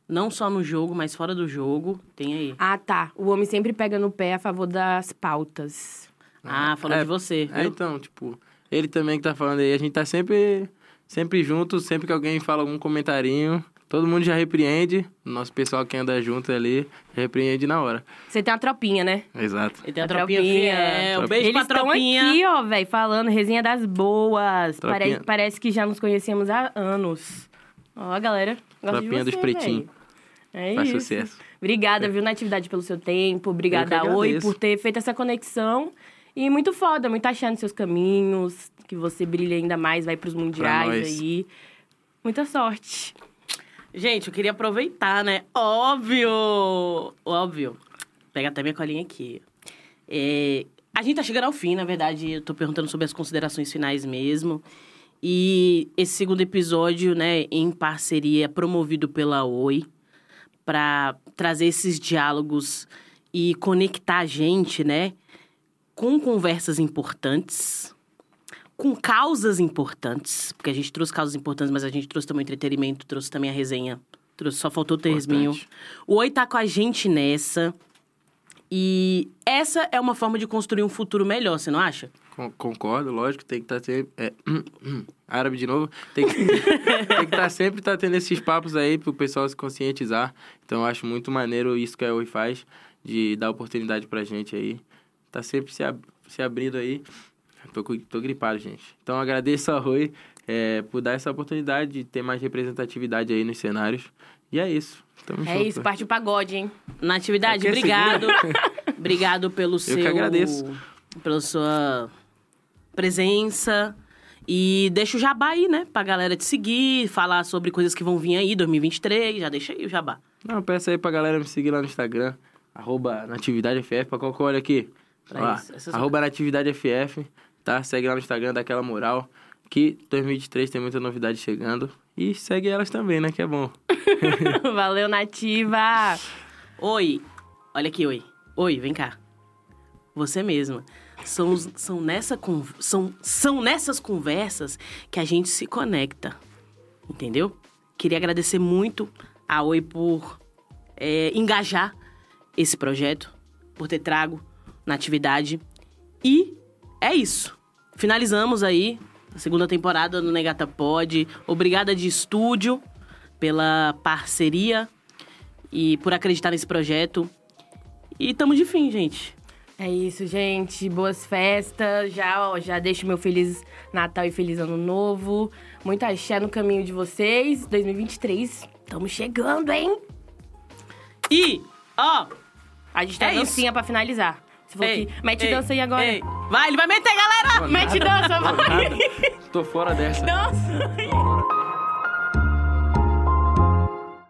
S2: Não só no jogo, mas fora do jogo. Tem aí.
S3: Ah, tá. O homem sempre pega no pé a favor das pautas.
S2: Ah, falou
S1: É,
S2: de você.
S1: É,
S2: viu?
S1: então, tipo, ele também que tá falando aí, a gente tá sempre, sempre junto, sempre que alguém fala algum comentarinho, todo mundo já repreende, nosso pessoal que anda junto ali, repreende na hora.
S3: Você tem uma tropinha, né?
S1: Exato.
S2: Ele tem a
S3: A
S2: tropinha.
S3: tropinha.
S2: fiel.
S1: Tropinha.
S2: Beijo
S3: Eles
S2: pra tropinha.
S3: aqui, ó, velho, falando resenha das boas.
S1: Tropinha.
S3: Parece, parece que já nos conhecemos há anos. Ó, a galera, gosta
S1: Tropinha
S3: de
S1: dos
S3: você,
S1: pretinhos.
S3: véi. É
S1: Faz
S3: isso.
S1: sucesso.
S3: Obrigada, viu, Natividade, pelo seu tempo.
S1: Eu
S3: Obrigada,
S1: que
S3: Oi,
S1: agradeço.
S3: por ter feito essa conexão. E muito foda, muito achar nos seus caminhos, que você brilha ainda mais, vai pros mundiais
S1: nós.
S3: aí. Muita sorte.
S2: Gente, eu queria aproveitar, né? Óbvio! Óbvio. Pega até minha colinha aqui. É, a gente tá chegando ao fim, na verdade. Eu tô perguntando sobre as considerações finais mesmo. E esse segundo episódio, né, em parceria, promovido pela Oi, para trazer esses diálogos e conectar a gente, né, com conversas importantes, com causas importantes, porque a gente trouxe causas importantes, mas a gente trouxe também o entretenimento, trouxe também a resenha, trouxe, só faltou o terminho.
S1: Importante.
S2: O Oi tá com a gente nessa. E essa é uma forma de construir um futuro melhor, você não acha?
S1: Con- Concordo, lógico, tem que estar sempre. É, árabe de novo. Tem que estar sempre tá tendo esses papos aí pro pessoal se conscientizar. Então eu acho muito maneiro isso que a Oi faz, de dar oportunidade pra gente aí. Tá sempre se, ab- se abrindo aí. Tô, cu- tô gripado, gente. Então eu agradeço a Oi é, por dar essa oportunidade de ter mais representatividade aí nos cenários. E é isso. Tamo
S3: É
S1: junto.
S3: isso, parte o pagode, hein?
S2: Natividade,
S1: É que é
S2: obrigado. obrigado pelo seu.
S1: que agradeço.
S2: Pela sua presença. E deixa o jabá aí, né? Pra galera te seguir, falar sobre coisas que vão vir aí, 2023. Já deixa aí o jabá.
S1: Não, peça aí pra galera me seguir lá no Instagram, arroba NatividadeFF, pra qual que eu olho aqui?
S2: Pra
S1: Ó lá,
S2: isso, essas-
S1: arroba NatividadeFF, tá? Segue lá no Instagram, dá aquela moral, que 2023 tem muita novidade chegando. E segue elas também, né, que é bom.
S3: Valeu, Nativa!
S2: Oi. Olha aqui, oi. Oi, vem cá. Você mesma. São, os- são, nessa, con- são, são nessas conversas que a gente se conecta. Entendeu? Queria agradecer muito a Oi por é, engajar esse projeto, por ter trago na atividade. E é isso. Finalizamos aí a segunda temporada do Negata Pod. Obrigada de estúdio pela parceria e por acreditar nesse projeto. E tamo de fim, gente.
S3: É isso, gente. Boas festas. Já, ó, já deixo meu feliz Natal e feliz Ano Novo. Muita axé no caminho de vocês. 2023, estamos chegando, hein?
S2: E, ó,
S3: A gente tem
S2: É
S3: uma dancinha pra finalizar. Você falou
S2: ei,
S3: que mete
S2: ei,
S3: dança aí agora.
S2: ei. Vai, ele vai meter, galera!
S3: Mete dança, Ah, vai.
S1: Tô fora dessa.
S3: Dança.